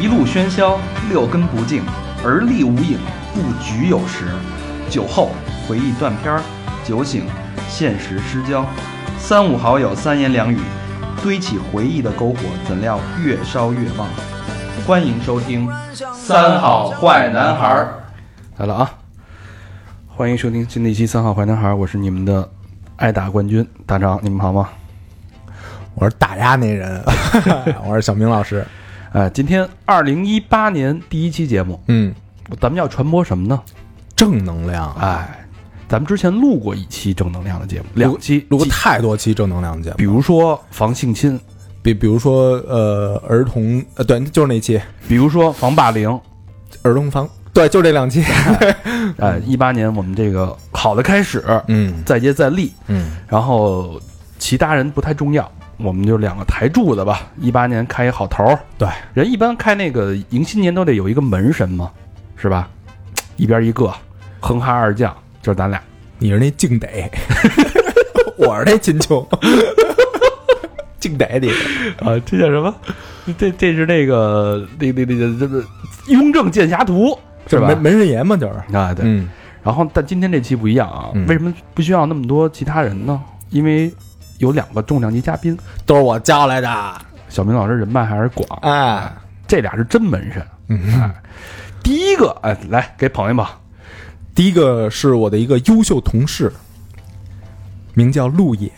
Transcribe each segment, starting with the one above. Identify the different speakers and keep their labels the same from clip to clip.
Speaker 1: 一路喧嚣，六根不净，而立无影，不局有时。酒后回忆断片儿，酒醒现实失焦。三五好友三言两语，堆起回忆的篝火，怎料越烧越旺。欢迎收听《三好坏男孩儿》。
Speaker 2: 来了啊！欢迎收听新的一期《三好坏男孩》，我是你们的爱打冠军大张，你们好吗？
Speaker 3: 我是打压那人， 我是小明老师。
Speaker 2: 哎，今天二零一八年第一期节目，
Speaker 3: 嗯，
Speaker 2: 咱们要传播什么呢？
Speaker 3: 正能量，啊
Speaker 2: 哎，咱们之前录过一期正能量的节目，两期
Speaker 3: 录过
Speaker 2: 记
Speaker 3: 太多期正能量节目，
Speaker 2: 比如说防性侵，
Speaker 3: 比比如说呃儿童呃对，就是那期
Speaker 2: 比如说防霸凌。
Speaker 3: 儿童房，对，就这两 期。
Speaker 2: 哎，一八年我们这个好的开始，
Speaker 3: 嗯
Speaker 2: 再接再厉，
Speaker 3: 嗯，
Speaker 2: 然后其他人不太重要，我们就两个台柱子吧。一八年开一好头儿，
Speaker 3: 对，
Speaker 2: 人一般开那个迎新年都得有一个门神嘛，是吧？一边一个，哼哈二将就是咱俩。
Speaker 3: 你是那静得， 我是那金秋， 静得你
Speaker 2: 啊，这叫什么？这这是那个那那那个这个《雍正剑侠图》
Speaker 3: 就是
Speaker 2: 吧
Speaker 3: 门？门神爷嘛，就是。
Speaker 2: 啊，对。
Speaker 3: 嗯，
Speaker 2: 然后，但今天这期不一样啊，
Speaker 3: 嗯
Speaker 2: 为什么不需要那么多其他人呢？因为有两个重量级嘉宾，
Speaker 3: 都是我叫来的。
Speaker 2: 小明老师人脉还是广，
Speaker 3: 哎，
Speaker 2: 这俩是真门神。
Speaker 3: 嗯，
Speaker 2: 第一个，哎，来给捧一捧，
Speaker 3: 第一个是我的一个优秀同事，名叫陆野，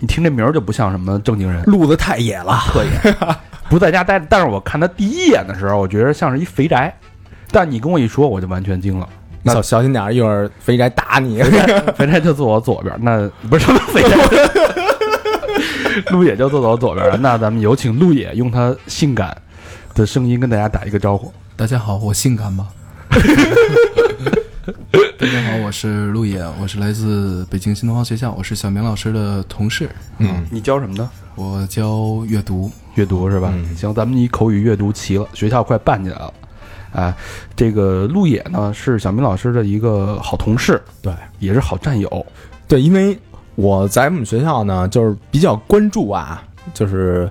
Speaker 2: 你听这名儿就不像什么正经人，
Speaker 3: 路子太野了。
Speaker 2: 特野，不在家待着。但是我看他第一眼的时候，我觉得像是一肥宅，但你跟我一说，我就完全 惊了。
Speaker 3: 小小心点儿，一会儿肥宅打你。
Speaker 2: 肥宅就坐我左边，那不是什么肥宅，陆野就坐在我左边。那咱们有请陆野用他性感的声音跟大家打一个招呼。
Speaker 4: 大家好，我性感吗？大家好，我是陆野，我是来自北京新东方学校，我是小明老师的同事，
Speaker 3: 嗯，
Speaker 2: 你教什么呢？嗯
Speaker 4: 我教阅读。
Speaker 2: 阅读是吧？行，咱们以口语阅读齐了，学校快办起来了。啊，这个陆野呢是小明老师的一个好同事，
Speaker 3: 对
Speaker 2: 也是好战友。
Speaker 3: 对，因为我在我们学校呢，就是比较关注啊，就是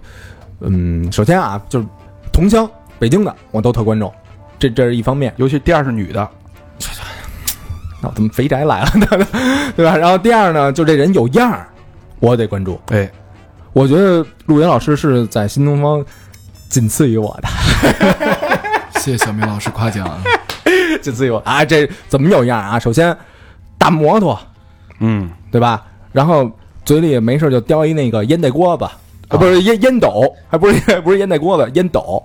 Speaker 3: 嗯，首先啊，就是同乡北京的，我都特关注，这这是一方面。
Speaker 2: 尤其第二是女的，
Speaker 3: 那我怎么肥宅来了呢？对吧？然后第二呢，就这人有样儿，我得关注。
Speaker 2: 哎，
Speaker 3: 我觉得陆岩老师是在新东方仅次于我的，
Speaker 4: 谢谢小明老师夸奖，
Speaker 3: 仅次于我啊！这怎么有样儿啊？首先，大摩托，
Speaker 2: 嗯，
Speaker 3: 对吧？然后嘴里没事就叼一那个烟袋锅子，啊，不是烟烟斗，还不是不是 烟袋锅子，烟斗。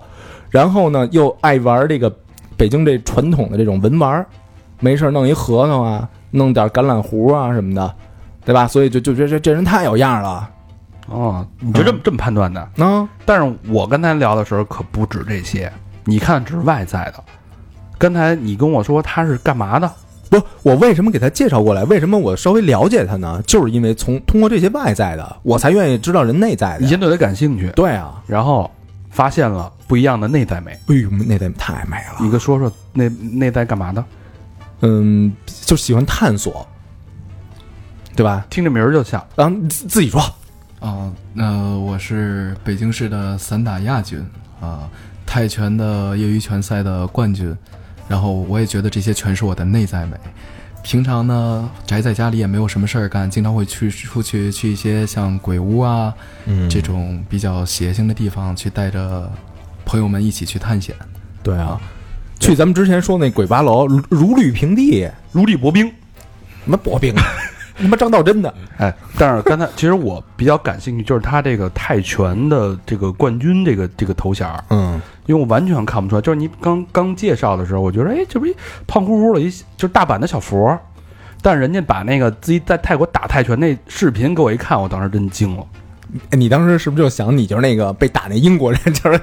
Speaker 3: 然后呢，又爱玩这个北京这传统的这种文玩儿，没事弄一核桃啊，弄点橄榄核啊什么的，对吧？所以就就觉得这这人太有样儿了。
Speaker 2: 哦，你就这么、这么判断的？
Speaker 3: 啊，
Speaker 2: 但是我刚才聊的时候可不止这些，你看只是外在的。刚才你跟我说他是干嘛的？
Speaker 3: 不，我为什么给他介绍过来？为什么我稍微了解他呢？就是因为从通过这些外在的，我才愿意知道人内在
Speaker 2: 以
Speaker 3: 的。
Speaker 2: 前哎对他感兴趣，
Speaker 3: 对啊，
Speaker 2: 然后发现了不一样的内在美。
Speaker 3: 哎呦，内在太美了。
Speaker 2: 你给说说内内在干嘛的？
Speaker 3: 嗯，就喜欢探索，对吧？
Speaker 2: 听这名儿就像。
Speaker 3: 然后自自己说，
Speaker 4: 啊，那我是北京市的散打亚军啊，泰拳的业余拳赛的冠军，然后我也觉得这些全是我的内在美。平常呢，宅在家里也没有什么事儿干，经常会去出去去一些像鬼屋啊，
Speaker 3: 嗯
Speaker 4: 这种比较邪性的地方，去带着朋友们一起去探险。
Speaker 3: 对啊，去咱们之前说那鬼八楼如如履平地，
Speaker 2: 如履薄冰。
Speaker 3: 什么薄冰，啊他妈张道真的，
Speaker 2: 哎，但是刚才其实我比较感兴趣，就是他这个泰拳的这个冠军这个这个头衔儿，
Speaker 3: 嗯，
Speaker 2: 因为我完全看不出来。就是你刚刚介绍的时候，我觉得哎，这不是一胖乎乎的一就是大阪的小佛儿，但是人家把那个自己在泰国打泰拳那视频给我一看，我当时真惊了，
Speaker 3: 哎你当时是不是就想你就是那个被打那英国人，就是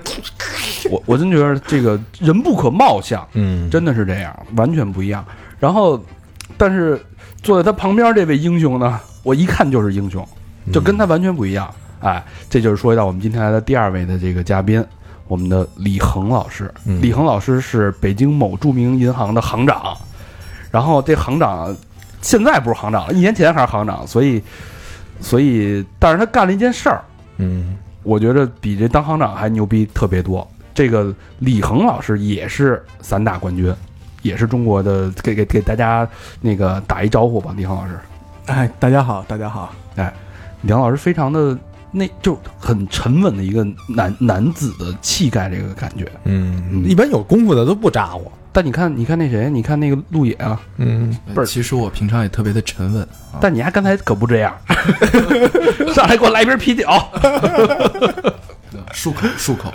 Speaker 2: 我我真觉得这个人不可貌相，
Speaker 3: 嗯
Speaker 2: 真的是这样，完全不一样。然后，但是坐在他旁边这位英雄呢，我一看就是英雄，
Speaker 3: 嗯
Speaker 2: 就跟他完全不一样。哎，这就是说到我们今天来的第二位的这个嘉宾，我们的李恒老师。
Speaker 3: 嗯
Speaker 2: 李恒老师是北京某著名银行的行长，然后这行长现在不是行长了，一年前还是行长，所以，所以，但是他干了一件事儿，
Speaker 3: 嗯，
Speaker 2: 我觉着比这当行长还牛逼特别多。这个李恒老师也是散打冠军，也是中国的，给给给大家那个打一招呼吧，李恒老师。哎
Speaker 5: 哎，大家好，大家好，
Speaker 2: 李恒老师非常的那就很沉稳的一个男男子的气概，这个感觉。
Speaker 3: 嗯
Speaker 2: 嗯
Speaker 3: 一般有功夫的都不咋呼，
Speaker 2: 但你看，你看那谁，你看那个陆野啊，
Speaker 3: 嗯，
Speaker 4: 呃
Speaker 2: 不是
Speaker 4: 其实我平常也特别的沉稳，啊
Speaker 2: 但你丫刚才可不这样， 上来给我来一瓶啤酒。
Speaker 4: 漱 口漱口。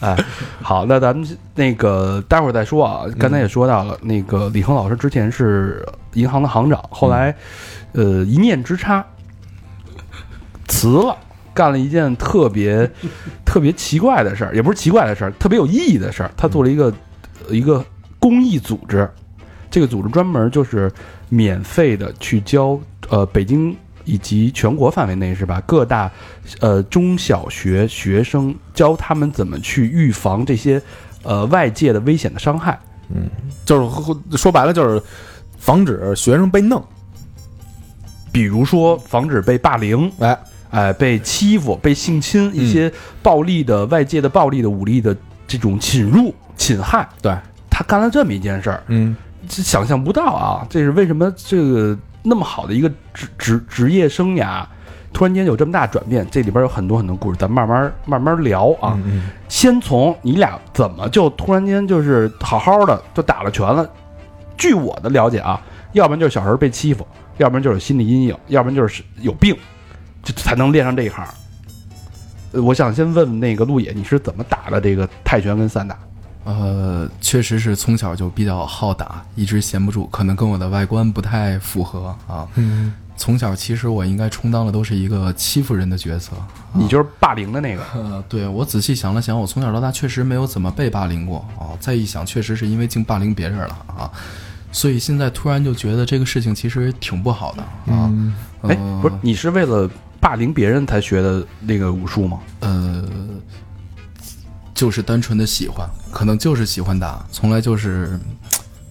Speaker 2: 哎好，那咱们那个待会儿再说啊。刚才也说到了，那个李恒老师之前是银行的行长，后来呃一念之差辞了，干了一件特别特别奇怪的事儿，也不是奇怪的事儿，特别有意义的事儿。他做了一个一个公益组织，这个组织专门就是免费的去教呃北京。以及全国范围内是吧？各大呃中小学学生教他们怎么去预防这些呃外界的危险的伤害。
Speaker 3: 就是说白了就是防止学生被弄，
Speaker 2: 比如说防止被霸凌，
Speaker 3: 哎，
Speaker 2: 哎、被欺负、被性侵，一
Speaker 3: 嗯
Speaker 2: 些暴力的、外界的暴力的、武力的这种侵入、侵害。
Speaker 3: 对，
Speaker 2: 他干了这么一件事儿，
Speaker 3: 嗯，
Speaker 2: 这想象不到啊！这是为什么这个那么好的一个职职职业生涯，突然间有这么大转变？这里边有很多很多故事，咱慢慢慢慢聊啊。
Speaker 3: 嗯
Speaker 2: 先从你俩怎么就突然间就是好好的就打了拳了？据我的了解啊，要不然就是小时候被欺负，要不然就是有心理阴影，要不然就是有病，这才能练上这一行。呃我想先问问那个陆野，你是怎么打的这个泰拳跟散打？
Speaker 4: 呃，确实是从小就比较好打，一直闲不住，可能跟我的外观不太符合啊。
Speaker 3: 嗯，
Speaker 4: 从小其实我应该充当的都是一个欺负人的角色。
Speaker 2: 你就是霸凌的那个，
Speaker 4: 呃，对我仔细想了想，我从小到大确实没有怎么被霸凌过啊。再一想，确实是因为净霸凌别人了啊。所以现在突然就觉得这个事情其实挺不好的啊。
Speaker 3: 嗯
Speaker 2: 哎、
Speaker 4: 呃
Speaker 2: 不是，你是为了霸凌别人才学的那个武术吗？
Speaker 4: 呃，就是单纯的喜欢，可能就是喜欢打，从来就是，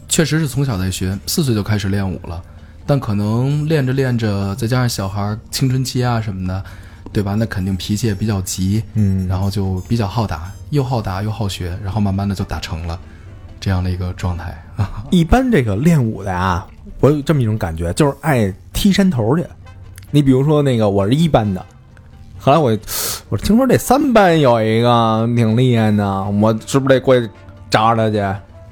Speaker 4: 确实是从小在学，四岁就开始练武了，但可能练着练着，再加上小孩儿青春期啊什么的，对吧？那肯定脾气也比较急，
Speaker 3: 嗯
Speaker 4: 然后就比较好打，又好打又好学，然后慢慢的就打成了这样的一个状态。
Speaker 3: 一般这个练武的啊，我有这么一种感觉，就是爱踢山头去。你比如说那个，我是一班的，后来我我听说这三班有一个挺厉害的，我是不是得过去找找他去？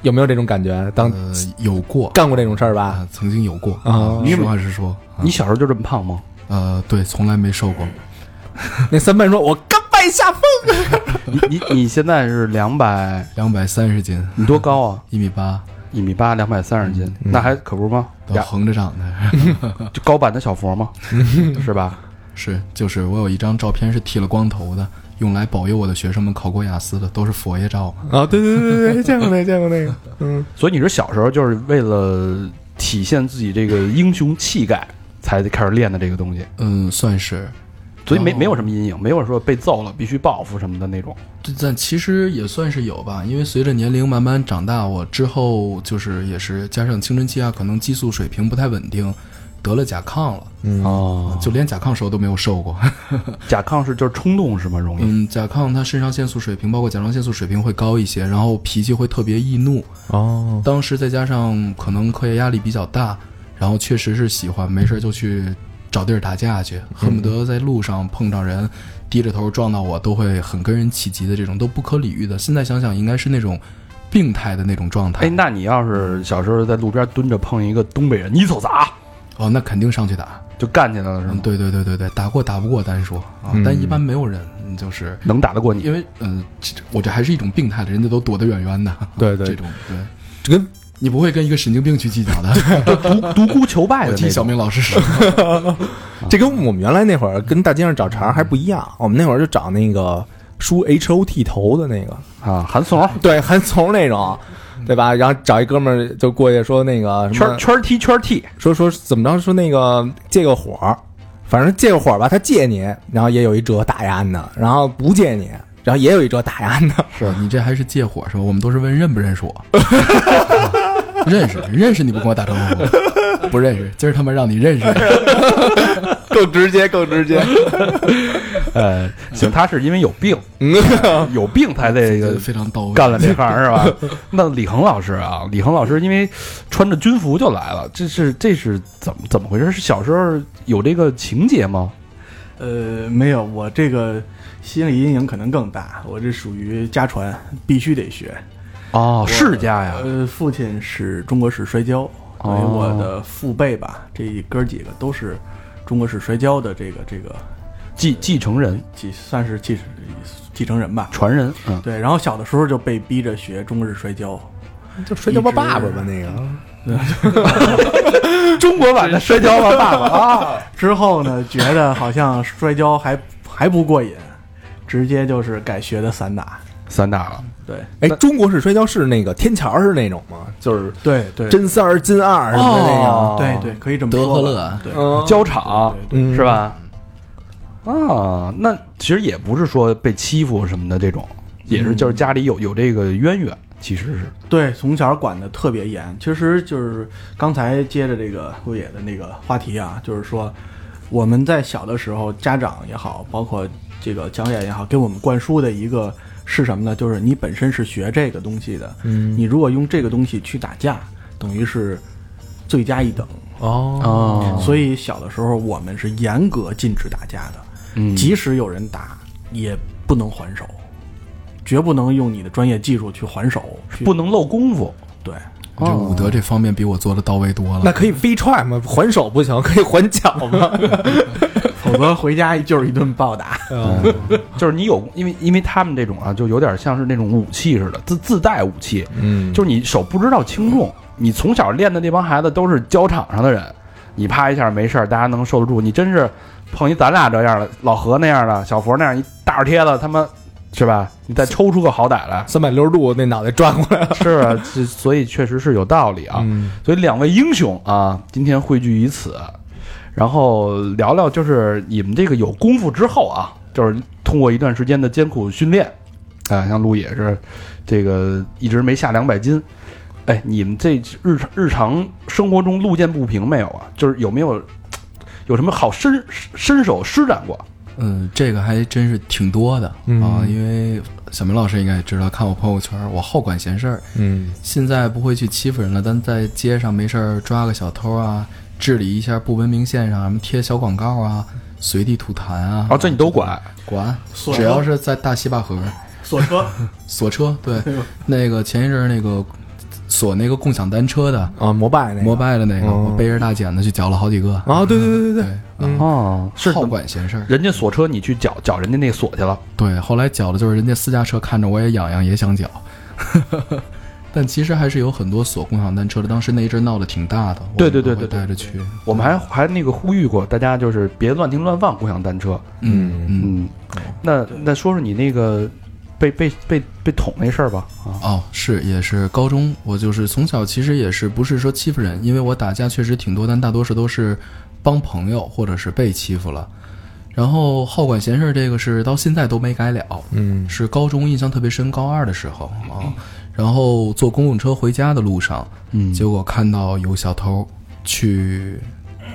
Speaker 3: 有没有这种感觉？当、
Speaker 4: 呃，有过
Speaker 3: 干过这种事儿吧？
Speaker 4: 啊，曾经有过
Speaker 3: 啊
Speaker 4: 实话实说，啊
Speaker 2: 你小时候就这么胖吗？
Speaker 4: 呃，对，从来没受过。
Speaker 3: 那三班说：“我甘拜下风。
Speaker 2: 你你你现在是两百，
Speaker 4: 两百三十斤，
Speaker 2: 你多高啊？
Speaker 4: 一米八，
Speaker 2: 一米八，两百三十斤，那还可不是吗？
Speaker 4: 都横着长的。
Speaker 2: 就高版的小佛 嘛，是吧？
Speaker 4: 是，就是我有一张照片是剃了光头的，用来保佑我的学生们考过雅思的，都是佛爷照嘛。”
Speaker 3: 啊，对对对对，见过那个见过那个，嗯，
Speaker 2: 所以你是小时候就是为了体现自己这个英雄气概，才开始练的这个东西，
Speaker 4: 嗯，算是。
Speaker 2: 所以没
Speaker 4: 哦
Speaker 2: 没有什么阴影，没有说被揍了必须报复什么的那种。
Speaker 4: 这但其实也算是有吧，因为随着年龄慢慢长大，我之后就是也是加上青春期啊，可能激素水平不太稳定，得了甲亢了，
Speaker 2: 哦，
Speaker 4: 就连甲亢时候都没有受过。
Speaker 2: 甲亢是就是冲动是吗？容易
Speaker 4: 嗯，甲亢它肾上腺素水平，包括甲状腺素水平会高一些，然后脾气会特别易怒。
Speaker 3: 哦，
Speaker 4: 当时再加上可能课业压力比较大，然后确实是喜欢没事儿就去找地儿打架去，恨不得在路上碰上人，低着头撞到我都会很跟人起急的这种，都不可理喻的。现在想想应该是那种病态的那种状态。
Speaker 2: 哎，那你要是小时候在路边蹲着碰一个东北人，你瞅啥？
Speaker 4: 哦，那肯定上去打。
Speaker 2: 就干起来了是
Speaker 4: 嗯，
Speaker 2: 吗？
Speaker 4: 对对对对对，打过打不过单说啊，但一般没有人，嗯就是
Speaker 2: 能打得过你？
Speaker 4: 因为嗯、这我这还是一种病态的，人家都躲得远远的。
Speaker 3: 对对
Speaker 4: 这种对。
Speaker 3: 这跟
Speaker 4: 你不会跟一个神经病去计较的，
Speaker 2: 独孤求败
Speaker 4: 我
Speaker 2: 的
Speaker 4: 替
Speaker 2: 那
Speaker 4: 小
Speaker 2: 种。
Speaker 4: 明老师说。
Speaker 3: 这跟我们原来那会儿跟大街上找茬儿还不一样，我们那会儿就找那个梳 H O T 头的那个，
Speaker 2: 啊，韩怂
Speaker 3: 对，韩丛那种，对吧？然后找一哥们儿就过去说那个什
Speaker 2: 圈
Speaker 3: 么，
Speaker 2: 圈踢圈踢，
Speaker 3: 说说怎么着，说那个借个火儿，反正借个火儿吧，他借你，然后也有一折打压呢，然后不借你，然后也有一折打压呢。
Speaker 4: 是你这还是借火是吧？我们都是问认不认识我，认识认识你不跟我打招呼，不认识，今儿他妈让你认识。
Speaker 3: 更直接，更直 接。
Speaker 2: 呃，行，他是因为有病，
Speaker 4: 嗯
Speaker 2: 有病才这 个
Speaker 4: 非常到位，
Speaker 2: 干了这行是吧？那李恒老师啊，李恒老师因为穿着军服就来了，这是这是怎么怎么回事？是小时候有这个情节吗？
Speaker 5: 呃，没有，我这个心理阴影可能更大，我这属于家传，必须得学。
Speaker 2: 哦，世家呀，
Speaker 5: 呃，父亲是中国式摔跤，所以我
Speaker 2: 哦
Speaker 5: 的父辈吧，这哥儿几个都是中国式摔跤的这个这个
Speaker 2: 继继承人、
Speaker 5: 继算是继继承人吧。
Speaker 2: 传人，嗯，
Speaker 5: 对，然后小的时候就被逼着学中国式摔跤，
Speaker 3: 就摔跤吧爸爸吧那 个，
Speaker 2: 中国 版的摔跤吧爸爸啊，
Speaker 5: 之后呢，觉得好像摔跤还还不过瘾，直接就是改学的散打。
Speaker 2: 散打了，
Speaker 5: 对
Speaker 3: 哎，中国式摔跤是那个天桥是那种吗？就是
Speaker 5: 对对
Speaker 3: 真三儿、金二什么的那个。
Speaker 2: 哦
Speaker 5: 对对，可以这么
Speaker 4: 德
Speaker 5: 说吧。
Speaker 4: 和乐啊
Speaker 5: 对，
Speaker 3: 嗯，
Speaker 2: 交场
Speaker 5: 对
Speaker 3: 嗯
Speaker 2: 是？吧？啊，那其实也不是说被欺负什么的这种，也是就是家里有有这个渊源，其实是
Speaker 5: 对，从小管得特别严。其实就是刚才接着这个顾野的那个话题啊，就是说我们在小的时候，家长也好，包括这个讲演也好，给我们灌输的一个是什么呢？就是你本身是学这个东西的，
Speaker 3: 嗯
Speaker 5: 你如果用这个东西去打架，等于是罪加一等。
Speaker 3: 哦，
Speaker 2: 啊
Speaker 5: 所以小的时候我们是严格禁止打架的，
Speaker 2: 以
Speaker 5: 即使有人打，也不能还手，绝不能用你的专业技术去还手，去
Speaker 2: 不能露功夫，
Speaker 5: 对。
Speaker 4: 这武德这方面比我做的到位多了。
Speaker 3: 那可以飞踹吗？还手不行，可以还脚吗？
Speaker 5: 否则回家就是一顿暴打。
Speaker 2: 就是你有，因为因为他们这种啊，就有点像是那种武器似的，自自带武器，
Speaker 3: 嗯，
Speaker 2: 就是你手不知道轻重，你从小练的那帮孩子都是交场上的人，你啪一下没事儿，大家能受得住。你真是碰一咱俩这样的，老何那样的，小佛那样一大耳贴子，他妈是吧？你再抽出个好歹来
Speaker 3: 三百六十度那脑袋转过来
Speaker 2: 是啊，这所以确实是有道理啊。
Speaker 3: 嗯
Speaker 2: 所以两位英雄啊，今天汇聚于此，然后聊聊就是你们这个有功夫之后啊，就是通过一段时间的艰苦训练，啊，像陆也是这个一直没下两百斤。哎，你们这日常日常生活中路见不平没有啊？就是有没有有什么好伸伸手施展过？
Speaker 4: 嗯，这个还真是挺多的啊，
Speaker 3: 嗯
Speaker 4: 因为小明老师应该也知道，看我朋友圈，我好管闲事儿。
Speaker 3: 嗯
Speaker 4: 现在不会去欺负人了，但在街上没事儿抓个小偷啊，治理一下不文明现象，什么贴小广告啊，随地吐痰啊，
Speaker 2: 啊，这你都管？
Speaker 4: 管，
Speaker 5: 锁
Speaker 4: 只
Speaker 5: 车
Speaker 4: 要是在大西坝河
Speaker 5: 锁车，
Speaker 4: 锁车，对，那个前一阵儿那个锁那个共享单车的，
Speaker 3: 啊，摩拜那个
Speaker 4: 摩拜的那个，
Speaker 3: 哦
Speaker 4: 我背着大剪子去搅了好几个，
Speaker 3: 啊，对对对对
Speaker 4: 对
Speaker 3: 对，，
Speaker 2: 哦，是怎
Speaker 4: 好
Speaker 2: 么
Speaker 4: 管闲事儿。
Speaker 2: 人家锁车，你去搅搅人家那锁去了。
Speaker 4: 对，后来搅的就是人家私家车看着我也痒痒，也想搅。 但其实还是有很多锁共享单车的，当时那一阵闹得挺大的，我
Speaker 2: 对对
Speaker 4: 们
Speaker 2: 对
Speaker 4: 都会
Speaker 2: 对对
Speaker 4: 带着去，
Speaker 2: 我们还还那个呼吁过大家，就是别乱停乱放共享单车。
Speaker 4: 嗯嗯。
Speaker 2: 嗯，那那说说你那个被被被被捅那事儿吧啊，
Speaker 4: 哦，是也是高中，我就是从小其实也是不是说欺负人，因为我打架确实挺多，但大多数都是帮朋友或者是被欺负了。然后好管闲事儿这个是到现在都没改了，
Speaker 3: 嗯
Speaker 4: 是高中印象特别深，高二的时候啊，然后坐公共车回家的路上，
Speaker 2: 嗯
Speaker 4: 结果看到有小偷去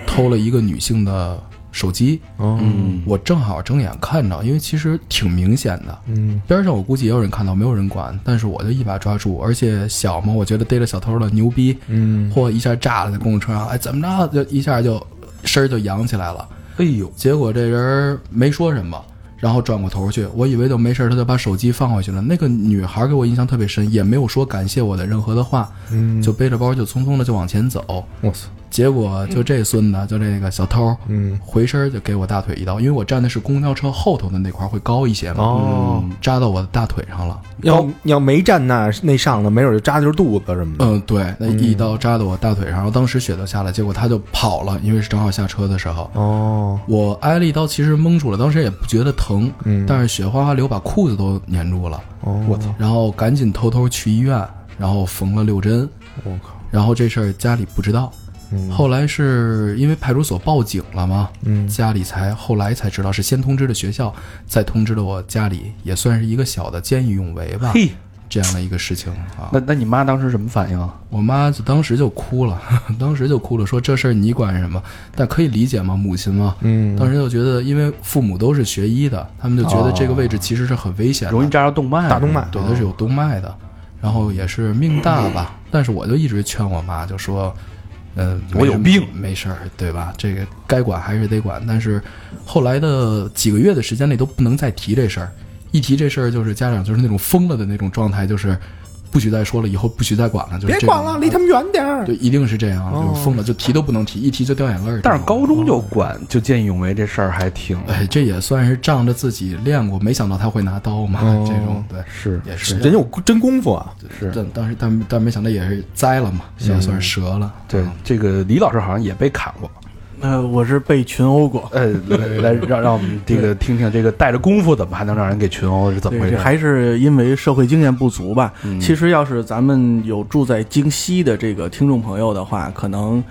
Speaker 4: 偷了一个女性的手机，
Speaker 3: 哦
Speaker 2: 嗯
Speaker 4: 我正好睁眼看着，因为其实挺明显的，
Speaker 3: 嗯
Speaker 4: 边上我估计也有人看到，没有人管，但是我就一把抓住，而且小嘛，我觉得逮着小偷了牛逼，
Speaker 3: 嗯
Speaker 4: 嚯一下炸了在公共车上，哎怎么着就一下就身儿就扬起来了，
Speaker 2: 哎呦，
Speaker 4: 结果这人儿没说什么，然后转过头去，我以为就没事儿，他就把手机放回去了。那个女孩给我印象特别深，也没有说感谢我的任何的话，
Speaker 3: 嗯，
Speaker 4: 就背着包就匆匆的就往前走，
Speaker 3: 我操，
Speaker 4: 结果就这孙子，就这个小偷，
Speaker 3: 嗯
Speaker 4: 回身儿就给我大腿一刀，因为我站的是公交车后头的那块儿会高一些嘛，嗯
Speaker 3: 哦，
Speaker 4: 扎到我的大腿上了。
Speaker 3: 要要没站那那上头，没准就扎的就是肚子什么的。
Speaker 4: 嗯，对，那一刀扎到我大腿上，然后当时血都下来，结果他就跑了，因为是正好下车的时候，
Speaker 3: 哦，
Speaker 4: 我挨了一刀，其实蒙住了，当时也不觉得疼，
Speaker 3: 嗯哦
Speaker 4: 但是血哗哗流，把裤子都粘住了，
Speaker 3: 我操，
Speaker 4: 然后赶紧偷偷去医院，然后缝了六针，
Speaker 3: 我靠，
Speaker 4: 然后这事儿家里不知道，
Speaker 3: 嗯
Speaker 4: 后来是因为派出所报警了嘛，
Speaker 3: 嗯
Speaker 4: 家里才后来才知道是先通知的学校，再通知的我家里，也算是一个小的见义勇为吧。
Speaker 2: 嘿，
Speaker 4: 这样的一个事情啊。
Speaker 2: 啊那那你妈当时什么反应啊？
Speaker 4: 我妈就当时就哭了， 当时就哭了，说这事儿你管什么？但可以理解吗？母亲嘛，
Speaker 3: 嗯
Speaker 4: 当时就觉得，因为父母都是学医的，他们就觉得这个位置其实是很危险的，
Speaker 2: 容易扎着动脉，
Speaker 3: 大动脉
Speaker 4: 对，它是有动脉嗯的，然后也是命大吧。但是我就一直劝我妈，就说，呃，
Speaker 2: 我有
Speaker 4: 没什么没事儿，对吧？这个该管还是得管。但是后来的几个月的时间内都不能再提这事儿，一提这事儿就是家长就是那种疯了的那种状态，就是不许再说了，以后不许再管了，就是
Speaker 3: 别
Speaker 4: 这
Speaker 3: 管
Speaker 4: 种
Speaker 3: 了，离他们远点儿。
Speaker 4: 对，一定是这样，啊就是疯了，就提都不能提，一提就掉眼泪儿。
Speaker 2: 哦但是
Speaker 4: 这种
Speaker 2: 高中就管，就见义勇为这事儿还挺
Speaker 4: 哎，这也算是仗着自己练过，没想到他会拿刀嘛，
Speaker 3: 哦
Speaker 4: 这种对
Speaker 2: 是
Speaker 4: 也是
Speaker 3: 人有真功夫啊，
Speaker 2: 是
Speaker 4: 但当时但但没想到也是栽了嘛，也算是折了。
Speaker 2: 嗯对
Speaker 4: 嗯
Speaker 2: 这个李老师好像也被砍过，
Speaker 5: 呃，我是被群殴过，
Speaker 2: 呃，来来让让我们这个听听这个带着功夫怎么还能让人给群殴是怎么回
Speaker 5: 对，
Speaker 2: 事？
Speaker 5: 这还是因为社会经验不足吧。其实要是咱们有住在京西的这个听众朋友的话，可能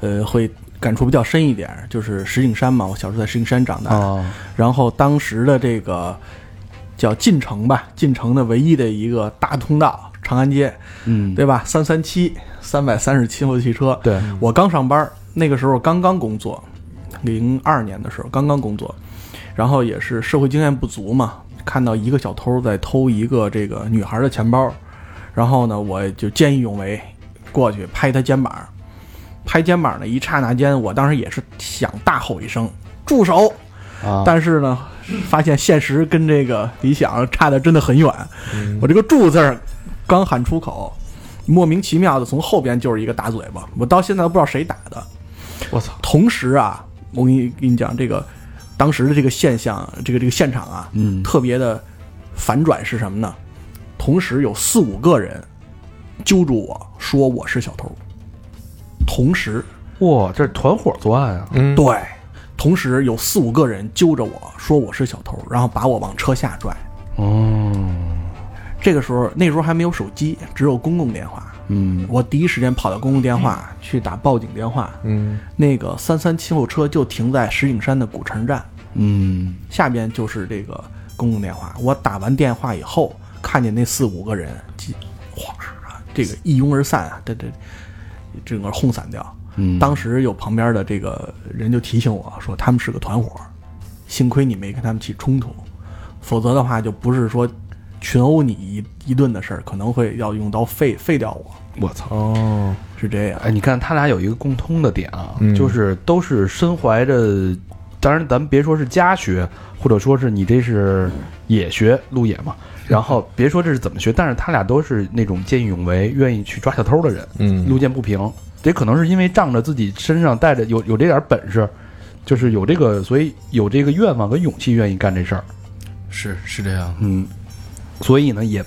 Speaker 5: 呃会感触比较深一点儿，就是石景山嘛，我小时候在石景山长大的，
Speaker 2: 啊，
Speaker 5: 然后当时的这个叫进城吧，进城的唯一的一个大通道长安街，
Speaker 2: 嗯，
Speaker 5: 对吧？三三七三百三十七部汽车，
Speaker 2: 对，
Speaker 5: 我刚上班儿，那个时候刚刚工作，零二年的时候刚刚工作，然后也是社会经验不足嘛，看到一个小偷在偷一个这个女孩的钱包，然后呢，我就见义勇为，过去拍他肩膀，拍肩膀呢，一刹那间，我当时也是想大吼一声“住手”，
Speaker 2: 啊，
Speaker 5: 但是呢，发现现实跟这个理想差的真的很远。
Speaker 2: 嗯
Speaker 5: 我这个“住”字儿刚喊出口，莫名其妙的从后边就是一个大嘴巴，我到现在都不知道谁打的。
Speaker 2: 我操，
Speaker 5: 同时啊，我给你跟你讲这个当时的这个现象，这个这个现场啊，
Speaker 2: 嗯
Speaker 5: 特别的反转是什么呢？同时有四五个人揪住我说我是小偷，同时
Speaker 2: 哇，这是团伙作案啊，
Speaker 3: 嗯，
Speaker 5: 对，同时有四五个人揪着我说我是小偷，然后把我往车下拽。
Speaker 2: 哦，
Speaker 5: 这个时候，那时候还没有手机，只有公共电话。
Speaker 2: 嗯，
Speaker 5: 我第一时间跑到公共电话去打报警电话。
Speaker 3: 嗯，
Speaker 5: 那个三三七后车就停在石景山的古城站
Speaker 2: 嗯，
Speaker 5: 下边，就是这个公共电话。我打完电话以后，看见那四五个人，几哗，这个一拥而散啊，这这整个轰散掉。
Speaker 2: 嗯
Speaker 5: 当时有旁边的这个人就提醒我说，他们是个团伙，幸亏你没跟他们起冲突，否则的话就不是说群殴你一一顿的事儿，可能会要用刀废废掉我，
Speaker 2: 我操。
Speaker 3: 哦，
Speaker 5: 是这样。
Speaker 2: 哎，你看他俩有一个共通的点啊，
Speaker 3: 嗯
Speaker 2: 就是都是身怀着，当然咱们别说是家学，或者说是你这是野学路野嘛，然后别说这是怎么学，但是他俩都是那种见义勇为、愿意去抓小偷的人，
Speaker 3: 嗯
Speaker 2: 路见不平，也可能是因为仗着自己身上带着有有这点本事，就是有这个，所以有这个愿望跟勇气，愿意干这事儿，
Speaker 4: 是是这样，
Speaker 2: 嗯，所以呢也。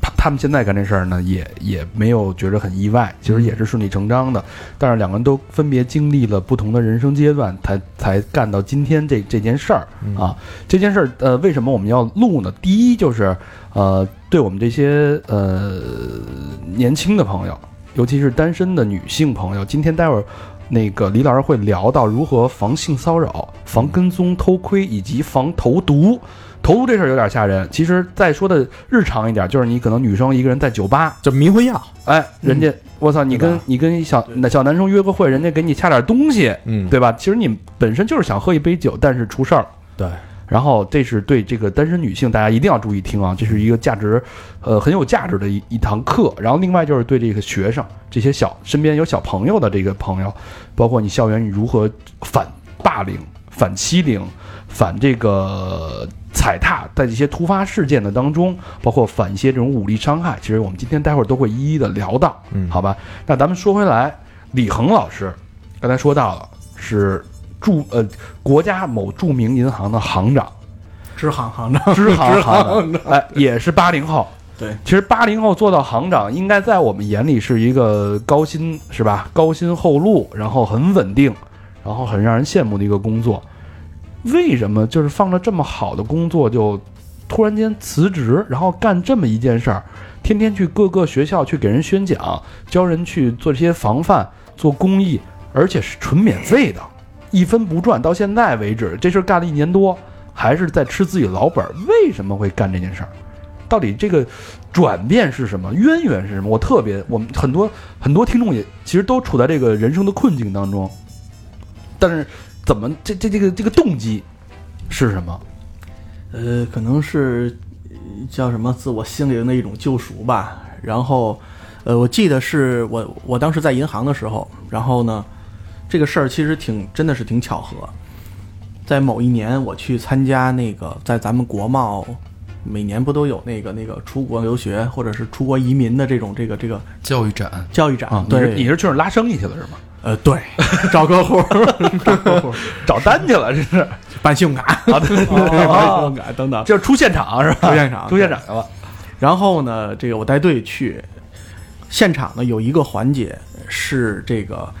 Speaker 2: 他他们现在干这事儿呢，也也没有觉得很意外，其实也是顺理成章的。但是两个人都分别经历了不同的人生阶段，才才干到今天这这件事儿啊。这件事儿，呃，为什么我们要录呢？第一就是，呃，对我们这些呃年轻的朋友，尤其是单身的女性朋友，今天待会儿。那个李老师会聊到如何防性骚扰、防跟踪、偷窥以及防投毒。投毒这事儿有点吓人，其实再说的日常一点，就是你可能女生一个人在酒吧，
Speaker 3: 这迷魂药，
Speaker 2: 哎，人家我操，你跟你跟一小小男生约个会，人家给你恰点东西，
Speaker 3: 嗯，
Speaker 2: 对吧？其实你本身就是想喝一杯酒，但是出事儿。
Speaker 3: 对，
Speaker 2: 然后这是对这个单身女性，大家一定要注意听啊，这是一个价值，呃，很有价值的一一堂课。然后另外就是对这个学生，这些小身边有小朋友的这个朋友，包括你校园你如何反霸凌、反欺凌、反这个踩踏，在这些突发事件的当中，包括反一些这种武力伤害，其实我们今天待会儿都会一一的聊到，
Speaker 3: 嗯
Speaker 2: 好吧？那咱们说回来，李恒老师刚才说到了是著呃国家某著名银行的行长，
Speaker 5: 支行行长，
Speaker 2: 支行行长，哎，也是八零后。
Speaker 5: 对，
Speaker 2: 其实八零后做到行长，应该在我们眼里是一个高薪是吧？高薪厚禄，然后很稳定，然后很让人羡慕的一个工作。为什么就是放着这么好的工作就突然间辞职，然后干这么一件事儿，天天去各个学校去给人宣讲，教人去做这些防范、做公益，而且是纯免费的，一分不赚。到现在为止，这事儿干了一年多，还是在吃自己老本儿。为什么会干这件事儿？到底这个转变是什么，渊源是什么？我特别，我们很多很多听众也其实都处在这个人生的困境当中，但是怎么这这这个这个动机是什么？
Speaker 5: 呃，可能是呃叫什么自我心灵的一种救赎吧。然后，呃，我记得是我我当时在银行的时候，然后呢，这个事儿其实挺真的是挺巧合。在某一年，我去参加那个在咱们国贸，每年不都有那个那个出国留学或者是出国移民的这种这个这个
Speaker 4: 教育展，
Speaker 5: 教育展？
Speaker 2: 啊，你
Speaker 5: 对
Speaker 2: 是你是去那儿拉生意去了是吗？
Speaker 5: 呃 对，找客 户，找客户
Speaker 2: 找单去了，这是
Speaker 5: 办信用卡，
Speaker 2: 啊，对对对
Speaker 5: 办信
Speaker 2: 啊
Speaker 5: 用卡等 等。
Speaker 2: 就是出现场是吧？
Speaker 5: 出现场
Speaker 2: 出现场去了，
Speaker 5: 然后呢，这个我带队去，现场呢有一个环节是这个，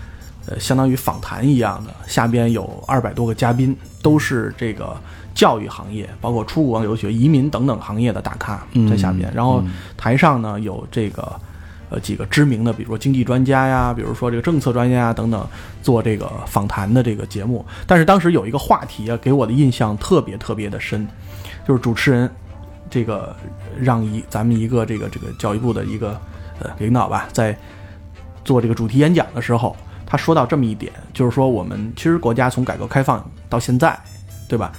Speaker 5: 呃，相当于访谈一样的，下边有二百多个嘉宾，都是这个教育行业，包括出国留学、移民等等行业的大咖在下边。然后台上呢有这个。呃，几个知名的，比如说经济专家呀，比如说这个政策专家呀等等，做这个访谈的这个节目。但是当时有一个话题啊，给我的印象特别特别的深，就是主持人这个让一咱们一个这个这个教育部的一个呃领导吧，在做这个主题演讲的时候，他说到这么一点，就是说我们其实国家从改革开放到现在，对吧？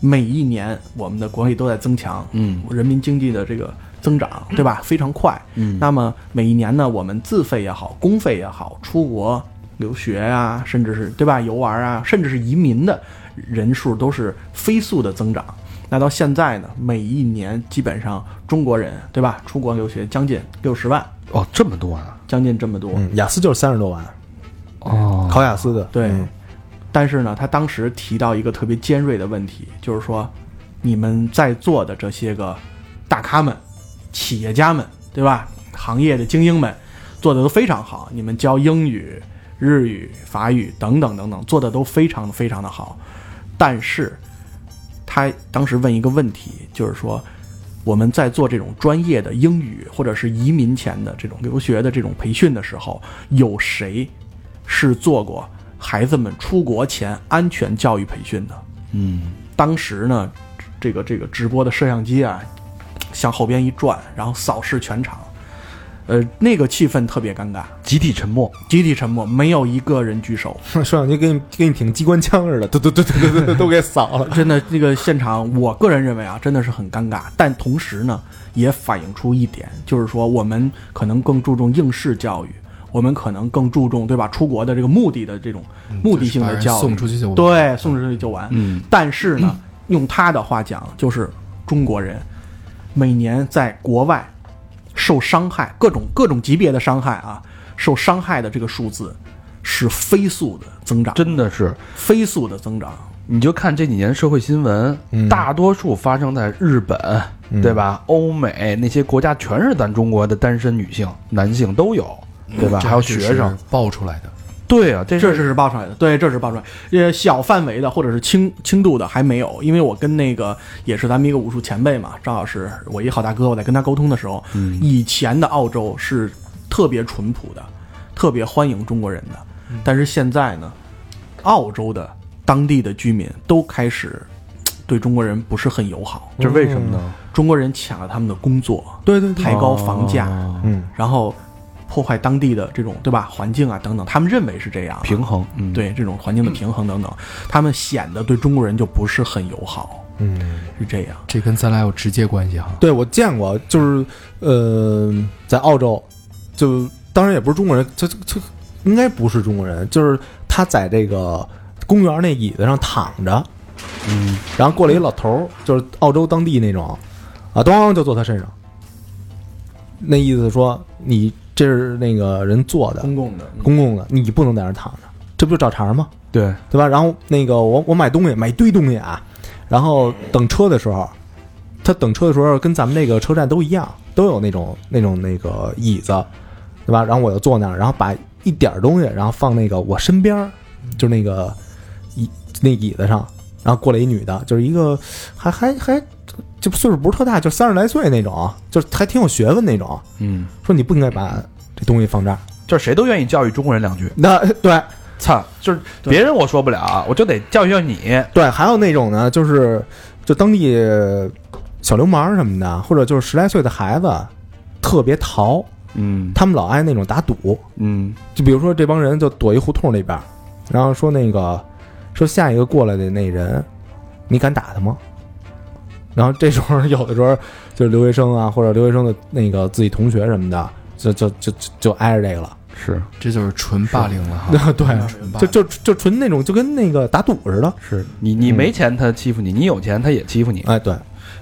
Speaker 5: 每一年我们的国力都在增强，
Speaker 2: 嗯，
Speaker 5: 人民经济的这个增长，对吧？非常快。嗯，那么每一年呢，我们自费也好，公费也好，出国留学啊，甚至是对吧游玩啊，甚至是移民的人数都是飞速的增长。那到现在呢，每一年基本上中国人对吧出国留学将近六十万，
Speaker 2: 哦，这么多啊，
Speaker 5: 将近这么多。
Speaker 3: 嗯，雅思就是三十多万，
Speaker 2: 哦，
Speaker 3: 考雅思的，
Speaker 5: 对
Speaker 3: 嗯
Speaker 5: 但是呢，他当时提到一个特别尖锐的问题，就是说，你们在座的这些个大咖们、企业家们，对吧？行业的精英们做的都非常好，你们教英语、日语、法语等等等等，做的都非常非常的好。但是，他当时问一个问题，就是说，我们在做这种专业的英语或者是移民前的这种留学的这种培训的时候，有谁是做过孩子们出国前安全教育培训的？
Speaker 2: 嗯，
Speaker 5: 当时呢，这个这个直播的摄像机啊，向后边一转，然后扫视全场，呃，那个气氛特别尴尬，
Speaker 2: 集体沉默，
Speaker 5: 集体沉默，没有一个人举手。
Speaker 3: 摄像机给你给你挺机关枪似的，都都都都都都都给扫了。
Speaker 5: 真的，那个现场，我个人认为啊，真的是很尴尬。但同时呢，也反映出一点，就是说我们可能更注重应试教育，我们可能更注重对吧出国的这个目的的这种目的性
Speaker 4: 嗯把
Speaker 5: 的
Speaker 4: 人
Speaker 5: 教育，
Speaker 4: 送出去就完
Speaker 5: 对，送出去就完。
Speaker 2: 嗯，
Speaker 5: 但是呢，用他的话讲，就是中国人每年在国外受伤害，各种各种级别的伤害啊，受伤害的这个数字是飞速的增长，
Speaker 2: 真的是，
Speaker 5: 飞速的增长。
Speaker 2: 你就看这几年社会新闻，大多数发生在日本，对吧？欧美那些国家全是咱中国的单身女性、男性都有，对吧？
Speaker 4: 这
Speaker 2: 还有
Speaker 4: 是
Speaker 2: 学生，
Speaker 4: 爆出来的，
Speaker 2: 对啊，这
Speaker 5: 这是爆出来的，对，这是爆出来的。呃，小范围的或者是轻轻度的还没有，因为我跟那个也是咱们一个武术前辈嘛，张老师，我一好大哥，我在跟他沟通的时候，
Speaker 2: 嗯
Speaker 5: 以前的澳洲是特别淳朴的，特别欢迎中国人的，
Speaker 2: 嗯
Speaker 5: 但是现在呢，澳洲的当地的居民都开始嘖对中国人不是很友好，嗯
Speaker 2: 这为什么呢？
Speaker 5: 中国人抢了他们的工作，
Speaker 3: 对对对，
Speaker 5: 抬高房价，
Speaker 2: 哦
Speaker 3: 嗯，
Speaker 5: 然后破坏当地的这种对吧环境啊等等，他们认为是这样啊
Speaker 2: 平衡，嗯，
Speaker 5: 对这种环境的平衡等等，他们显得对中国人就不是很友好，
Speaker 3: 嗯，
Speaker 5: 是这样。
Speaker 4: 这跟咱俩有直接关系啊哈。
Speaker 3: 对我见过，就是呃，在澳洲，就当然也不是中国人，这这这应该不是中国人，就是他在这个公园那椅子上躺着，嗯，然后过来一老头儿，就是澳洲当地那种，啊，咚就坐他身上，那意思说你这是那个人做的
Speaker 5: 共的
Speaker 3: 公共的，你不能在那儿躺着，这不就找茬儿吗？
Speaker 2: 对，
Speaker 3: 对吧？然后那个我我买东西买一堆东西啊，然后等车的时候，他等车的时候跟咱们那个车站都一样，都有那种那种那个椅子，对吧？然后我就坐那儿，然后把一点儿东西，然后放那个我身边儿，就是那个椅那椅子上，然后过来一女的，就是一个还还还就岁数不是特大，就三十来岁那种，就是还挺有学问那种，
Speaker 2: 嗯，
Speaker 3: 说你不应该把这东西放这儿。
Speaker 2: 就是谁都愿意教育中国人两句，
Speaker 3: 那对，
Speaker 2: 操，就是别人我说不了，我就得教育教育你，
Speaker 3: 对，还有那种呢，就是就当地小流氓什么的，或者就是十来岁的孩子特别淘，
Speaker 1: 嗯
Speaker 3: 他们老爱那种打赌，
Speaker 1: 嗯
Speaker 3: 就比如说这帮人就躲一胡同里边儿，然后说那个说下一个过来的那人，你敢打他吗？然后这时候有的时候就是留学生啊，或者留学生的那个自己同学什么的，就就就就就挨着这个了。
Speaker 2: 是
Speaker 4: 这就是纯霸凌了哈。
Speaker 3: 对，
Speaker 4: 纯霸
Speaker 3: 就
Speaker 4: 凌
Speaker 3: 就就纯那种就跟那个打赌似的。
Speaker 2: 是，你你没钱他欺负你，你有钱他也欺负你。
Speaker 3: 哎，对，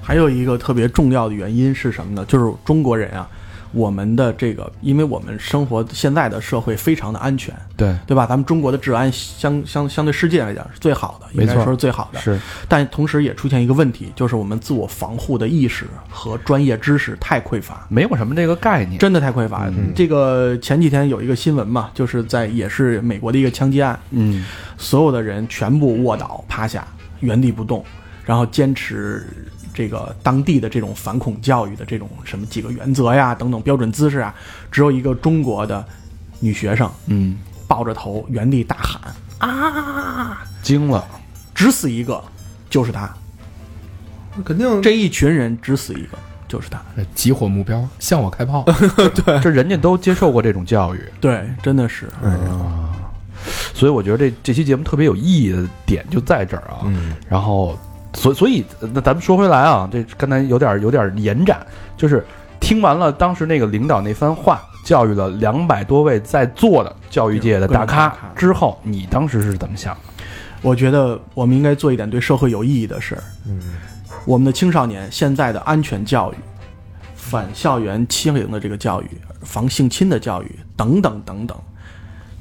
Speaker 5: 还有一个特别重要的原因是什么呢？就是中国人啊，我们的这个，因为我们生活现在的社会非常的安全，
Speaker 2: 对，
Speaker 5: 对吧？咱们中国的治安相相相对世界来讲是最好的，应该
Speaker 2: 没错
Speaker 5: 说是最好的。
Speaker 2: 是
Speaker 5: 但同时也出现一个问题，就是我们自我防护的意识和专业知识太匮乏。
Speaker 2: 没有什么这个概念。
Speaker 5: 真的太匮乏了。这个前几天有一个新闻嘛，就是在也是美国的一个枪击案，
Speaker 2: 嗯，
Speaker 5: 所有的人全部卧倒趴下，原地不动，然后坚持这个当地的这种反恐教育的这种什么几个原则呀等等标准姿势啊，只有一个中国的女学生，嗯，抱着头原地大喊，
Speaker 2: 惊了，
Speaker 5: 只死一个，就是她。
Speaker 3: 肯定
Speaker 5: 这一群人只死一个，就是她。
Speaker 4: 呃集火目标，向我开炮。
Speaker 2: 这人家都接受过这种教育，
Speaker 5: 对，真的是，
Speaker 2: 所以我觉得这这期节目特别有意义的点就在这儿啊。
Speaker 3: 嗯，
Speaker 2: 然后，所所以呃那咱们说回来啊，这刚才有点有点延展，就是听完了当时那个领导那番话，教育了两百多位在座的教育界的大咖
Speaker 5: 各种大咖
Speaker 2: 之后，你当时是怎么想的？
Speaker 5: 我觉得我们应该做一点对社会有意义的事儿。我们的青少年现在的安全教育、反校园欺凌的这个教育、防性侵的教育等等等等，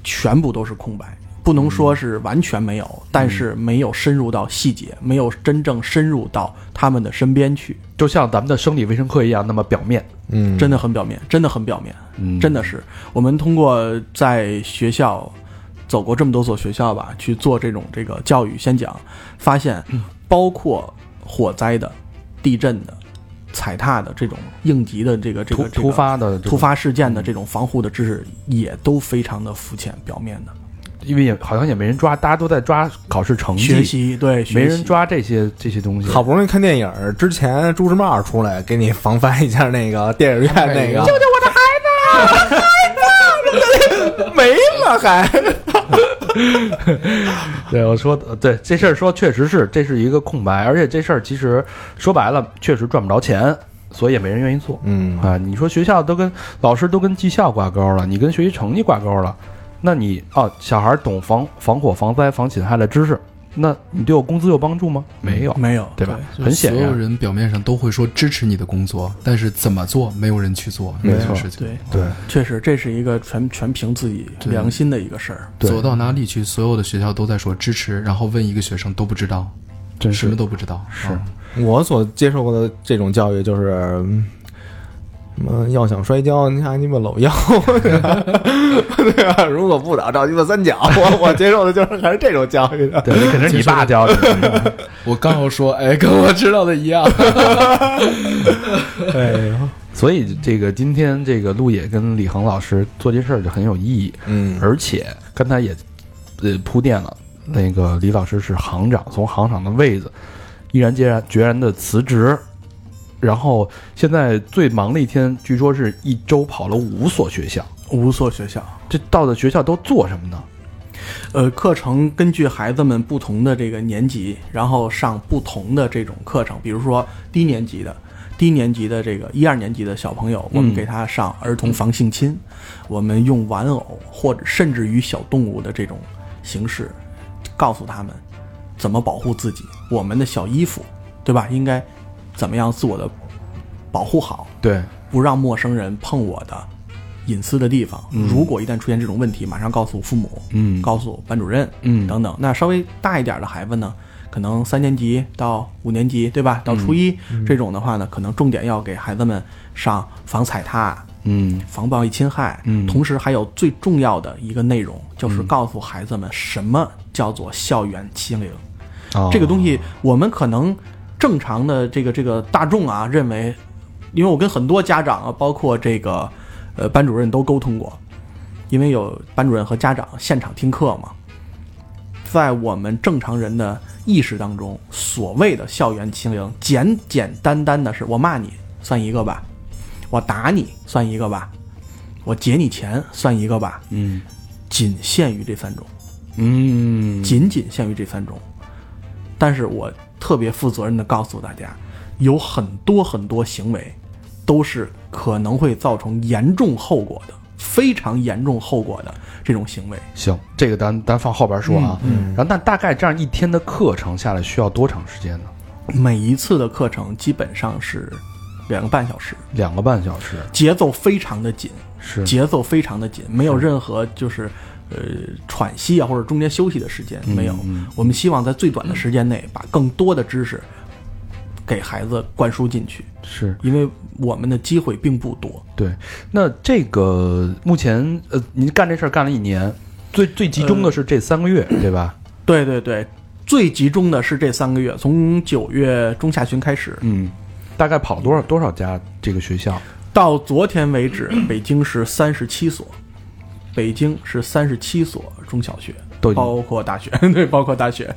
Speaker 5: 全部都是空白。不能说是完全没有，但是没有深入到细节，没有真正深入到他们的身边去，
Speaker 2: 就像咱们的生理卫生课一样，那么表面，
Speaker 3: 嗯，
Speaker 5: 真的很表面，真的很表面，
Speaker 2: 嗯
Speaker 5: 真的是。我们通过在学校走过这么多所学校吧，去做这种这个教育宣讲，发现
Speaker 2: 嗯
Speaker 5: 包括火灾的、地震的、踩踏的这种应急的这个这
Speaker 2: 突
Speaker 5: 个这个
Speaker 2: 突发的这
Speaker 5: 突
Speaker 2: 种，
Speaker 5: 发事件的这种防护的知识，也都非常的肤浅、表面的
Speaker 2: 因为也好像也没人抓，大家都在抓考试成绩，
Speaker 5: 学习，对，学
Speaker 2: 嗯没
Speaker 5: 习
Speaker 2: 人。抓这些这些东西。
Speaker 3: 好，不容易看电影儿之前，朱时茂出来给你防范一下那个电影 院那个，
Speaker 4: 哎呀
Speaker 3: 救救我的孩子，孩子，没了还，
Speaker 2: 对我说，呃对这事儿说确实是，这是一个空白，而且这事儿其实说白了，确实赚不着钱，所以也没人愿意做。
Speaker 3: 嗯
Speaker 2: 啊，你说学校都跟老师都跟绩效挂钩了，你跟学习成绩挂钩了，那你哦，小孩懂防防火、防灾、防侵害的知识，那你对我工资有帮助吗？没有，
Speaker 5: 没有，
Speaker 2: 对吧？
Speaker 4: 嗯就 是
Speaker 2: 很显
Speaker 4: 所有
Speaker 2: 然，
Speaker 4: 人表面上都会说支持你的工作，但是怎么做，没有人去做
Speaker 3: 没
Speaker 4: 这件
Speaker 3: 错
Speaker 4: 事情。
Speaker 5: 对对，确实这是一个全全凭自己
Speaker 4: 对
Speaker 5: 良心的一个事儿。
Speaker 2: 对
Speaker 4: 走到哪里去，所有的学校都在说支持，然后问一个学生都不知道，
Speaker 2: 真
Speaker 4: 什么
Speaker 2: 是
Speaker 4: 都不知道。啊是
Speaker 3: 我所接受过的这种教育就是，嗯什么要想摔跤，你看你们搂腰， 对吧？如果不倒，照鸡巴三角。 我我接受的就是还是这种教育的。
Speaker 2: 对，肯定是你爸教的。
Speaker 4: 我刚要说，哎，跟我知道的一样。
Speaker 3: 对，
Speaker 2: 所以这个今天这个陆野跟李恒老师做这事儿就很有意义，
Speaker 3: 嗯，
Speaker 2: 而且刚才也呃铺垫了，那个李老师是行长，从行长的位子毅然决然决然的辞职，然后现在最忙的一天，据说是一周跑了五所学校，
Speaker 5: 五所学校，
Speaker 2: 这到的学校都做什么呢？
Speaker 5: 呃，课程根据孩子们不同的这个年级，然后上不同的这种课程，比如说低年级的。低年级的这个一二年级的小朋友，我们给他上儿童防性侵，我们用玩偶或者甚至于小动物的这种形式，告诉他们怎么保护自己，我们的小衣服，对吧？应该怎么样自我的保护好，
Speaker 2: 对，
Speaker 5: 不让陌生人碰我的隐私的地方。如果一旦出现这种问题，马上告诉父母，
Speaker 2: 嗯
Speaker 5: 告诉班主任，
Speaker 2: 嗯
Speaker 5: 等等。那稍微大一点的孩子呢，可能三年级到五年级，对
Speaker 2: 嗯
Speaker 5: 吧？到初一、这种的话呢，可能重点要给孩子们上防踩踏。
Speaker 2: 嗯，
Speaker 5: 防暴力侵害，嗯，同时还有最重要的一个内容，就是
Speaker 2: 嗯
Speaker 5: 告诉孩子们什么叫做校园欺凌。
Speaker 2: 哦
Speaker 5: 这个东西，我们可能正常的这个这个大众啊，认为，因为我跟很多家长啊，包括这个呃班主任都沟通过，因为有班主任和家长现场听课嘛，在我们正常人的意识当中，所谓的校园欺凌，简简单单的是我骂你算一个吧，我打你算一个吧，我劫你钱算一个吧，
Speaker 2: 嗯
Speaker 5: 仅限于这三种，
Speaker 2: 嗯，
Speaker 5: 仅仅限于这三种。但是我特别负责任的告诉大家，有很多很多行为都是可能会造成严重后果的，非常严重后果的这种行为。
Speaker 2: 行，这个咱咱放后边说啊。然后，但大概这样一天的课程下来需要多长时间呢？
Speaker 5: 每一次的课程基本上是两个半小时，
Speaker 2: 两个半小时，
Speaker 5: 节奏非常的紧，
Speaker 2: 是
Speaker 5: 节奏非常的紧，没有任何就是呃喘息啊或者中间休息的时间，没有。我们希望在最短的时间内把更多的知识给孩子灌输进去，
Speaker 2: 是，
Speaker 5: 因为我们的机会并不多。
Speaker 2: 对。那这个目前呃，您干这事儿干了一年，最最集
Speaker 5: 呃
Speaker 2: 中的是这三个月，对吧？
Speaker 5: 对对对，最集中的是这三个月，从九月中下旬开始，
Speaker 2: 嗯，大概跑多少多少家这个学校？
Speaker 5: 到昨天为 止，北京是三十七所，北京是三十七所中小学，
Speaker 2: 都已经
Speaker 5: 包括大学， 对，包括大学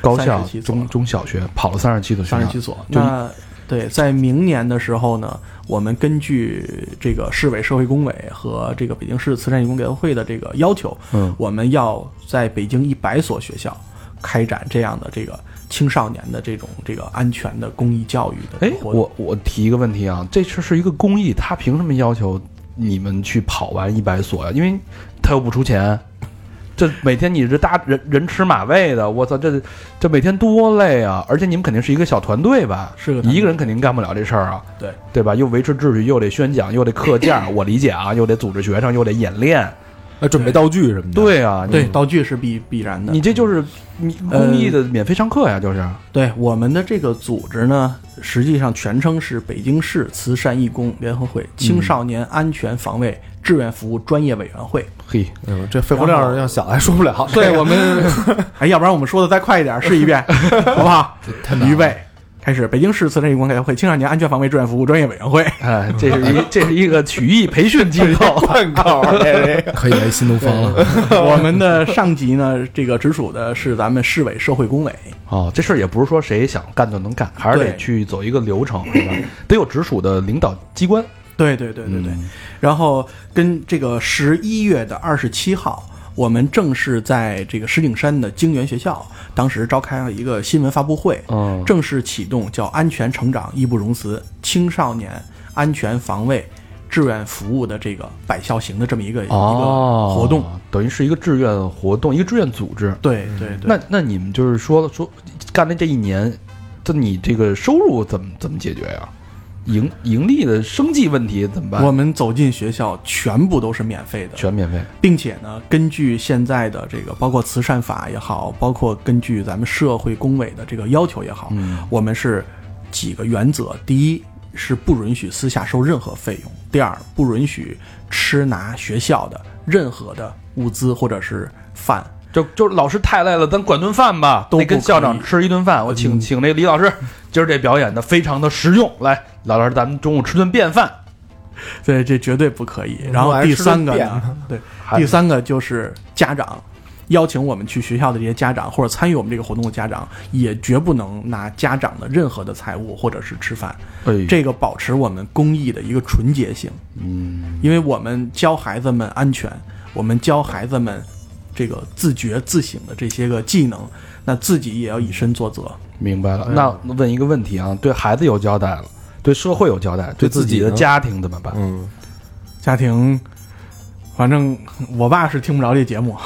Speaker 2: 高校
Speaker 5: 37、所
Speaker 2: 中中小学跑了三十七所学校，
Speaker 5: 三十七所。那对，在明年的时候呢，我们根据这个市委社会工委和这个北京市慈善义工联合会的这个要求，
Speaker 2: 嗯
Speaker 5: 我们要在北京一百所学校开展这样的这个青少年的这种这个安全的公益教育的
Speaker 2: 哎，
Speaker 5: 活动。
Speaker 2: 我我提一个问题啊，这事是一个公益，他凭什么要求你们去跑完一百所呀、因为他又不出钱，这每天你这搭人人吃马喂的，我操，这这每天多累啊！而且你们肯定是一个小团队吧？
Speaker 5: 是个团
Speaker 2: 你
Speaker 5: 队
Speaker 2: 一个人肯定干不了这事儿啊，
Speaker 5: 对
Speaker 2: 对吧？又维持秩序，又得宣讲，又得课件儿，我理解啊，又得组织学生，又得演练，
Speaker 3: 呃，准备道具什么的。，
Speaker 2: 对啊，
Speaker 5: 嗯对，呃道具是必必然的。
Speaker 2: 你。你这就是你公益的免费上课呀，就是
Speaker 5: 对我们的这个组织呢，实际上全称是北京市慈善义工联合会
Speaker 2: 嗯
Speaker 5: 青少年安全防卫志愿服务专业委员会。
Speaker 2: 嘿，
Speaker 3: 哎呦，这肺活量要小还说不了。
Speaker 5: 对我们，哎，要不然我们说的再快一点，试一遍，好不好？预备，开始。北京市慈善义工联合会青少年安全防卫志愿服务专业委员会。
Speaker 2: 哎，这是 一这是一个曲艺培训机构。
Speaker 3: 灌口儿，这这
Speaker 4: 可以来新东方 了。
Speaker 5: 我们的上级呢，这个直属的是咱们市委社会工委。
Speaker 2: 哦，这事儿也不是说谁想干就能干，还是得
Speaker 5: 对
Speaker 2: 去走一个流程，对 吧？得有直属的领导机关。
Speaker 5: 对对对对对，然后跟这个十一月的二十七号，我们正式在这个石景山的京源学校，当时召开了一个新闻发布会，
Speaker 2: 嗯
Speaker 5: 正式启动叫“安全成长义不容辞，青少年安全防卫志愿服务”的这个百校行的这么一个、
Speaker 2: 哦
Speaker 5: 一个活动。
Speaker 2: 等于是一个志愿活动，一个志愿组织。
Speaker 5: 对对对，
Speaker 2: 那那你们就是说了说干了这一年，这你这个收入怎么怎么解决呀、盈盈利的生计问题怎么办？
Speaker 5: 我们走进学校，全部都是免费的，
Speaker 2: 全免费。
Speaker 5: 并且呢，根据现在的这个包括慈善法也好，包括根据咱们社会工委的这个要求也好，
Speaker 2: 嗯
Speaker 5: 我们是几个原则：第一是不允许私下收任何费用；第二，不允许吃拿学校的任何的物资或者是饭。
Speaker 2: 就就老师太累了，咱管顿饭吧，
Speaker 5: 都
Speaker 2: 得跟
Speaker 5: 不可
Speaker 2: 校长
Speaker 5: 以
Speaker 2: 吃一顿饭。我请请那李老师，今儿这表演的非常的实用。来，老师，咱们中午吃顿便饭。
Speaker 5: 对，这绝对不可以。然
Speaker 3: 我
Speaker 5: 后
Speaker 3: 还
Speaker 5: 第
Speaker 3: 吃
Speaker 5: 三个
Speaker 3: 遍
Speaker 5: 呢
Speaker 3: 了，
Speaker 5: 对，
Speaker 2: 还
Speaker 5: 第三个就是家长邀请我们去学校的这些家长或者参与我们这个活动的家长，也绝不能拿家长的任何的财物或者是吃饭，
Speaker 2: 哎
Speaker 5: 这个保持我们公益的一个纯洁性。嗯，因为我们教孩子们安全，我们教孩子们这个自觉自省的这些个技能，那自己也要以身作则。
Speaker 2: 明白了。那问一个问题啊，对孩子有交代了，对社会有交代，对
Speaker 3: 对自
Speaker 2: 自
Speaker 3: 己
Speaker 2: 己的
Speaker 3: 呢
Speaker 2: 家庭怎么办？
Speaker 3: 嗯，
Speaker 5: 家庭，反正我爸是听不着这节目，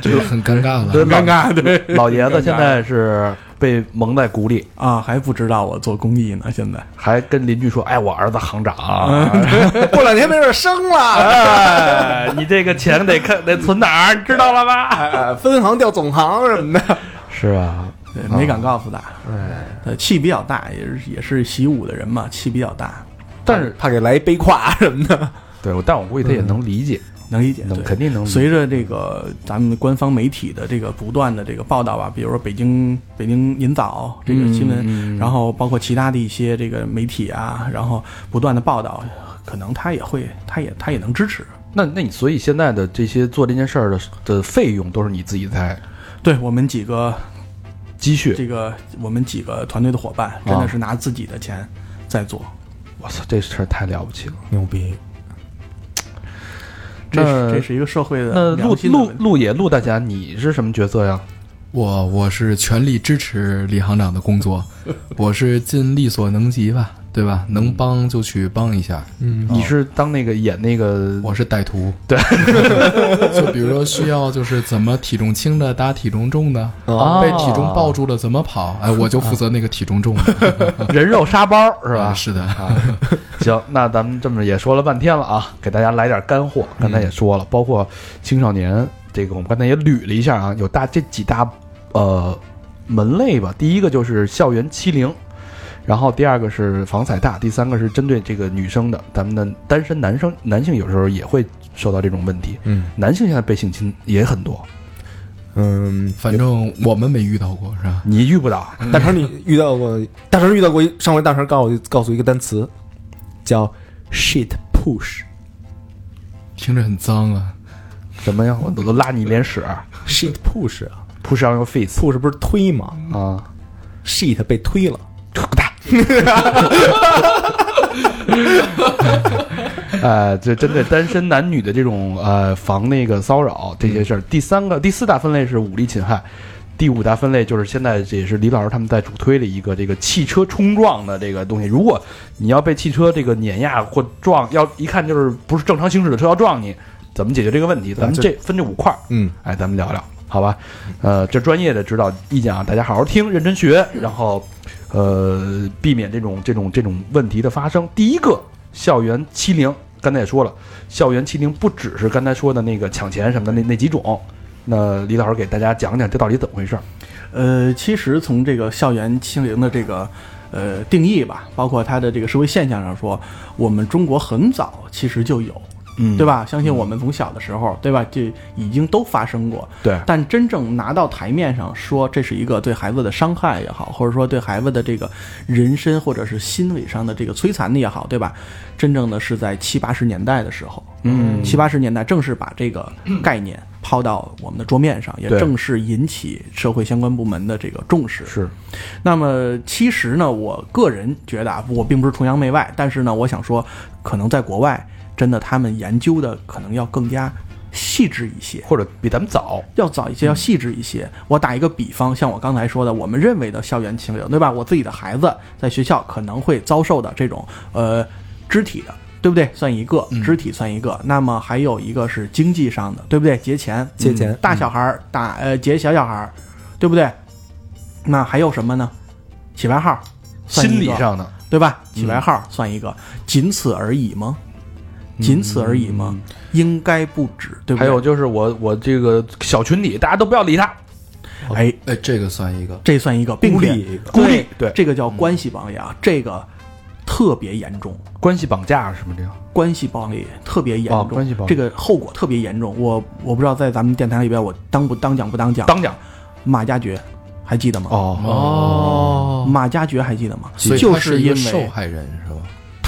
Speaker 4: 这个很尴尬
Speaker 2: 对
Speaker 4: 了。
Speaker 2: 吧
Speaker 5: 尴 尬对。
Speaker 2: 老爷子现在是被蒙在鼓里，
Speaker 5: 啊，还不知道我做公益呢，现在
Speaker 2: 还跟邻居说：“哎，我儿子行长，
Speaker 3: 过两天没准升了，
Speaker 2: 哎，你这个钱得看得存哪儿，知道了吧
Speaker 3: 哎分行调总行什么的。？”
Speaker 2: 是啊，
Speaker 5: 对没敢告诉他，哎，气比较大，也是也是习武的人嘛，气比较大，
Speaker 2: 但是嗯
Speaker 3: 怕给来一背胯什么的。
Speaker 2: 对我，但我估计他也能理解，
Speaker 5: 能理解，
Speaker 2: 能
Speaker 5: 对
Speaker 2: 肯定能理解
Speaker 5: 随着这个咱们官方媒体的这个不断的这个报道吧，比如说北京北京银早这个
Speaker 2: 嗯
Speaker 5: 新闻，然后包括其他的一些这个媒体啊，然后不断的报道，可能他也会，他也他也能支持。
Speaker 2: 那那你所以现在的这些做这件事儿的的费用都是你自己在
Speaker 5: 对我们几个
Speaker 2: 积蓄，
Speaker 5: 这个我们几个团队的伙伴，真
Speaker 2: 啊
Speaker 5: 的是拿自己的钱在做。
Speaker 2: 我操，这事儿太了不起了。
Speaker 3: 牛逼！
Speaker 5: 这
Speaker 2: 那
Speaker 5: 是这是一个社会的
Speaker 2: 那陆
Speaker 5: 良心的
Speaker 2: 陆
Speaker 5: 问题
Speaker 2: 陆野陆大侠，你是什么角色呀？
Speaker 4: 我我是全力支持李行长的工作，我是尽力所能及吧，对吧？能帮就去帮一下。
Speaker 3: 嗯
Speaker 5: 哦
Speaker 2: 你是当那个演那个
Speaker 4: 我是歹徒，对， 就比如说需要就是怎么体重轻的打体重重的，
Speaker 2: 啊
Speaker 4: 被体重抱住了怎么跑，哎，我就负责那个体重 重的，
Speaker 2: 哦人肉沙包是 吧？
Speaker 4: 是的，
Speaker 2: 啊行，那咱们这么也说了半天了啊，给大家来点干货。刚才也说了，包括青少年这个，我们刚才也捋了一下啊，有大这几大呃门类吧。第一个就是校园欺凌，然后第二个是防踩踏，第三个是针对这个女生的。咱们的单身男生男性有时候也会受到这种问题，
Speaker 3: 嗯
Speaker 2: 男性现在被性侵也很多，
Speaker 3: 嗯，
Speaker 4: 反正我们没遇到过，是吧？
Speaker 2: 你遇不到。
Speaker 3: 大成你遇到过？大成遇到过一上回大成告诉我告诉我一个单词，叫 shit push。
Speaker 4: 听着很脏啊，
Speaker 2: 什么呀？我都拉你一脸屎
Speaker 3: shit push 啊
Speaker 2: ，push on your face
Speaker 3: ，push 不是推吗
Speaker 2: 啊！
Speaker 3: ？shit 被推了，
Speaker 2: 呃，这针对单身男女的这种呃防那个骚扰这些事儿。第三个、第四大分类是武力侵害，第五大分类就是现在这也是李老师他们在主推的一个这个汽车冲撞的这个东西。如果你要被汽车这个碾压或撞，要一看就是不是正常行驶的车要撞你，怎么解决这个问题？咱们这分这五块儿，
Speaker 3: 嗯，
Speaker 2: 哎，咱们聊聊，好吧？呃，这专业的指导意见啊，大家好好听，认真学，然后，呃，避免这种这种这种问题的发生。第一个，校园欺凌，刚才也说了，校园欺凌不只是刚才说的那个抢钱什么的那那几种。那李老师给大家讲讲这到底怎么回事儿？
Speaker 5: 呃，其实从这个校园欺凌的这个呃定义吧，包括它的这个社会现象上说，我们中国很早其实就有，
Speaker 2: 嗯
Speaker 5: 对？吧？相信我们从小的时候，对吧？这已经都发生过。
Speaker 2: 对，
Speaker 5: 但真正拿到台面上说，这是一个对孩子的伤害也好，或者说对孩子的这个人身或者是心理上的这个摧残的也好，对吧？真正的是在七八十年代的时候，
Speaker 2: 嗯
Speaker 5: 七八十年代正式把这个概念抛到我们的桌面上，也
Speaker 2: 对
Speaker 5: 正式引起社会相关部门的这个重视。
Speaker 2: 是，
Speaker 5: 那么其实呢，我个人觉得啊，我并不是崇洋媚外，但是呢，我想说，可能在国外，真的他们研究的可能要更加细致一些。
Speaker 2: 或者比咱们早，
Speaker 5: 要早一些，要细致一些。我打一个比方，像我刚才说的，我们认为的校园欺凌，对吧？我自己的孩子在学校可能会遭受的这种呃肢体的，对不对？算一个，肢体算一个。那么还有一个是经济上的，对不对？节钱，
Speaker 3: 借钱
Speaker 5: 大小孩儿打呃劫小小孩儿，对不对？那还有什么呢？起外号，算一个
Speaker 2: 心理上的，
Speaker 5: 对吧？起外号算一个，仅此而已吗？仅此而已吗？应该不止，对不
Speaker 2: 还
Speaker 5: 对？
Speaker 2: 有就是我我这个小群体，大家都不要理他，
Speaker 5: 哎，
Speaker 4: 哎，这个算一个，
Speaker 5: 这算一个，并
Speaker 3: 孤
Speaker 5: 且
Speaker 3: 立一个
Speaker 2: 孤立对嗯
Speaker 5: 这个叫关系绑架，这个特别严重，
Speaker 2: 关系绑架是吗？这样
Speaker 5: 关系绑架特别严重，
Speaker 2: 哦关系绑架
Speaker 5: 这个后果特别严重。我我不知道在咱们电台里边我当不当讲不当讲。
Speaker 2: 当讲
Speaker 5: 马加爵还记得吗？
Speaker 2: 哦
Speaker 4: 哦，
Speaker 5: 马加爵还记得吗？
Speaker 4: 所以
Speaker 5: 就
Speaker 4: 他是一
Speaker 5: 因
Speaker 4: 个
Speaker 5: 为
Speaker 4: 受害人是吧？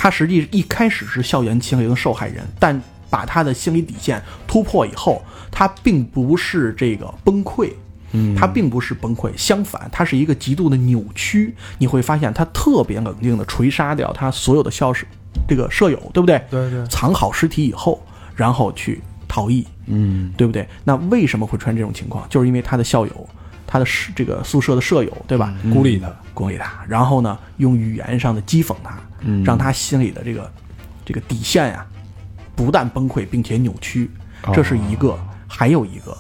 Speaker 5: 他实际一开始是校园欺凌的受害人，但把他的心理底线突破以后，他并不是这个崩溃，嗯，他并不是崩溃，相反，他是一个极度的扭曲。你会发现他特别冷静的锤杀掉他所有的校舍这个舍友，对不对？
Speaker 3: 对对
Speaker 5: 藏好尸体以后，然后去逃逸，嗯，对不对？那为什么会出现这种情况？就是因为他的校友，他的室这个宿舍的舍友，对吧？
Speaker 3: 嗯孤立他，
Speaker 5: 鼓励他，然后呢，用语言上的讥讽他，
Speaker 3: 嗯
Speaker 5: 让他心里的这个这个底线呀、不但崩溃，并且扭曲。
Speaker 3: 哦
Speaker 5: 这是一个，还有一个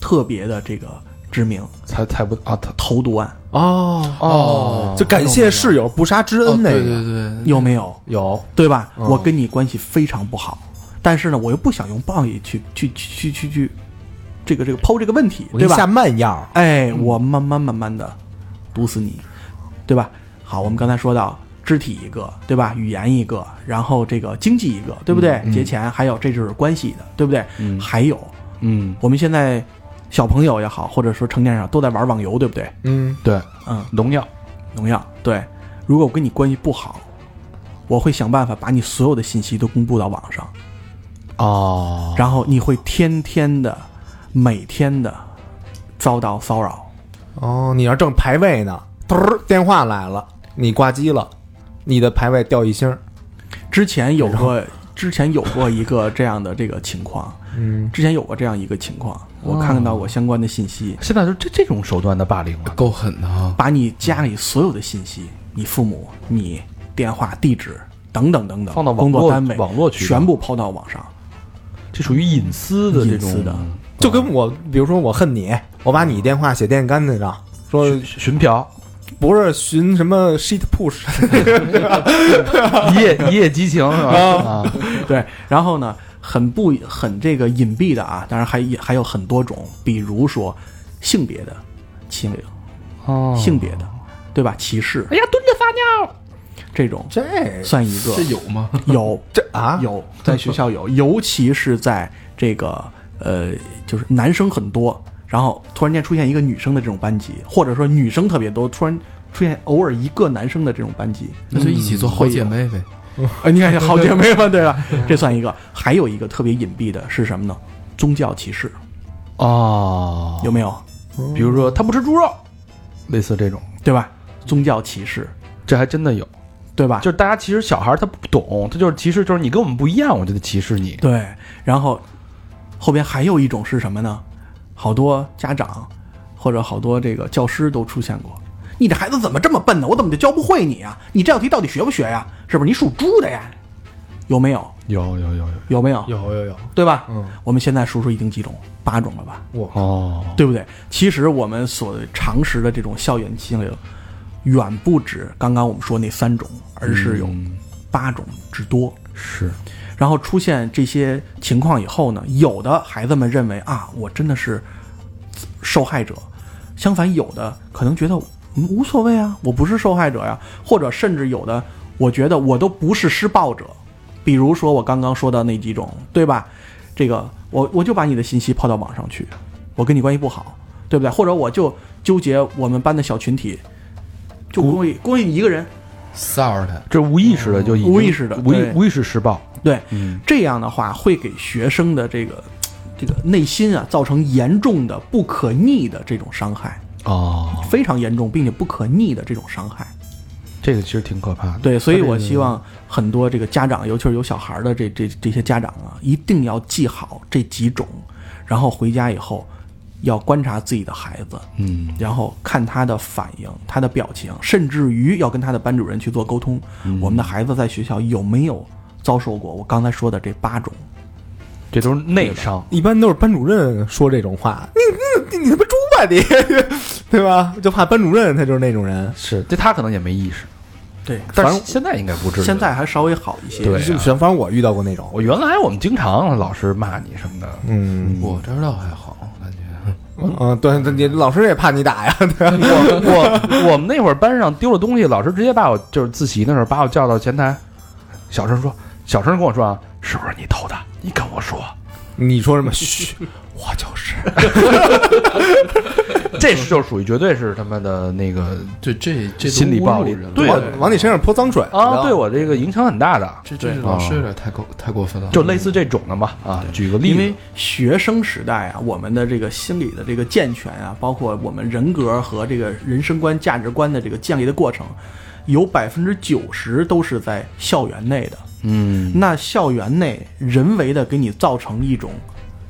Speaker 5: 特别的这个知名
Speaker 2: 才才不啊，他
Speaker 5: 投毒案
Speaker 3: 哦
Speaker 4: 哦，
Speaker 3: 就感谢室友不杀之
Speaker 4: 哦
Speaker 3: 恩那
Speaker 4: 对
Speaker 3: 个
Speaker 4: 对对，
Speaker 5: 有没有？
Speaker 3: 有嗯
Speaker 5: 对吧？我跟你关系非常不好，但是呢，我又不想用暴力去去去去去去这个这个剖这个问题，
Speaker 3: 我给
Speaker 5: 对
Speaker 3: 你
Speaker 5: 吧？
Speaker 3: 下慢药，
Speaker 5: 哎，我慢慢慢慢的毒死你，对吧？好，我们刚才说到肢体一个，对吧？语言一个，然后这个经济一个，对不对？节钱，还有这就是关系的，对不对？还有
Speaker 2: 嗯，
Speaker 5: 我们现在小朋友也好，或者说成年人也好都在玩网游，对不对？
Speaker 3: 嗯，
Speaker 2: 对，
Speaker 5: 嗯，
Speaker 2: 农药
Speaker 5: 农药对。如果我跟你关系不好，我会想办法把你所有的信息都公布到网上，
Speaker 2: 哦，
Speaker 5: 然后你会天天的、每天的遭到骚扰。
Speaker 3: 哦，你要正排位呢，嘟儿电话来了，你挂机了，你的排位掉一星儿。
Speaker 5: 之前有过，之前有过一个这样的这个情况，
Speaker 3: 嗯，
Speaker 5: 之前有过这样一个情况，我看到过相关的信息，
Speaker 2: 现在就这这种手段的霸凌了，
Speaker 4: 够狠的啊！
Speaker 5: 把你家里所有的信息，你父母、你电话、地址等等等等，
Speaker 2: 放到网
Speaker 5: 工
Speaker 2: 络
Speaker 5: 作单位、
Speaker 2: 网络渠道
Speaker 5: 全部抛到网上，
Speaker 2: 这属于隐私的这
Speaker 5: 隐
Speaker 2: 种
Speaker 5: 私的。
Speaker 3: 就跟我，比如说我恨你，我把你电话写电线杆子上，说
Speaker 2: 寻寻嫖，
Speaker 3: 不是寻什么 shit push，
Speaker 2: 一 夜一夜激情是吧？啊，
Speaker 5: 对，然后呢，很不很这个隐蔽的啊，当然还还有很多种，比如说性别的欺凌，
Speaker 2: 哦
Speaker 5: 性别的，对吧？歧视
Speaker 2: 哎呀，蹲着撒尿，
Speaker 5: 这种
Speaker 3: 这
Speaker 5: 算一个
Speaker 4: 这有吗？
Speaker 5: 有
Speaker 3: 这啊，
Speaker 5: 有在学校有， 尤其是在这个呃，就是男生很多，然后突然间出现一个女生的这种班级，或者说女生特别多，突然出现偶尔一个男生的这种班级，
Speaker 4: 那就一起做好姐妹呗。
Speaker 5: 哎，你看 好姐 妹嘛，对吧？这算一个。还有一个特别隐蔽的是什么呢？宗教歧视
Speaker 2: 哦，
Speaker 5: 有没有？
Speaker 2: 比如说他不吃猪肉，类似这种，
Speaker 5: 对吧？宗教歧视，
Speaker 2: 这还真的有。
Speaker 5: 对吧？
Speaker 2: 就是大家其实小孩儿他不懂，他就是歧视，就是你跟我们不一样，我就得歧视你。
Speaker 5: 对，然后后边还有一种是什么呢？好多家长或者好多这个教师都出现过，你这孩子怎么这么笨呢？我怎么就教不会你啊？你这道题到底学不学呀？是不是你属猪的呀？有没有？
Speaker 2: 有有有有
Speaker 5: 有没有？
Speaker 3: 有有有，
Speaker 5: 对吧？
Speaker 3: 嗯，
Speaker 5: 我们现在数数已经几种，八种了吧？
Speaker 2: 哦，
Speaker 5: 对不对？其实我们所常识的这种校园欺凌，远不止刚刚我们说那三种，而是有八种之多。
Speaker 2: 是
Speaker 5: 然后出现这些情况以后呢，有的孩子们认为啊，我真的啊是受害者；相反，有的可能觉得、嗯无所谓啊，我不是受害者呀，或者甚至有的我觉得我都不是施暴者。比如说我刚刚说到那几种，对吧？这个我我就把你的信息抛到网上去，我跟你关系不好，对不对？或者我就纠结我们班的小群体，就公益公益你一个人，
Speaker 4: 骚扰他，
Speaker 2: 这无意识的就已经
Speaker 5: 哦无意识的
Speaker 2: 无意
Speaker 5: 对
Speaker 2: 无意识施暴。
Speaker 5: 对，
Speaker 2: 嗯
Speaker 5: 这样的话会给学生的这个这个内心啊造成严重的不可逆的这种伤害，
Speaker 2: 哦，
Speaker 5: 非常严重并且不可逆的这种伤害。
Speaker 2: 这个其实挺可怕的。
Speaker 5: 对，所以我希望很多这个家长，尤其是有小孩的这这这些家长啊，一定要记好这几种，然后回家以后要观察自己的孩子，
Speaker 2: 嗯，
Speaker 5: 然后看他的反应、他的表情，甚至于要跟他的班主任去做沟通。我们的孩子在学校有没有遭受过我刚才说的这八种？
Speaker 2: 这都是内伤。
Speaker 3: 一般都是班主任说这种话，你你你他妈猪吧你， 对吧？就怕班主任他就是那种人，
Speaker 2: 是，这他可能也没意识，
Speaker 5: 对，
Speaker 2: 但是现在应该不至于。
Speaker 5: 现在还稍微好一些。
Speaker 2: 对啊
Speaker 3: 就反正我遇到过那种，
Speaker 2: 我原来我们经常老师骂你什么的，
Speaker 3: 嗯
Speaker 4: 我这儿倒还好，感觉
Speaker 3: 嗯，对，对你老师也怕你打呀， 对吧
Speaker 2: 我我我们那会儿班上丢了东西，老师直接把我就是自习那会儿把我叫到前台，小声说，小声跟我说啊，是不是你偷的？你跟我 说，
Speaker 3: 你说什么？嘘，我就是。
Speaker 2: 这是就属于绝对是他妈的那 个
Speaker 4: 这这这都
Speaker 2: 心理暴力
Speaker 4: 侮辱人了
Speaker 2: 对
Speaker 3: 啊往往你身上泼脏水
Speaker 2: 啊，对，我这个影响很大的，
Speaker 4: 这这老师有点太过太过分了，
Speaker 2: 就类似这种的嘛啊，举个例
Speaker 5: 因
Speaker 2: 子，
Speaker 5: 为学生时代啊，我们的这个心理的这个健全啊，包括我们人格和这个人生观、价值观的这个建立的过程，有百分之九十都是在校园内的。
Speaker 2: 嗯，
Speaker 5: 那校园内人为的给你造成一种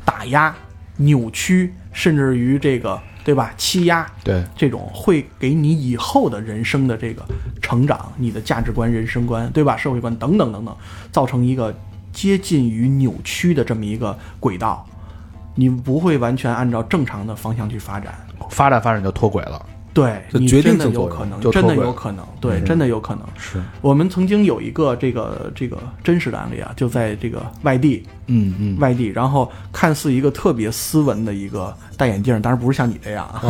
Speaker 5: 打压、扭曲，甚至于这个对吧欺压，
Speaker 2: 对，
Speaker 5: 这种会给你以后的人生的这个成长、你的价值观、人生观，对吧？社会观等等等等，造成一个接近于扭曲的这么一个轨道，你不会完全按照正常的方向去发展。
Speaker 2: 发展发展就脱轨了，
Speaker 5: 对，
Speaker 3: 这
Speaker 5: 你
Speaker 3: 决定
Speaker 5: 真的
Speaker 3: 性
Speaker 5: 有
Speaker 3: 作用
Speaker 5: 可能，
Speaker 2: 就
Speaker 5: 真的
Speaker 2: 脱轨
Speaker 5: 有
Speaker 2: 了
Speaker 5: 可能，对，真的有可能。
Speaker 2: 是，
Speaker 5: 我们曾经有一个这个这个真实的案例啊，就在这个外地，
Speaker 2: 嗯嗯，
Speaker 5: 外地，然后看似一个特别斯文的一个戴眼镜，当然不是像你这样啊，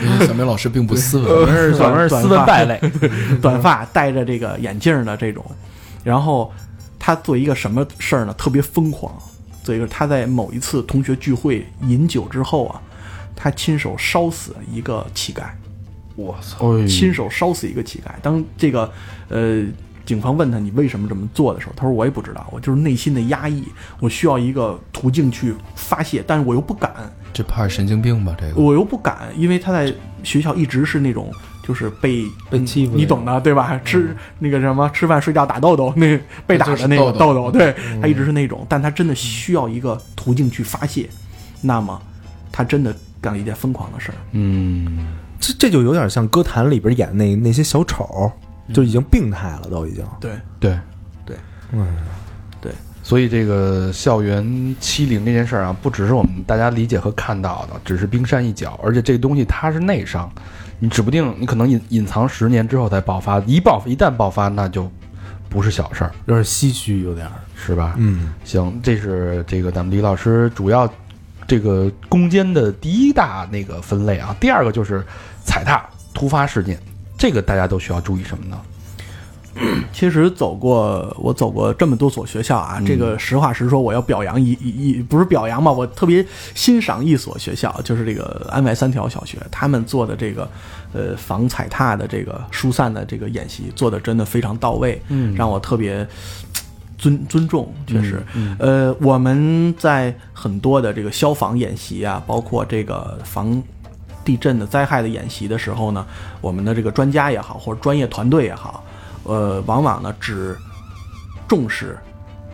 Speaker 4: 因为小明老师并不斯
Speaker 2: 我
Speaker 4: 文，
Speaker 2: 们是我们是斯文败类，
Speaker 5: 短发戴着这个眼镜儿的这种，然后他做一个什么事儿呢？特别疯狂，做一个他在某一次同学聚会饮酒之后啊，他亲手烧死一个乞丐，
Speaker 2: 我操，
Speaker 5: 亲手烧死一个乞丐。当这个呃警方问他你为什么这么做的时候，他说我也不知道，我就是内心的压抑，我需要一个途径去发泄，但是我又不敢，
Speaker 4: 这怕是神经病吧？这个
Speaker 5: 我又不敢，因为他在学校一直是那种就是被嗯
Speaker 3: 被欺负的
Speaker 5: 你懂的对吧？吃、那个什么吃饭睡觉打豆豆，那被打的那
Speaker 4: 就
Speaker 5: 种
Speaker 4: 是
Speaker 5: 豆
Speaker 4: 豆
Speaker 5: 嗯豆，对他一直是那种，但他真的需要一个途径去发泄，那么他真的干了一件疯狂的事儿。
Speaker 2: 嗯，
Speaker 6: 这这就有点像歌坛里边演那那些小丑，就已经病态了，都已经。
Speaker 5: 对，
Speaker 2: 对
Speaker 5: 对，
Speaker 6: 嗯，
Speaker 2: 所以这个校园欺凌这件事儿啊，不只是我们大家理解和看到的，只是冰山一角，而且这个东西它是内伤，你指不定你可能隐隐藏十年之后才爆发，一爆一旦爆发那就不是小事儿，
Speaker 3: 有点唏嘘，有点儿。
Speaker 2: 是吧？
Speaker 6: 嗯，
Speaker 2: 行，这是这个咱们李老师主要这个攻坚的第一大那个分类啊。第二个就是踩踏突发事件，这个大家都需要注意什么呢？
Speaker 5: 其实走过我走过这么多所学校啊，这个实话实说，我要表扬一一一不是表扬吧，我特别欣赏一所学校，就是这个安外三条小学，他们做的这个呃防踩踏的这个疏散的这个演习做的真的非常到位，嗯，让我特别。尊尊重，确实，呃，我们在很多的这个消防演习啊，包括这个防地震的灾害的演习的时候呢，我们的这个专家也好，或者专业团队也好，呃，往往呢只重视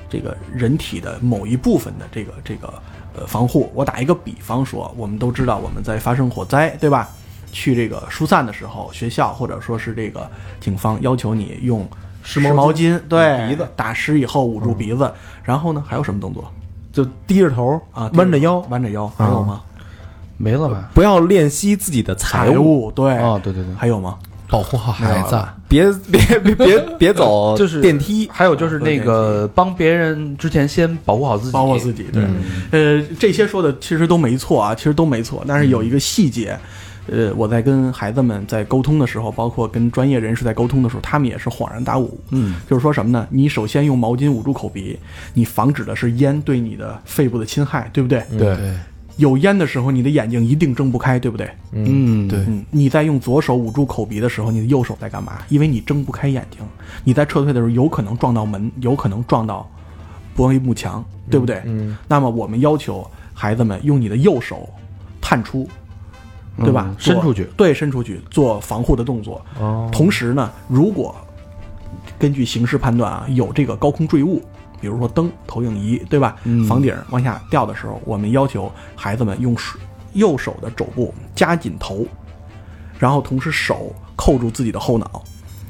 Speaker 5: 这个人体的某一部分的这个这个呃防护。我打一个比方说，我们都知道我们在发生火灾，对吧？去这个疏散的时候，学校或者说是这个警方要求你用湿毛巾，对鼻子嗯打湿以后捂住鼻子，然后呢还有什么动作
Speaker 6: 就低着头
Speaker 5: 啊？
Speaker 6: 弯着腰，
Speaker 5: 弯着腰，还有吗？
Speaker 2: 没了吧？
Speaker 6: 不要练习自己的财务，
Speaker 5: 务啊对，
Speaker 2: 哦，对对对，
Speaker 5: 还有吗？
Speaker 4: 保护好孩子，
Speaker 6: 别别别别别
Speaker 3: 哦
Speaker 6: 走，
Speaker 2: 就是
Speaker 6: 电梯。
Speaker 2: 还有就是那个帮别人之前先保护好自己，哦
Speaker 5: 包括自己，对，呃，这些说的其实都没错啊，其实都没错，但是有一个细节，呃，我在跟孩子们在沟通的时候，包括跟专业人士在沟通的时候，他们也是恍然大悟，嗯，就是说什么呢？你首先用毛巾捂住口鼻，你防止的是烟对你的肺部的侵害，对不对？
Speaker 2: 对，
Speaker 5: 有烟的时候，你的眼睛一定睁不开，对不对？
Speaker 2: 嗯，对，
Speaker 5: 嗯，你在用左手捂住口鼻的时候，你的右手在干嘛？因为你睁不开眼睛，你在撤退的时候有可能撞到门，有可能撞到玻璃幕墙，对不对？嗯。那么我们要求孩子们用你的右手探出，对吧？
Speaker 2: 嗯伸
Speaker 5: 做
Speaker 2: 出去，
Speaker 5: 对，伸出去做防护的动作。
Speaker 6: 哦，
Speaker 5: 同时呢，如果根据形势判断啊，有这个高空坠物，比如说灯、投影仪，对吧？
Speaker 2: 嗯
Speaker 5: 房顶往下掉的时候，我们要求孩子们用手右手的肘部夹紧头，然后同时手扣住自己的后脑，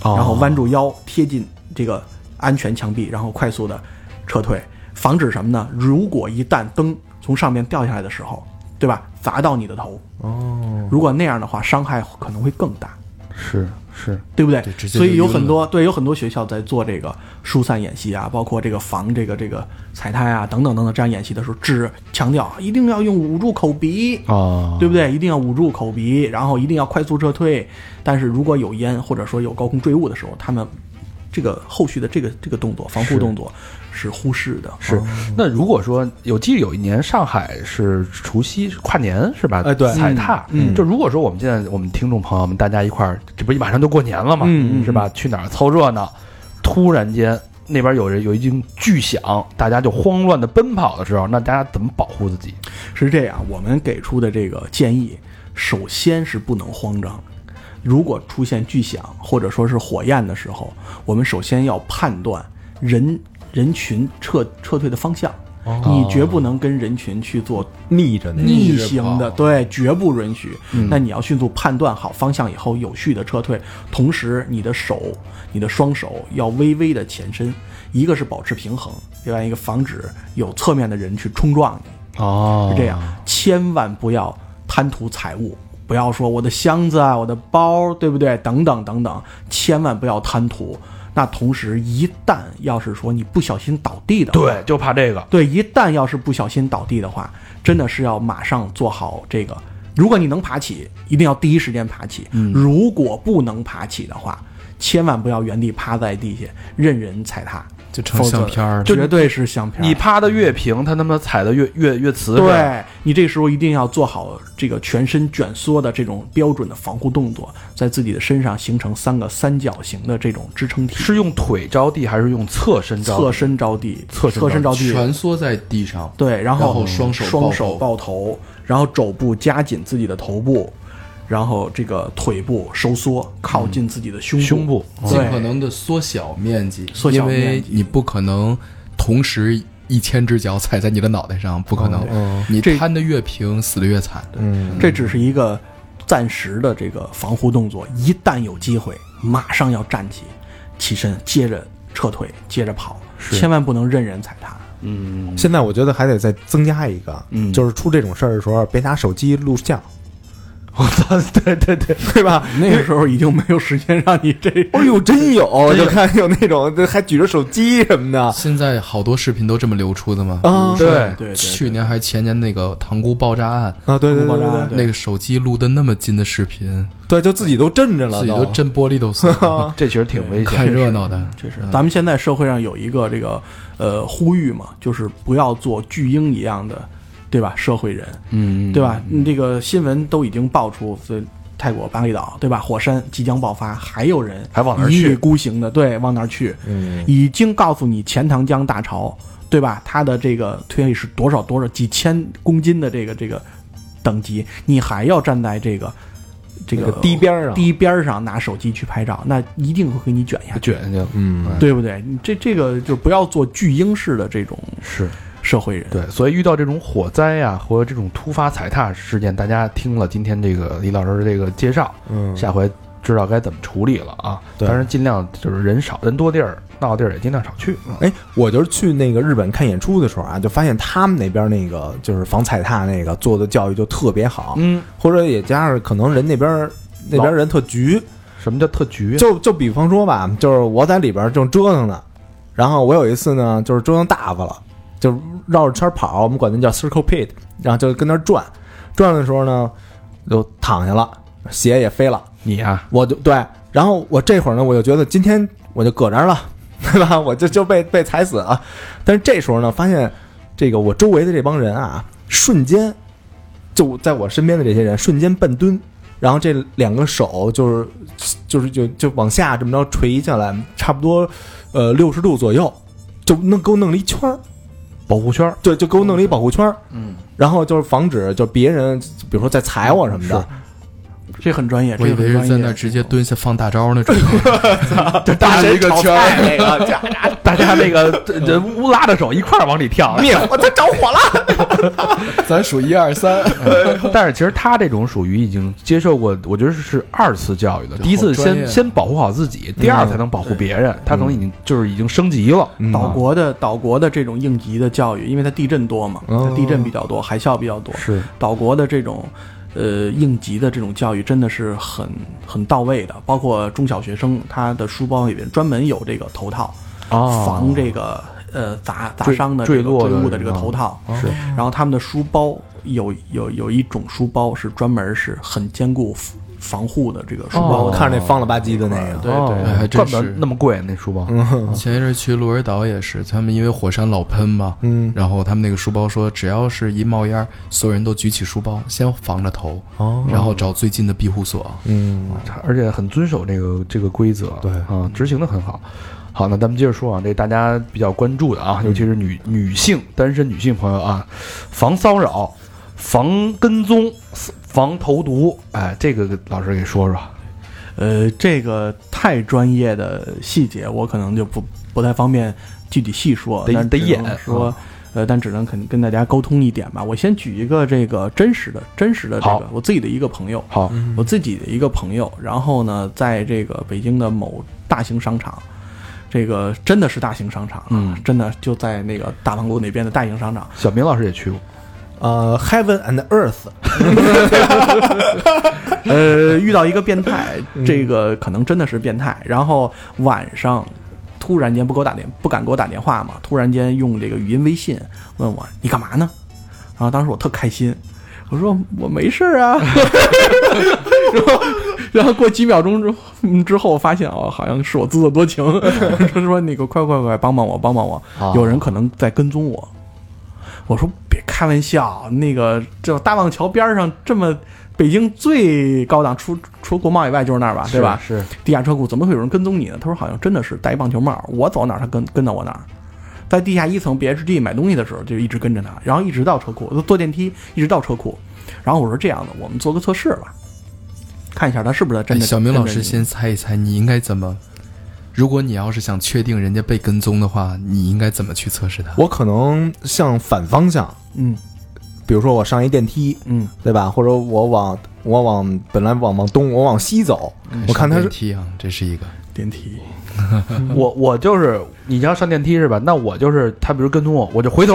Speaker 4: 哦
Speaker 5: 然后弯住腰贴近这个安全墙壁，然后快速的撤退，防止什么呢？如果一旦灯从上面掉下来的时候，对吧？砸到你的头，
Speaker 6: 哦，
Speaker 5: 如果那样的话，伤害可能会更大。
Speaker 2: 是是，
Speaker 5: 对不对？
Speaker 4: 对直接就
Speaker 5: 所以有
Speaker 4: 晕了
Speaker 5: 很多对有很多学校在做这个疏散演习啊，包括这个防这个这个踩踏啊等等等等这样演习的时候，只强调一定要用捂住口鼻，
Speaker 2: 哦，
Speaker 5: 对不对？一定要捂住口鼻，然后一定要快速撤退。但是如果有烟或者说有高空坠物的时候，他们这个后续的这个这个动作防护动作是忽视的。啊
Speaker 2: 是，哦那如果说有记得有一年上海是除夕是跨年是吧？
Speaker 6: 哎对
Speaker 2: 踩踏。就如果说我们现在我们听众朋友们大家一块儿，这不马上就过年了嘛，
Speaker 5: 嗯嗯
Speaker 2: 是吧？去哪儿凑热闹？突然间那边有人有一阵巨响，大家就慌乱的奔跑的时候，那大家怎么保护自己？
Speaker 5: 是这样，我们给出的这个建议，首先是不能慌张。如果出现巨响或者说是火焰的时候，我们首先要判断人人群撤撤退的方向。你绝不能跟人群去做
Speaker 3: 逆着那
Speaker 5: 逆
Speaker 4: 着
Speaker 5: 行的，
Speaker 4: 跑嗯
Speaker 5: 对，绝不允许。那你要迅速判断好方向以后，有序的撤退，同时你的手、你的双手要微微的前伸，一个是保持平衡，另外一个防止有侧面的人去冲撞你。
Speaker 2: 哦
Speaker 4: 啊
Speaker 5: 是这样，千万不要贪图财物，不要说我的箱子啊、我的包，对不对？等等等等，千万不要贪图。那同时，一旦要是说你不小心倒地的话，
Speaker 2: 对，就怕这个。
Speaker 5: 对，一旦要是不小心倒地的话，真的是要马上做好这个。如果你能爬起，一定要第一时间爬起；如果不能爬起的话，千万不要原地趴在地下任人踩踏。
Speaker 4: 就成相片儿了。
Speaker 2: 就
Speaker 5: 绝对是相片儿。
Speaker 2: 你趴的越平，他他妈踩的越越越瓷实。
Speaker 5: 对你这时候一定要做好这个全身卷缩的这种标准的防护动作，在自己的身上形成三个三角形的这种支撑体，
Speaker 2: 是用腿着地还是用侧身着地？
Speaker 5: 侧身着地，
Speaker 2: 侧身着地
Speaker 5: 侧身着地，
Speaker 4: 蜷缩在地上，
Speaker 5: 对，然
Speaker 4: 然
Speaker 5: 嗯
Speaker 4: 后双
Speaker 5: 双
Speaker 4: 手抱头
Speaker 5: 手抱头，然后肘部夹紧自己的头部，然后这个腿部收缩，靠近自己的嗯胸部，
Speaker 2: 胸部
Speaker 5: 对
Speaker 4: 尽可能的缩小面积，
Speaker 5: 缩小面积
Speaker 4: 因为你不可能同时一千只脚踩在你的脑袋上，不可能。你
Speaker 5: 这
Speaker 4: 摊的越平，死的越惨。
Speaker 3: 嗯，
Speaker 5: 这只是一个暂时的这个防护动作，一旦有机会，马上要站起，起身，接着撤退，接着跑，千万不能任人踩踏。
Speaker 2: 嗯，
Speaker 3: 现在我觉得还得再增加一个，
Speaker 2: 嗯
Speaker 3: 就是出这种事儿的时候，别拿手机录像，
Speaker 2: 我操，对对对，
Speaker 3: 对吧？
Speaker 5: 那个时候已经没有时间让你这
Speaker 3: 哎呦，真有，就看有那种还举着手机什么的
Speaker 4: 现在好多视频都这么流出的嘛。
Speaker 5: 嗯
Speaker 3: 啊
Speaker 2: 对
Speaker 5: 对
Speaker 4: 去年还前年那个塘沽爆炸案，
Speaker 3: 啊！对对对对对
Speaker 5: 对
Speaker 4: 那个手机录的那么近的视频，
Speaker 3: 对，就自己都震着了，
Speaker 4: 自己都
Speaker 3: 都
Speaker 4: 震玻璃都碎了。
Speaker 2: 这其实挺 危险
Speaker 4: 看
Speaker 2: 的。
Speaker 4: 热闹的，
Speaker 5: 确实，咱们现在社会上有一个这个呃呼吁嘛，就是不要做巨婴一样的，对吧？社会人，
Speaker 2: 嗯，
Speaker 5: 对吧？你这个新闻都已经爆出，所以泰国巴厘岛，对吧？火山即将爆发，还有人
Speaker 2: 还往那儿
Speaker 5: 一
Speaker 2: 去
Speaker 5: 意孤行的，对，往那儿去，
Speaker 3: 嗯
Speaker 5: 已经告诉你钱塘江大潮，对吧？它的这个推力是多少多少几千公斤的这个这个等级，你还要站在这个这
Speaker 3: 那
Speaker 5: 个
Speaker 3: 个堤边啊上
Speaker 5: 堤边上拿手机去拍照，那一定会给你卷下去。
Speaker 2: 卷去了。
Speaker 3: 嗯，
Speaker 5: 对不对？你这这个就不要做巨婴式的这种
Speaker 2: 是
Speaker 5: 社会人。
Speaker 2: 对，所以遇到这种火灾呀、或者这种突发踩踏事件，大家听了今天这个李老师这个介绍，
Speaker 3: 嗯
Speaker 2: 下回知道该怎么处理了啊。
Speaker 3: 对
Speaker 2: 当然，尽量就是人少人多地儿闹地儿也尽量少去。嗯
Speaker 3: 哎，我就是去那个日本看演出的时候啊，就发现他们那边那个就是防踩踏那个做的教育就特别好，
Speaker 2: 嗯，
Speaker 3: 或者也加上可能人那边那边人特局，
Speaker 2: 什么叫特局？
Speaker 3: 就就比方说吧，就是我在里边正折腾呢，然后我有一次呢，就是折腾大发了，就是绕着圈跑，我们管那叫 circle pit，然后就跟那儿转，转的时候呢，就躺下了，鞋也飞了，
Speaker 2: 你啊，
Speaker 3: 我就对，然后我这会儿呢，我就觉得今天我就搁那儿了，对吧？我就就被被踩死了。但是这时候呢，发现这个我周围的这帮人啊，瞬间就在我身边的这些人瞬间半蹲，然后这两个手就是就是就就往下这么着垂下来，差不多呃六十度左右，就弄给我弄了一圈儿，
Speaker 2: 保护圈儿
Speaker 3: 对，就给我弄了一保护圈儿，嗯，然后就是防止就别人比如说再踩我什么的，
Speaker 5: 这很专业，
Speaker 4: 我以
Speaker 5: 这
Speaker 4: 为
Speaker 5: 很
Speaker 4: 是
Speaker 5: 专
Speaker 4: 在那
Speaker 5: 业
Speaker 4: 儿。直接蹲下放大招那种。
Speaker 2: 就搭着一个 圈儿，
Speaker 3: 那个家
Speaker 2: 大家那个 这这乌拉着手一块儿往里跳。
Speaker 3: 灭火，他着火了。
Speaker 4: 咱数一二 三，
Speaker 2: 但是其实他这种属于已经接受过，我觉得是二次教育的。
Speaker 4: 好
Speaker 2: 第一次
Speaker 4: 专业嗯
Speaker 2: 先先保护好自己，第二才能保护别人。他可能已经就是已经升级了。
Speaker 5: 岛国的岛国的这种应急的教育，因为它地震多嘛，
Speaker 3: 哦
Speaker 5: 它地震比较多，海啸比较多，
Speaker 2: 是
Speaker 5: 岛国的这种。呃，应急的这种教育真的是很很到位的，包括中小学生，他的书包里面专门有这个头套，
Speaker 2: 哦
Speaker 5: 防这个呃砸砸
Speaker 2: 坠
Speaker 5: 伤的
Speaker 2: 坠
Speaker 5: 这个
Speaker 2: 落的
Speaker 5: 坠物的这个
Speaker 2: 啊
Speaker 5: 头套。嗯
Speaker 2: 是
Speaker 5: 然后他们的书包有有有一种书包是专门是很坚固防护的这个书包
Speaker 3: 我
Speaker 5: 的，
Speaker 3: 看着那方了吧唧的那个，
Speaker 5: 哦对对
Speaker 2: 哦
Speaker 4: 还真
Speaker 2: 怪不得
Speaker 4: 是
Speaker 2: 那么贵那书包。
Speaker 4: 嗯前一阵去鹿儿岛也是，他们因为火山老喷嘛，
Speaker 3: 嗯
Speaker 4: 然后他们那个书包说，只要是一冒烟儿，所有人都举起书包，先防着头，
Speaker 3: 哦
Speaker 4: 然后找最近的庇护所。
Speaker 3: 嗯，
Speaker 2: 他而且很遵守这个这个规则，
Speaker 3: 对
Speaker 2: 啊，执行的很好。好，那咱们接着说啊，这大家比较关注的啊，尤其是女女性单身女性朋友啊，防骚扰、防跟踪、防投毒，哎，这个老师给说说。
Speaker 5: 呃，这个太专业的细节，我可能就不不太方便具体细说，
Speaker 2: 得
Speaker 5: 但
Speaker 2: 得
Speaker 5: 只能
Speaker 2: 演啊
Speaker 5: 说。呃，但只能肯跟大家沟通一点吧。我先举一个这个真实的、真实的这
Speaker 2: 好嗯
Speaker 5: 个我自己的一个朋友，
Speaker 2: 好，
Speaker 5: 我自己的一个朋友，然后呢，在这个北京的某大型商场，这个真的是大型商场啊，
Speaker 2: 嗯
Speaker 5: 真的就在那个大望路那边的大型商场，
Speaker 2: 小明老师也去过，
Speaker 3: 呃，Heaven and Earth，
Speaker 5: 呃，遇到一个变态，这个可能真的是变态。然后晚上突然间不给我打电，不敢给我打电话嘛，突然间用这个语音微信问我你干嘛呢？然 后当时我特开心，我说我没事儿啊，然后然后过几秒钟之后嗯之后，发现哦，好像是我自作多情， 说说那个快快快，帮帮我，帮帮我，
Speaker 4: 哦
Speaker 2: 啊
Speaker 5: 有人可能在跟踪我。我说别开玩笑，那个这大望桥边上这么北京最高档，除除国贸以外就是那儿吧，对吧？
Speaker 6: 是
Speaker 5: 地下车库怎么会有人跟踪你呢？他说好像真的是戴一棒球帽，我走到哪儿他跟跟到我哪儿。在地下一层 BHD 买东西的时候就一直跟着他，然后一直到车库，坐电梯一直到车库。然后我说这样的，我们做个测试吧，看一下他是不是真
Speaker 4: 哎
Speaker 5: 的。
Speaker 4: 小明老
Speaker 5: 真
Speaker 4: 师
Speaker 5: 的
Speaker 4: 先猜一猜，你应该怎么？如果你要是想确定人家被跟踪的话，你应该怎么去测试他？
Speaker 6: 我可能向反方向，
Speaker 5: 嗯
Speaker 6: 比如说我上一电梯，
Speaker 5: 嗯
Speaker 6: 对吧？或者我往我往本来往往东，我往西走，我看他
Speaker 4: 上
Speaker 6: 是
Speaker 4: 电梯啊，这是一个
Speaker 5: 电梯，
Speaker 6: 嗯
Speaker 2: 我我就是你要上电梯是吧？那我就是他，比如跟踪我，我就回头，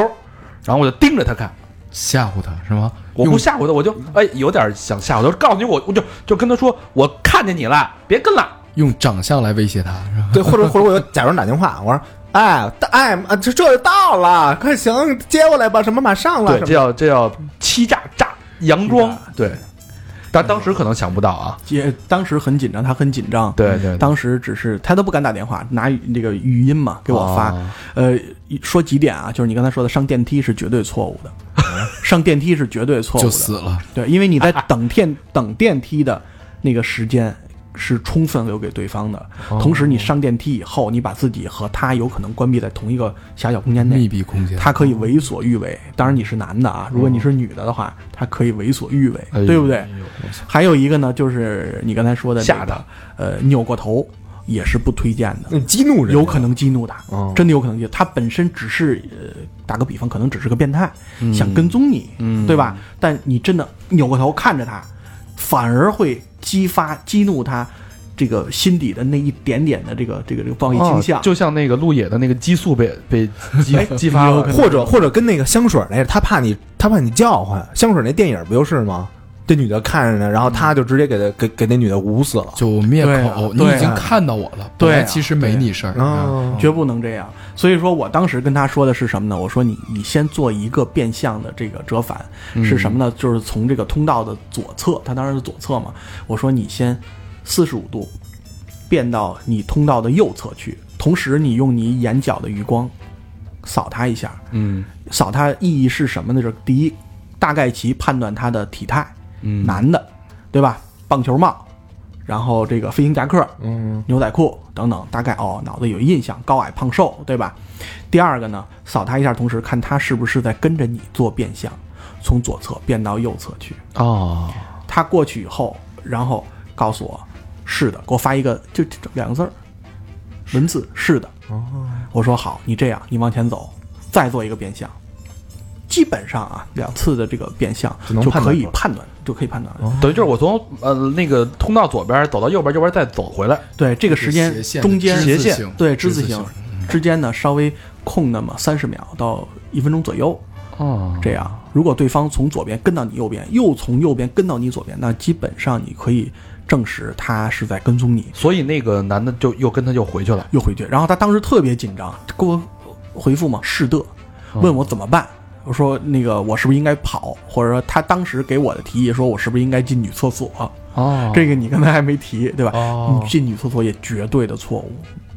Speaker 2: 然后我就盯着他看，
Speaker 4: 吓唬他是吗？
Speaker 2: 我不吓唬他，我就哎有点想吓唬他，告诉你我我就就跟他说我看见你了，别跟了。
Speaker 4: 用长相来威胁他是吧？
Speaker 6: 对，或者或者我就假装打电话，我说。哎，大哎，啊这这就到了，快行，接过来吧，什么马上了，
Speaker 2: 对，
Speaker 6: 什么嗯
Speaker 2: 这叫这叫欺诈诈佯装
Speaker 5: 欺诈，
Speaker 2: 对。但当时可能想不到啊，
Speaker 5: 也当时很紧张，他很紧张。
Speaker 2: 对对对
Speaker 5: 当时只是他都不敢打电话，拿那个语音嘛给我发。
Speaker 4: 哦
Speaker 5: 呃，说几点啊？就是你刚才说的，上电梯是绝对错误的， 上电梯是绝对错
Speaker 4: 嗯
Speaker 5: 误
Speaker 4: 就
Speaker 5: 的。
Speaker 4: 死了。
Speaker 5: 对，因为你在 等电等电梯的那个时间是充分留给对方的，
Speaker 4: 哦
Speaker 5: 同时你上电梯以后，你把自己和他有可能关闭在同一个狭小空间
Speaker 4: 密
Speaker 5: 内，
Speaker 4: 闭哦空间，
Speaker 5: 他可以为所欲为。当然你是男的啊，如果你是女的的话，他可以为所欲为，
Speaker 4: 哎
Speaker 5: 对不对？
Speaker 6: 哎
Speaker 5: 还有一个呢，就是你刚才说的吓的，呃，扭过头也是不推荐的。
Speaker 6: 嗯激怒人，哦
Speaker 5: 有可能激怒他，
Speaker 2: 哦
Speaker 5: 真的有可能激怒他。本身只是呃，打个比方，可能只是个变态，想跟踪你，对吧？但你真的扭过头看着他，反而会激发激怒他这个心底的那一点点的这个这个这个暴力倾向。
Speaker 2: 哦就像那个路野的那个激素被被激
Speaker 5: 哎
Speaker 2: 激发了，
Speaker 6: 或者或者跟那个香水儿那个，他怕你他怕你叫唤，香水儿那电影不就是吗？这女的看着呢，然后他就直接给他给给那女的捂死了。
Speaker 4: 就灭
Speaker 5: 对啊
Speaker 4: 口，你
Speaker 5: 对啊
Speaker 4: 已经看到我了。
Speaker 5: 对
Speaker 4: 本
Speaker 5: 啊
Speaker 4: 来其实没你事儿。啊
Speaker 2: 嗯
Speaker 6: 哦，
Speaker 5: 绝不能这样。所以说我当时跟他说的是什么呢？我说你你先做一个变相的这个折返，
Speaker 2: 嗯
Speaker 5: 是什么呢？就是从这个通道的左侧，他当然是左侧嘛。我说你先四十五度变到你通道的右侧去，同时你用你眼角的余光扫他一下，
Speaker 2: 嗯
Speaker 5: 扫他意义是什么呢？就是第一，大概其判断他的体态，
Speaker 2: 嗯，
Speaker 5: 男的，对吧？棒球帽，然后这个飞行夹克，
Speaker 6: 嗯，
Speaker 5: 牛仔裤等等，大概哦脑子有印象，高矮胖瘦，对吧？第二个呢，扫他一下，同时看他是不是在跟着你做变相，从左侧变到右侧去。
Speaker 2: 哦，
Speaker 5: 他过去以后，然后告诉我是的，给我发一个就就两个字儿文字是的。我说好，你这样，你往前走，再做一个变相。基本上啊，两次的这个变相
Speaker 6: 就能
Speaker 5: 就
Speaker 6: 判断
Speaker 5: 可以
Speaker 6: 出来
Speaker 5: 判断，就可以判断。
Speaker 2: 等于就是我从呃那个通道左边走到右边，右边再走回来，
Speaker 5: 对，这个时间
Speaker 4: 斜线
Speaker 5: 中间
Speaker 4: 之字形
Speaker 5: 对
Speaker 4: 之
Speaker 5: 之
Speaker 4: 字
Speaker 5: 字
Speaker 4: 形嗯
Speaker 5: 形之间呢，稍微空那么三十秒到一分钟左右，
Speaker 2: 哦，
Speaker 5: 这样。如果对方从左边跟到你右边，又从右边跟到你左边，那基本上你可以证实他是在跟踪你，
Speaker 2: 所以那个男的就又跟他又回去了。
Speaker 5: 又回去。然后他当时特别紧张，给我回复嘛是的，
Speaker 4: 哦
Speaker 5: 问我怎么办。我说那个我是不是应该跑，或者说他当时给我的提议说我是不是应该进女厕所？
Speaker 2: 哦
Speaker 5: 这个你刚才还没提对吧？
Speaker 2: 哦
Speaker 5: 你进女厕所也绝对的错误。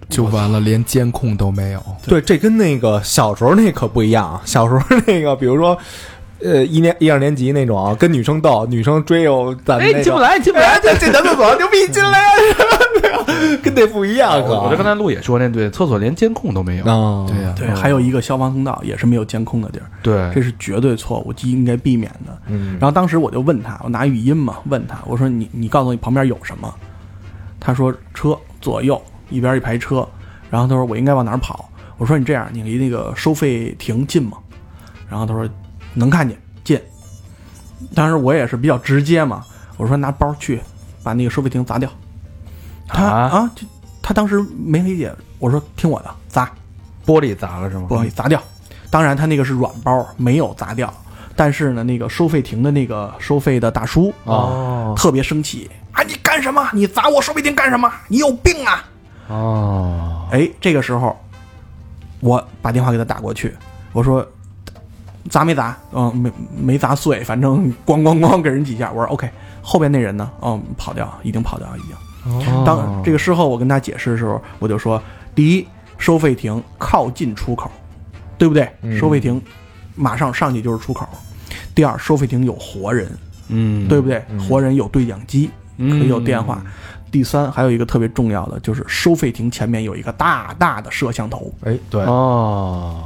Speaker 4: 就完了，连监控都没有。
Speaker 6: 对，这跟那个小时候那可不一样啊。小时候那个，比如说，呃，一年一二年级那种啊，跟女生斗，女生追我，咱们
Speaker 2: 哎，
Speaker 6: 那
Speaker 2: 你进不
Speaker 6: 个，
Speaker 2: 来，进不来
Speaker 6: 哎，。这这咱们走，牛逼进来，啊跟那不一样
Speaker 3: 哦
Speaker 6: 可。
Speaker 2: 我就刚才路也说那对厕所连监控都没有，
Speaker 6: 啊，
Speaker 4: 对呀，
Speaker 5: 对，还有一个消防通道也是没有监控的地儿，这
Speaker 2: 嗯对，
Speaker 5: 是绝对错误，就应该避免的。
Speaker 6: 嗯
Speaker 5: 然后当时我就问他，我拿语音嘛问他，我说你你告诉我你旁边有什么？他说车左右一边一排车，然后他说我应该往哪儿跑？我说你这样，你离那个收费亭近吗？然后他说能看见近。当时我也是比较直接嘛，我说拿包去把那个收费亭砸掉。他
Speaker 2: 啊
Speaker 5: 啊，就他当时没理解，我说听我的砸。
Speaker 2: 玻璃砸了是吗？
Speaker 5: 不好意思，砸掉。当然，他那个是软包，没有砸掉。但是呢，那个收费亭的那个收费的大叔
Speaker 2: 哦
Speaker 5: 特别生气啊！你干什么？你砸我收费亭干什么？你有病啊！
Speaker 2: 哦，
Speaker 5: 哎，这个时候我把电话给他打过去，我说砸没砸？嗯，没没砸碎，反正咣咣咣给人几下。我说 OK，后边那人呢？嗯，跑掉，已经跑掉，已经。当这个事后我跟他解释的时候，我就说，第一，收费亭靠近出口，对不对？收费亭马上上去就是出口。第二，收费亭有活人，
Speaker 2: 嗯
Speaker 5: 对不对？活人有对讲机，
Speaker 4: 嗯
Speaker 5: 可以有电话。第三，还有一个特别重要的就是收费亭前面有一个大大的摄像头，
Speaker 3: 哎，对，
Speaker 2: 啊
Speaker 6: 哦，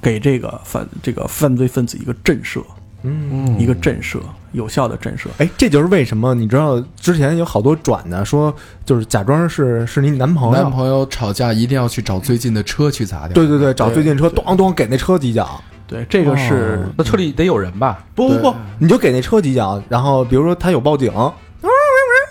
Speaker 5: 给这个犯这个犯罪分子一个震慑，
Speaker 3: 嗯
Speaker 5: 一个震慑，有效的震慑。
Speaker 3: 哎，这就是为什么你知道之前有好多转的说，就是假装是是你男朋友，
Speaker 4: 男朋友吵架一定要去找最近的车去砸掉。
Speaker 3: 对对对，找
Speaker 5: 对
Speaker 3: 最近车，咣咣给那车几脚，
Speaker 5: 对，这个是、
Speaker 4: 哦
Speaker 2: 哦那车里得有人吧？
Speaker 3: 不不不，你就给那车几脚，然后比如说他有报警，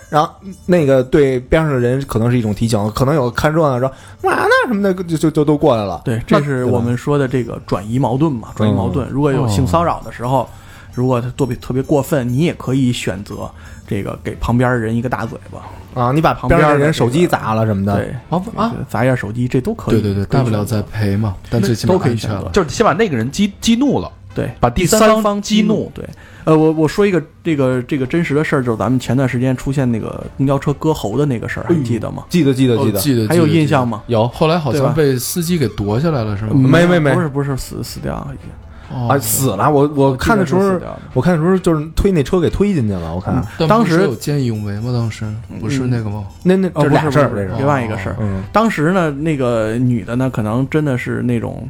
Speaker 3: 然后那个对边上的人可能是一种提醒，可能有看热闹说干嘛呢什么的，就就就都过来了。
Speaker 5: 对，这
Speaker 3: 那
Speaker 5: 是
Speaker 3: 对吧
Speaker 5: 我们说的这个转移矛盾
Speaker 4: 嗯
Speaker 5: 嘛，转移矛盾。如果有性骚扰的时
Speaker 4: 哦
Speaker 5: 候，如果他作品特别过分，你也可以选择这个给旁边人一个大嘴巴，
Speaker 3: 啊，你把
Speaker 5: 旁
Speaker 3: 边上的
Speaker 5: 边的
Speaker 3: 人
Speaker 5: 这
Speaker 3: 手机
Speaker 5: 个
Speaker 3: 砸了什么的，
Speaker 5: 对
Speaker 3: 啊啊，
Speaker 5: 砸一下手机，这都可
Speaker 4: 对
Speaker 5: 以。
Speaker 4: 对对，
Speaker 5: 可以
Speaker 4: 大不了
Speaker 5: 选择
Speaker 4: 再赔嘛，但最起码
Speaker 5: 都可以
Speaker 4: 安全
Speaker 5: 选择
Speaker 4: 了。
Speaker 2: 就是先把那个人激激怒了，
Speaker 5: 对。
Speaker 2: 把第
Speaker 5: 三
Speaker 2: 方
Speaker 5: 激
Speaker 2: 激怒。
Speaker 5: 对，呃，我我说一个这个这个真实的事儿，就是咱们前段时间出现那个公交车割喉的那个事儿，
Speaker 3: 哎
Speaker 5: 还记得吗？
Speaker 3: 记得记得
Speaker 4: 哦
Speaker 3: 记得，
Speaker 4: 记得
Speaker 5: 还有印象？
Speaker 4: 记得记
Speaker 5: 吗？
Speaker 4: 得有，后来好
Speaker 5: 对
Speaker 4: 像
Speaker 5: 吧
Speaker 4: 被司机给夺下来了，是吗？
Speaker 3: 没没没
Speaker 5: 不是不是死死掉了已经。
Speaker 4: 哦
Speaker 3: 啊，死了！我我看的时
Speaker 5: 哦我记
Speaker 3: 候
Speaker 5: 得是死掉嗯的，
Speaker 3: 我看的时候就是推那车给推进去了。我看
Speaker 4: 但
Speaker 5: 当
Speaker 4: 不是
Speaker 5: 时
Speaker 4: 有见义勇为吗？当时不是那个吗？
Speaker 3: 那那
Speaker 5: 哦，
Speaker 3: 这俩事儿，
Speaker 5: 不
Speaker 3: 这
Speaker 5: 是
Speaker 3: 是
Speaker 5: 不是另外一个事儿。
Speaker 3: 嗯
Speaker 5: 当时呢，那个女的呢，可能真的是那种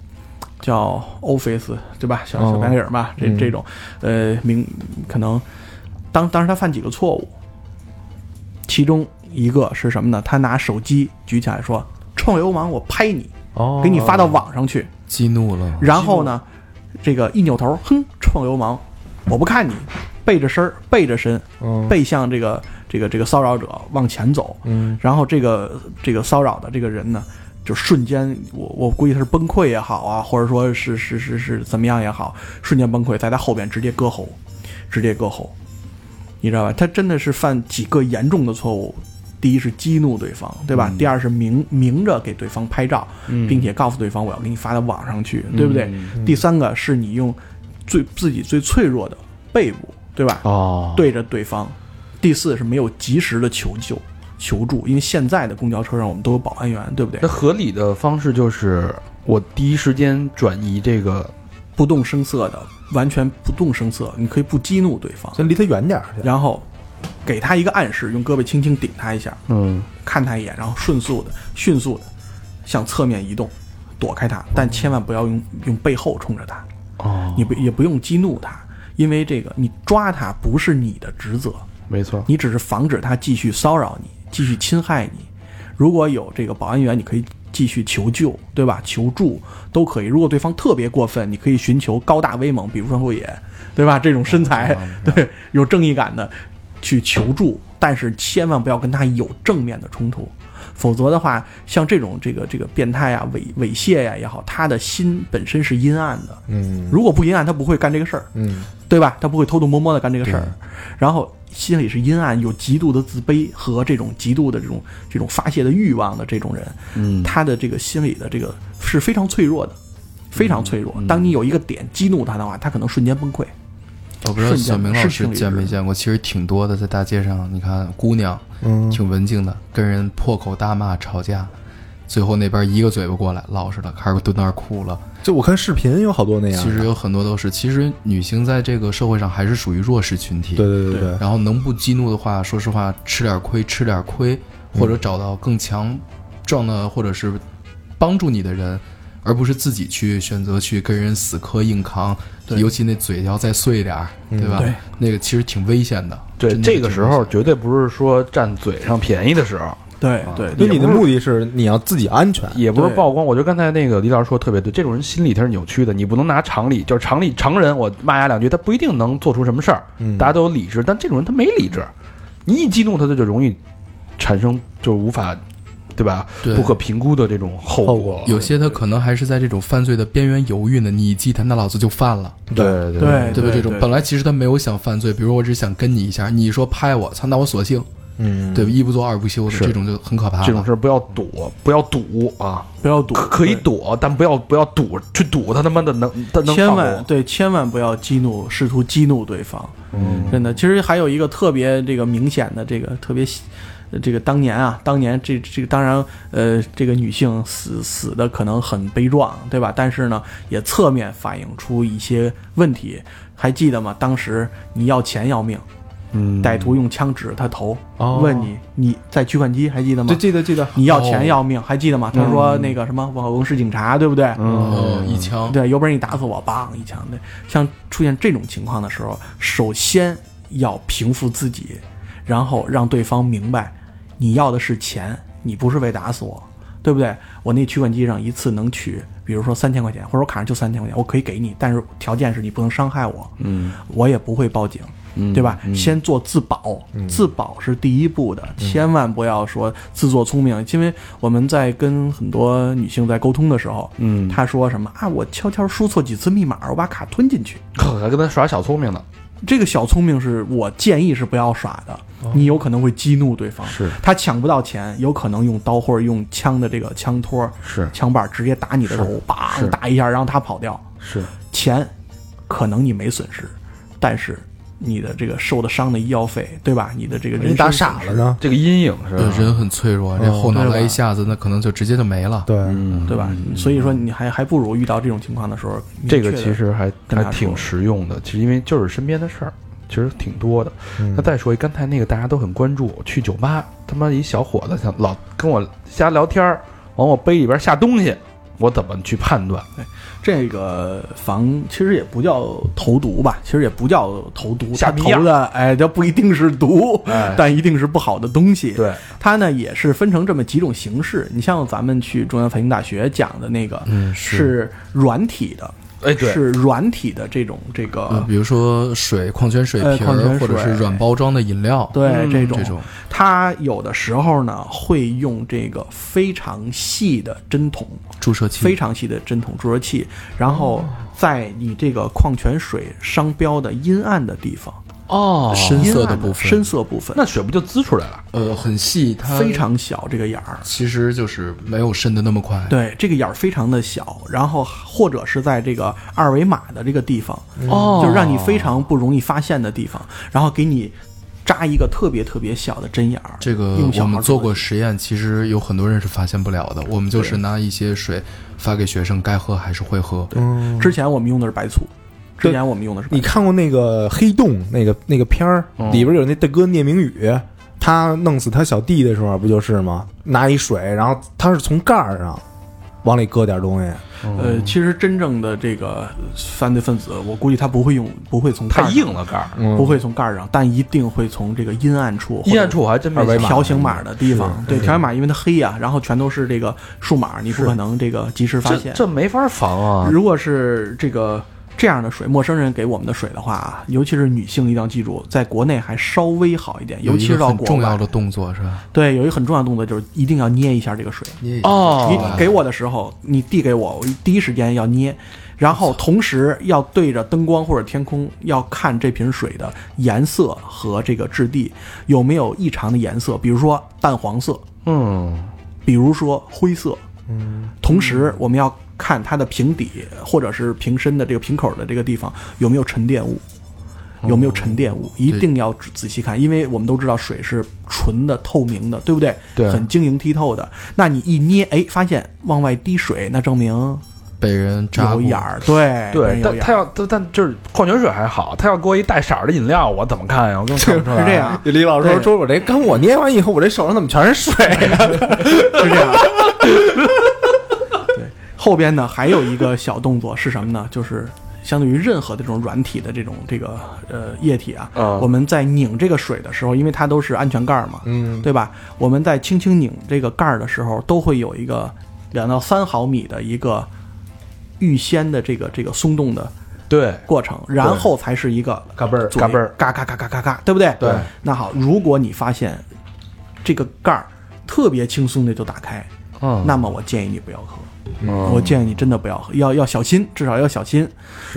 Speaker 5: 叫 office 对吧，小
Speaker 3: 哦
Speaker 5: 小白领儿吧，这
Speaker 3: 嗯
Speaker 5: 这种，呃，明可能当当时她犯几个错误，其中一个是什么呢？她拿手机举起来说：“臭流氓，我拍你，
Speaker 3: 哦
Speaker 5: 给你发到网上去。
Speaker 4: 激怒了，
Speaker 5: 然后呢，这个一扭头，哼，臭流氓，我不看你，背着身儿，背着身，
Speaker 3: 嗯
Speaker 5: 背向这个这个这个骚扰者往前走。
Speaker 3: 嗯
Speaker 5: 然后这个这个骚扰的这个人呢，就瞬间，我我估计他是崩溃也好啊，或者说是是是是怎么样也好，瞬间崩溃，在他后边直接割喉，直接割喉，你知道吧？他真的是犯几个严重的错误。第一是激怒对方，对吧？第二是明明着给对方拍照，并且告诉对方我要给你发到网上去，对不对？第三个是你用最自己最脆弱的背部，对吧？
Speaker 3: 哦，
Speaker 5: 对着对方。第四是没有及时的求救、求助，因为现在的公交车上我们都有保安员，对不对
Speaker 2: 那？合理的方式就是我第一时间转移这个，
Speaker 5: 不动声色的，完全不动声色，你可以不激怒对方，
Speaker 3: 先离他远点儿去。
Speaker 5: 然后给他一个暗示，用胳膊轻轻顶他一下，
Speaker 2: 嗯，
Speaker 5: 看他一眼，然后迅速的、迅速的向侧面移动，躲开他，但千万不要用用背后冲着他，
Speaker 2: 哦，
Speaker 5: 你不也不用激怒他，因为这个你抓他不是你的职责，
Speaker 2: 没错，
Speaker 5: 你只是防止他继续骚扰你，继续侵害你。如果有这个保安员，你可以继续求救，对吧？求助都可以。如果对方特别过分，你可以寻求高大威猛，比如说慧野，对吧？这种身材，
Speaker 3: 啊
Speaker 5: 对有正义感的去求助，但是千万不要跟他有正面的冲突，否则的话，像这种这个这个变态啊、猥猥亵呀、也好，他的心本身是阴暗的。
Speaker 3: 嗯
Speaker 5: 如果不阴暗，他不会干这个事儿。
Speaker 3: 嗯
Speaker 5: 对吧？他不会偷偷摸摸的干这个事儿，然后心里是阴暗，有极度的自卑和这种极度的这种这种发泄的欲望的这种人，
Speaker 2: 嗯，
Speaker 5: 他的这个心理的这个是非常脆弱的，非常脆弱。当你有一个点激怒他的话，他可能瞬间崩溃。
Speaker 4: 我不知道
Speaker 5: 瞬间
Speaker 4: 小明老
Speaker 5: 是
Speaker 4: 师
Speaker 5: 情侣
Speaker 4: 见没
Speaker 5: 之
Speaker 4: 见过，其实挺多的，在大街上，你看姑娘
Speaker 3: 嗯，
Speaker 4: 挺文静的，跟人破口大骂吵架，最后那边一个嘴巴过来，老实了，开始蹲那儿哭了。
Speaker 3: 就我看视频有好多那样
Speaker 4: 其
Speaker 3: 的。
Speaker 4: 实有很多都是，其实女性在这个社会上还是属于弱势群体。
Speaker 3: 对对对对，
Speaker 4: 然后能不激怒的话，说实话，吃点亏，吃点亏，或
Speaker 2: 嗯
Speaker 4: 者找到更强壮的，或者是帮助你的人，而不是自己去选择去跟人死磕硬扛。
Speaker 5: 对
Speaker 4: 尤其那嘴要再碎点儿，对吧？
Speaker 5: 对
Speaker 4: 那个其实挺危险的。
Speaker 2: 嗯对，
Speaker 4: 真的是
Speaker 2: 这个
Speaker 4: 挺
Speaker 2: 时
Speaker 4: 危
Speaker 2: 候
Speaker 4: 险的
Speaker 2: 绝对不是说占嘴上便宜的时候，
Speaker 5: 对对
Speaker 3: 所以你的目的是你要自己安全。
Speaker 2: 也不是
Speaker 5: 对
Speaker 2: 曝光。我觉得刚才那个李老师说得特别对，这种人心理他是扭曲的，你不能拿常理，就是常理常人，我骂他两句，他不一定能做出什么事儿。
Speaker 3: 嗯
Speaker 2: 大家都有理智，但这种人他没理智，你一激怒他，他就容易产生就是无法，对吧？
Speaker 4: 对
Speaker 2: 不可评估的这种后
Speaker 3: 后
Speaker 2: 果
Speaker 3: 果。
Speaker 4: 有些他可能还是在这种犯罪的边缘犹豫呢，你一激他，那老子就犯了，
Speaker 3: 对
Speaker 5: 对
Speaker 4: 对吧？这种
Speaker 5: 对
Speaker 4: 本来其实他没有想犯罪，比如我只想跟你一下，你说拍我，操，那我索性
Speaker 6: 嗯，
Speaker 4: 对吧？一不做二不休的
Speaker 2: 是
Speaker 4: 这种就很可怕了。
Speaker 2: 这种事儿不要赌，不要赌啊！
Speaker 5: 不要赌，
Speaker 2: 可可以躲，但不要不要赌，去赌他他妈的能他能
Speaker 5: 千
Speaker 2: 放
Speaker 5: 万
Speaker 2: 我。
Speaker 5: 对，千万不要激怒，试图激怒对方。
Speaker 2: 嗯，
Speaker 5: 真的，其实还有一个特别这个明显的这个特别喜，呃这个当年啊，当年这这个当然呃，这个女性死死的可能很悲壮，对吧？但是呢，也侧面反映出一些问题。还记得吗？当时你要钱要命，
Speaker 2: 嗯
Speaker 5: 歹徒用枪指着他头，
Speaker 6: 哦
Speaker 5: 问你你在取款机还记得吗
Speaker 6: 对，？记得记得，
Speaker 5: 你
Speaker 2: 哦
Speaker 5: 要钱要命，还记得吗？
Speaker 2: 嗯
Speaker 5: 他说那个什么，我我是警察，对不对？
Speaker 4: 哦，一枪，
Speaker 5: 对，有本事你打死我，梆一枪。对，像出现这种情况的时候，首先要平复自己，然后让对方明白，你要的是钱，你不是为打死我，对不对？我那取款机上一次能取，比如说三千块钱，或者我卡上就三千块钱，我可以给你，但是条件是你不能伤害我，嗯，我也不会报警。对吧？先做自保，自保是第一步的，千万不要说自作聪明，因为我们在跟很多女性在沟通的时候，嗯，她说什么啊？我悄悄输错几次密码，我把卡吞进去。
Speaker 2: 可还跟他耍小聪明呢。
Speaker 5: 这个小聪明是我建议是不要耍的，你有可能会激怒对方。
Speaker 2: 哦是
Speaker 5: 他抢不到钱，有可能用刀或者用枪的这个枪托、
Speaker 2: 是
Speaker 5: 枪把直接打你的头，
Speaker 2: 是
Speaker 5: 梆打一下，然后他跑掉。
Speaker 2: 是，
Speaker 5: 钱可能你没损失，但是你的这个受的伤的医药费，对吧？你的这个
Speaker 6: 人
Speaker 5: 人身
Speaker 6: 打
Speaker 5: 损
Speaker 6: 傻
Speaker 5: 失
Speaker 6: 了，呢。
Speaker 2: 这个阴影是
Speaker 4: 对
Speaker 2: 吧
Speaker 4: 人很脆弱，这后脑来一下子，那可能就直接就没了。
Speaker 6: 对，
Speaker 2: 嗯
Speaker 5: 嗯对吧？所以说你还还不如遇到这种情况的时候，
Speaker 2: 这个
Speaker 5: 明确地
Speaker 2: 其实还
Speaker 5: 跟
Speaker 2: 还
Speaker 5: 他
Speaker 2: 挺
Speaker 5: 说
Speaker 2: 实用的，其实因为就是身边的事儿，其实挺多的。
Speaker 5: 嗯
Speaker 2: 那再说一，刚才那个大家都很关注，去酒吧，他妈一小伙子想老跟我瞎聊天儿，往我杯里边下东西，我怎么去判断？
Speaker 5: 这个防其实也不叫投毒吧，其实也不叫投毒，
Speaker 2: 下
Speaker 5: 它
Speaker 2: 迷药
Speaker 5: 投的哎，这不一定是毒，
Speaker 2: 哎
Speaker 5: 但一定是不好的东西。
Speaker 2: 对，
Speaker 5: 它呢也是分成这么几种形式。你像咱们去中央财经大学讲的那个，
Speaker 4: 嗯是
Speaker 5: 是软体的，
Speaker 2: 哎对
Speaker 5: 是软体的这种这个。
Speaker 4: 呃，比如说水、矿泉水
Speaker 5: 呃
Speaker 4: 瓶
Speaker 5: 矿泉
Speaker 4: 儿，
Speaker 5: 水
Speaker 4: 或者是软包装的饮料，
Speaker 5: 对、
Speaker 2: 嗯
Speaker 5: 这种，
Speaker 4: 这种
Speaker 5: 它有的时候呢会用这个非常细的针筒，
Speaker 4: 注射器，
Speaker 5: 非常细的针筒注射器，然后在你这个矿泉水商标的阴暗的地方，
Speaker 2: 哦
Speaker 4: 深色
Speaker 5: 阴
Speaker 4: 的
Speaker 5: 暗
Speaker 4: 部
Speaker 5: 深
Speaker 4: 分，
Speaker 5: 色部分，
Speaker 2: 那水不就滋出来了？
Speaker 4: 呃，很细，它
Speaker 5: 非常小这个眼儿。
Speaker 4: 其实就是没有渗的那么快。
Speaker 5: 对，这个眼儿非常的小，然后或者是在这个二维码的这个地方，
Speaker 2: 哦
Speaker 5: 就是让你非常不容易发现的地方，然后给你扎一个特别特别小的针眼儿。
Speaker 4: 这个
Speaker 5: 用小
Speaker 4: 我
Speaker 5: 孩
Speaker 4: 们
Speaker 5: 儿
Speaker 4: 做过实验，其实有很多人是发现不了的。我们就是拿一些水发给学生，该喝还是会喝。
Speaker 5: 做，之前我们用的是白醋，之前我们用的是
Speaker 6: 嗯
Speaker 5: 白
Speaker 6: 你
Speaker 5: 醋。
Speaker 6: 看过那个黑洞那个那个片儿，里边有那大哥聂明宇，他弄死他小弟的时候不就是吗？拿一水，然后他是从盖儿上往里搁点东西，
Speaker 5: 呃，其实真正的这个犯罪分子，我估计他不会用，不会从盖儿
Speaker 2: 太
Speaker 5: 上
Speaker 2: 硬了，杆儿。
Speaker 5: 不会从盖儿上，但一定会从这个阴暗处、
Speaker 2: 阴暗处我还真没
Speaker 5: 或者
Speaker 2: 想嗯
Speaker 5: 条形码的地方。对，条形码因为它黑呀、然后全都是这个数码，你不可能这个及时发
Speaker 2: 这
Speaker 5: 现。
Speaker 2: 这没法防啊！
Speaker 5: 如果是这个这样的水，陌生人给我们的水的话啊，尤其是女性，一定要记住，在国内还稍微好一点，尤
Speaker 4: 有
Speaker 5: 其
Speaker 4: 一嗯
Speaker 5: 是
Speaker 4: 个
Speaker 5: 到
Speaker 4: 很
Speaker 5: 国
Speaker 4: 重
Speaker 5: 外
Speaker 4: 要的动作是吧？
Speaker 5: 对，有一个很重要的动作就是一定要捏一下这个水。
Speaker 4: 啊
Speaker 5: 你
Speaker 2: 哦，
Speaker 5: 给我的时候，你递给我，我第一时间要捏，然后同时要对着灯光或者天空，要看这瓶水的颜色和这个质地有没有异常的颜色，比如说淡黄色，
Speaker 2: 嗯，
Speaker 5: 比如说灰色，嗯，同时我们要看它的瓶底或者是瓶身的这个瓶口的这个地方有没有沉淀物。有没有沉淀物？一定要仔细看，因为我们都知道水是纯的、透明的，对不对？
Speaker 2: 对
Speaker 5: 很晶莹剔透的。那你一捏，哎，发现往外滴水，那证明
Speaker 4: 被人扎
Speaker 5: 有
Speaker 4: 过
Speaker 5: 眼，儿，对
Speaker 2: 对，
Speaker 5: 哎有
Speaker 2: 但
Speaker 5: 眼
Speaker 2: 他
Speaker 5: 儿。
Speaker 2: 要但但就是矿泉水还好，他要给我一带色儿的饮料，我怎么看呀？我根本看不出来。
Speaker 5: 是这样，
Speaker 6: 李老师说：“
Speaker 5: 对
Speaker 6: 说我这刚我捏完以后，我这手上怎么全是水啊
Speaker 5: 是这样。对，后边呢还有一个小动作是什么呢？ 就是相对于任何的这种软体的这种这个呃液体啊，
Speaker 2: 嗯
Speaker 5: 我们在拧这个水的时候，因为它都是安全盖儿嘛，嗯，对吧？我们在轻轻拧这个盖儿的时候，都会有一个两到三毫米的一个预先的这个这个松动的
Speaker 2: 对，
Speaker 5: 过程，然后才是一个
Speaker 2: 嘎嘣儿
Speaker 5: 左
Speaker 2: 嘎嘣儿，
Speaker 5: 嘎嘎嘎嘎嘎嘎，对不对？
Speaker 2: 对。
Speaker 5: 那好，如果你发现这个盖儿特别轻松的就打开，
Speaker 2: 嗯
Speaker 5: 那么我建议你不要喝。我建议你真的不要喝，要要小心，至少要小心。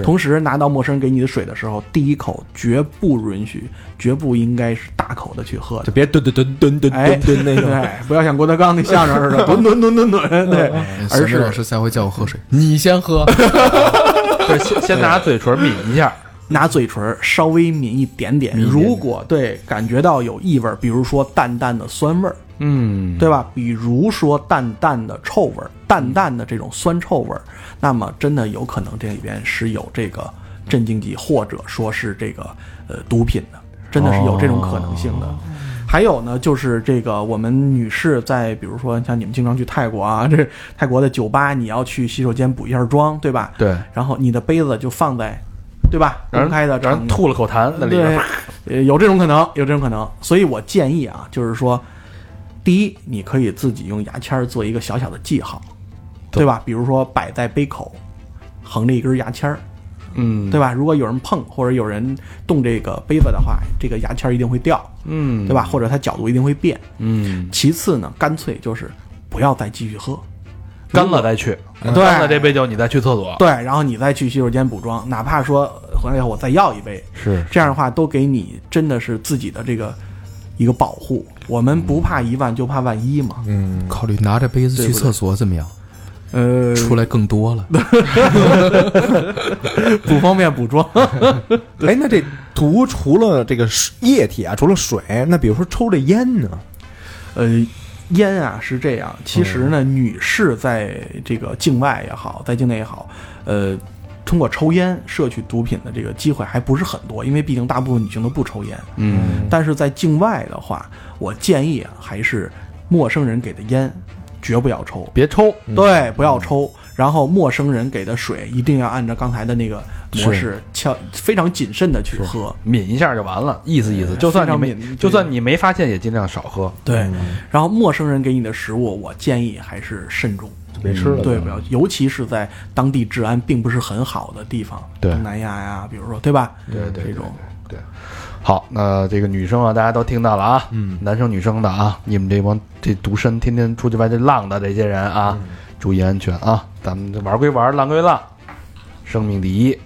Speaker 5: 同时，拿到陌生人给你的水的时候，第一口绝不允许，绝不应该是大口的去喝的
Speaker 6: 就。别蹲蹲蹲蹲蹲
Speaker 5: 哎，
Speaker 6: 蹲蹲那种。
Speaker 5: 对，不要像郭德纲那相声 似的，蹲蹲蹲蹲蹲，对，而
Speaker 4: 而
Speaker 5: 是嗯
Speaker 4: 是老师下回叫我喝水，你先喝。
Speaker 2: 对，先先拿嘴唇抿一下，
Speaker 5: 拿嘴唇儿稍微抿一点点，如果对感觉到有异味儿，比如说淡淡的酸味儿，
Speaker 2: 嗯，
Speaker 5: 对吧？比如说淡淡的臭味儿，淡淡的这种酸臭味儿，那么真的有可能这里边是有这个镇静剂，或者说是这个呃毒品的，真的是有这种可能性的。还有呢，就是这个我们女士在，比如说像你们经常去泰国啊，这泰国的酒吧，你要去洗手间补一下妆，对吧？
Speaker 2: 对，
Speaker 5: 然后你的杯子就放在，对吧？
Speaker 2: 让
Speaker 5: 公
Speaker 2: 人
Speaker 5: 开的
Speaker 2: 让
Speaker 5: 场
Speaker 2: 人
Speaker 5: 合
Speaker 2: 吐了口痰在里
Speaker 5: 对
Speaker 2: 边，，
Speaker 5: 呃，有这种可能，有这种可能。所以我建议啊，就是说，第一，你可以自己用牙签儿做一个小小的记号，对吧？比如说摆在杯口，横着一根牙签儿，
Speaker 2: 嗯，
Speaker 5: 对吧？如果有人碰或者有人动这个杯子的话，这个牙签儿一定会掉，
Speaker 2: 嗯，
Speaker 5: 对吧？或者它角度一定会变。
Speaker 2: 嗯，
Speaker 5: 其次呢，干脆就是不要再继续喝，
Speaker 2: 啊干了再去，嗯干了这杯酒你再去厕所，
Speaker 5: 嗯对，然后你再去洗手间补妆，哪怕说呃回来以后我再要一杯，
Speaker 2: 是
Speaker 5: 这样的话都给你真的是自己的这个一个保护。我们不怕一万，就怕万一嘛。
Speaker 6: 嗯，
Speaker 4: 考虑拿着杯子去厕所怎么样？
Speaker 5: 呃，
Speaker 4: 出来更多了。
Speaker 5: 不方便补妆，
Speaker 6: 哎，那这毒除了这个水液体啊，除了水，那比如说抽这烟呢？
Speaker 5: 呃，烟啊是这样。其实呢，女士在这个境外也好，在境内也好，呃，通过抽烟摄取毒品的这个机会还不是很多，因为毕竟大部分女性都不抽烟。
Speaker 2: 嗯，
Speaker 5: 但是在境外的话，我建议啊，还是陌生人给的烟绝不要抽，
Speaker 2: 别抽，
Speaker 5: 对，不要抽。然后陌生人给的水一定要按照刚才的那个模式，敲非常谨慎的去喝。
Speaker 2: 抿一下就完了，意思意思。就算你没，就算你没发现，也尽量少喝。
Speaker 5: 对，嗯然后陌生人给你的食物，我建议还是慎重，嗯
Speaker 6: 别吃了
Speaker 5: 对，不要，尤其是在当地治安并不是很好的地方，
Speaker 2: 对
Speaker 5: 东南亚呀，比如说，对吧？
Speaker 2: 对对
Speaker 5: 这种
Speaker 2: 好，那这个女生啊，大家都听到了啊，嗯，男生女生的啊，你们这帮这独身天天出去外地浪的这些人啊，注意安全啊！咱们玩归玩，浪归浪，生命第一。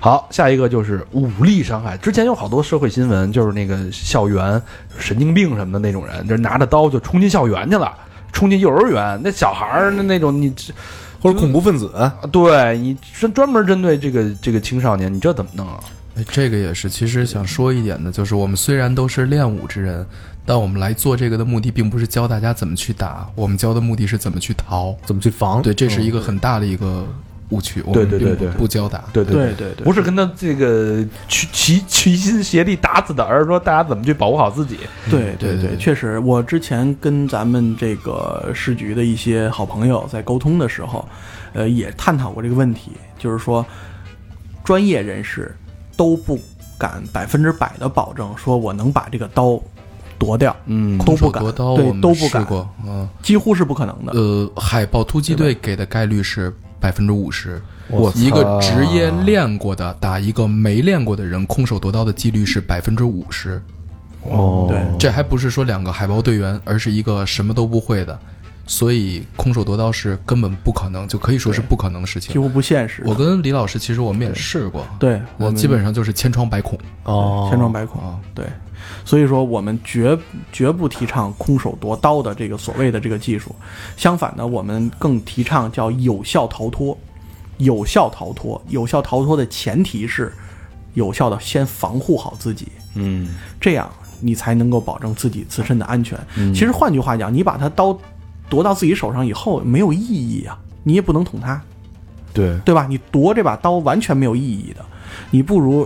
Speaker 2: 好，下一个就是武力伤害。之前有好多社会新闻，就是那个校园神经病什么的那种人，就是拿着刀就冲进校园去了，冲进幼儿园，那小孩儿那那种你
Speaker 6: 或者恐怖分子，
Speaker 2: 对你专专门针对这个这个青少年，你这怎么弄啊？
Speaker 4: 哎这个也是，其实想说一点的，就是我们虽然都是练武之人，但我们来做这个的目的，并不是教大家怎么去打，我们教的目的是怎么去逃。
Speaker 6: 怎么去防？
Speaker 4: 对，这是一个很大的一个误区。我
Speaker 2: 对
Speaker 4: 们
Speaker 2: 对对
Speaker 4: 并
Speaker 2: 对
Speaker 4: 不不教打。
Speaker 2: 对对
Speaker 5: 对对对，
Speaker 2: 不是跟他这个齐齐齐心协力打死的，而是说大家怎么去保护好自己。
Speaker 5: 对
Speaker 4: 对
Speaker 5: 对
Speaker 4: 对
Speaker 5: 对，确实，我之前跟咱们这个市局的一些好朋友在沟通的时候，呃，也探讨过这个问题，就是说，专业人士都不敢百分之百的保证说我能把这个刀夺掉，
Speaker 2: 嗯
Speaker 5: 都不
Speaker 4: 手
Speaker 5: 敢
Speaker 4: 夺刀，
Speaker 5: 对
Speaker 4: 我们
Speaker 5: 都不敢
Speaker 4: 试过。嗯，
Speaker 5: 几乎是不可能的。
Speaker 4: 呃，海豹突击队给的概率是百分之五十。
Speaker 2: 我
Speaker 4: 一个职业练过的打一个没练过的人，空手夺刀的几率是百分之五十。
Speaker 2: 哦
Speaker 5: 对
Speaker 4: 这还不是说两个海豹队员，而是一个什么都不会的，所以空手夺刀是根本不可能，就可以说是不可能的事
Speaker 5: 几
Speaker 4: 情。
Speaker 5: 乎不现实。
Speaker 4: 我跟李老师其实我们也试过，，
Speaker 5: 对
Speaker 4: 我基本上就是千疮百孔。
Speaker 6: 哦
Speaker 5: 千疮百孔，
Speaker 4: 啊
Speaker 5: 对，所以说我们绝绝不提倡空手夺刀的这个所谓的这个技术，相反呢，我们更提倡叫有效逃脱。有效逃脱，有效逃脱的前提是有效的先防护好自己，
Speaker 2: 嗯，
Speaker 5: 这样你才能够保证自己自身的安全。其实换句话讲，你把他刀夺到自己手上以后没有意义啊，你也不能捅他，
Speaker 2: 对，
Speaker 5: 对吧？你夺这把刀完全没有意义的，你不如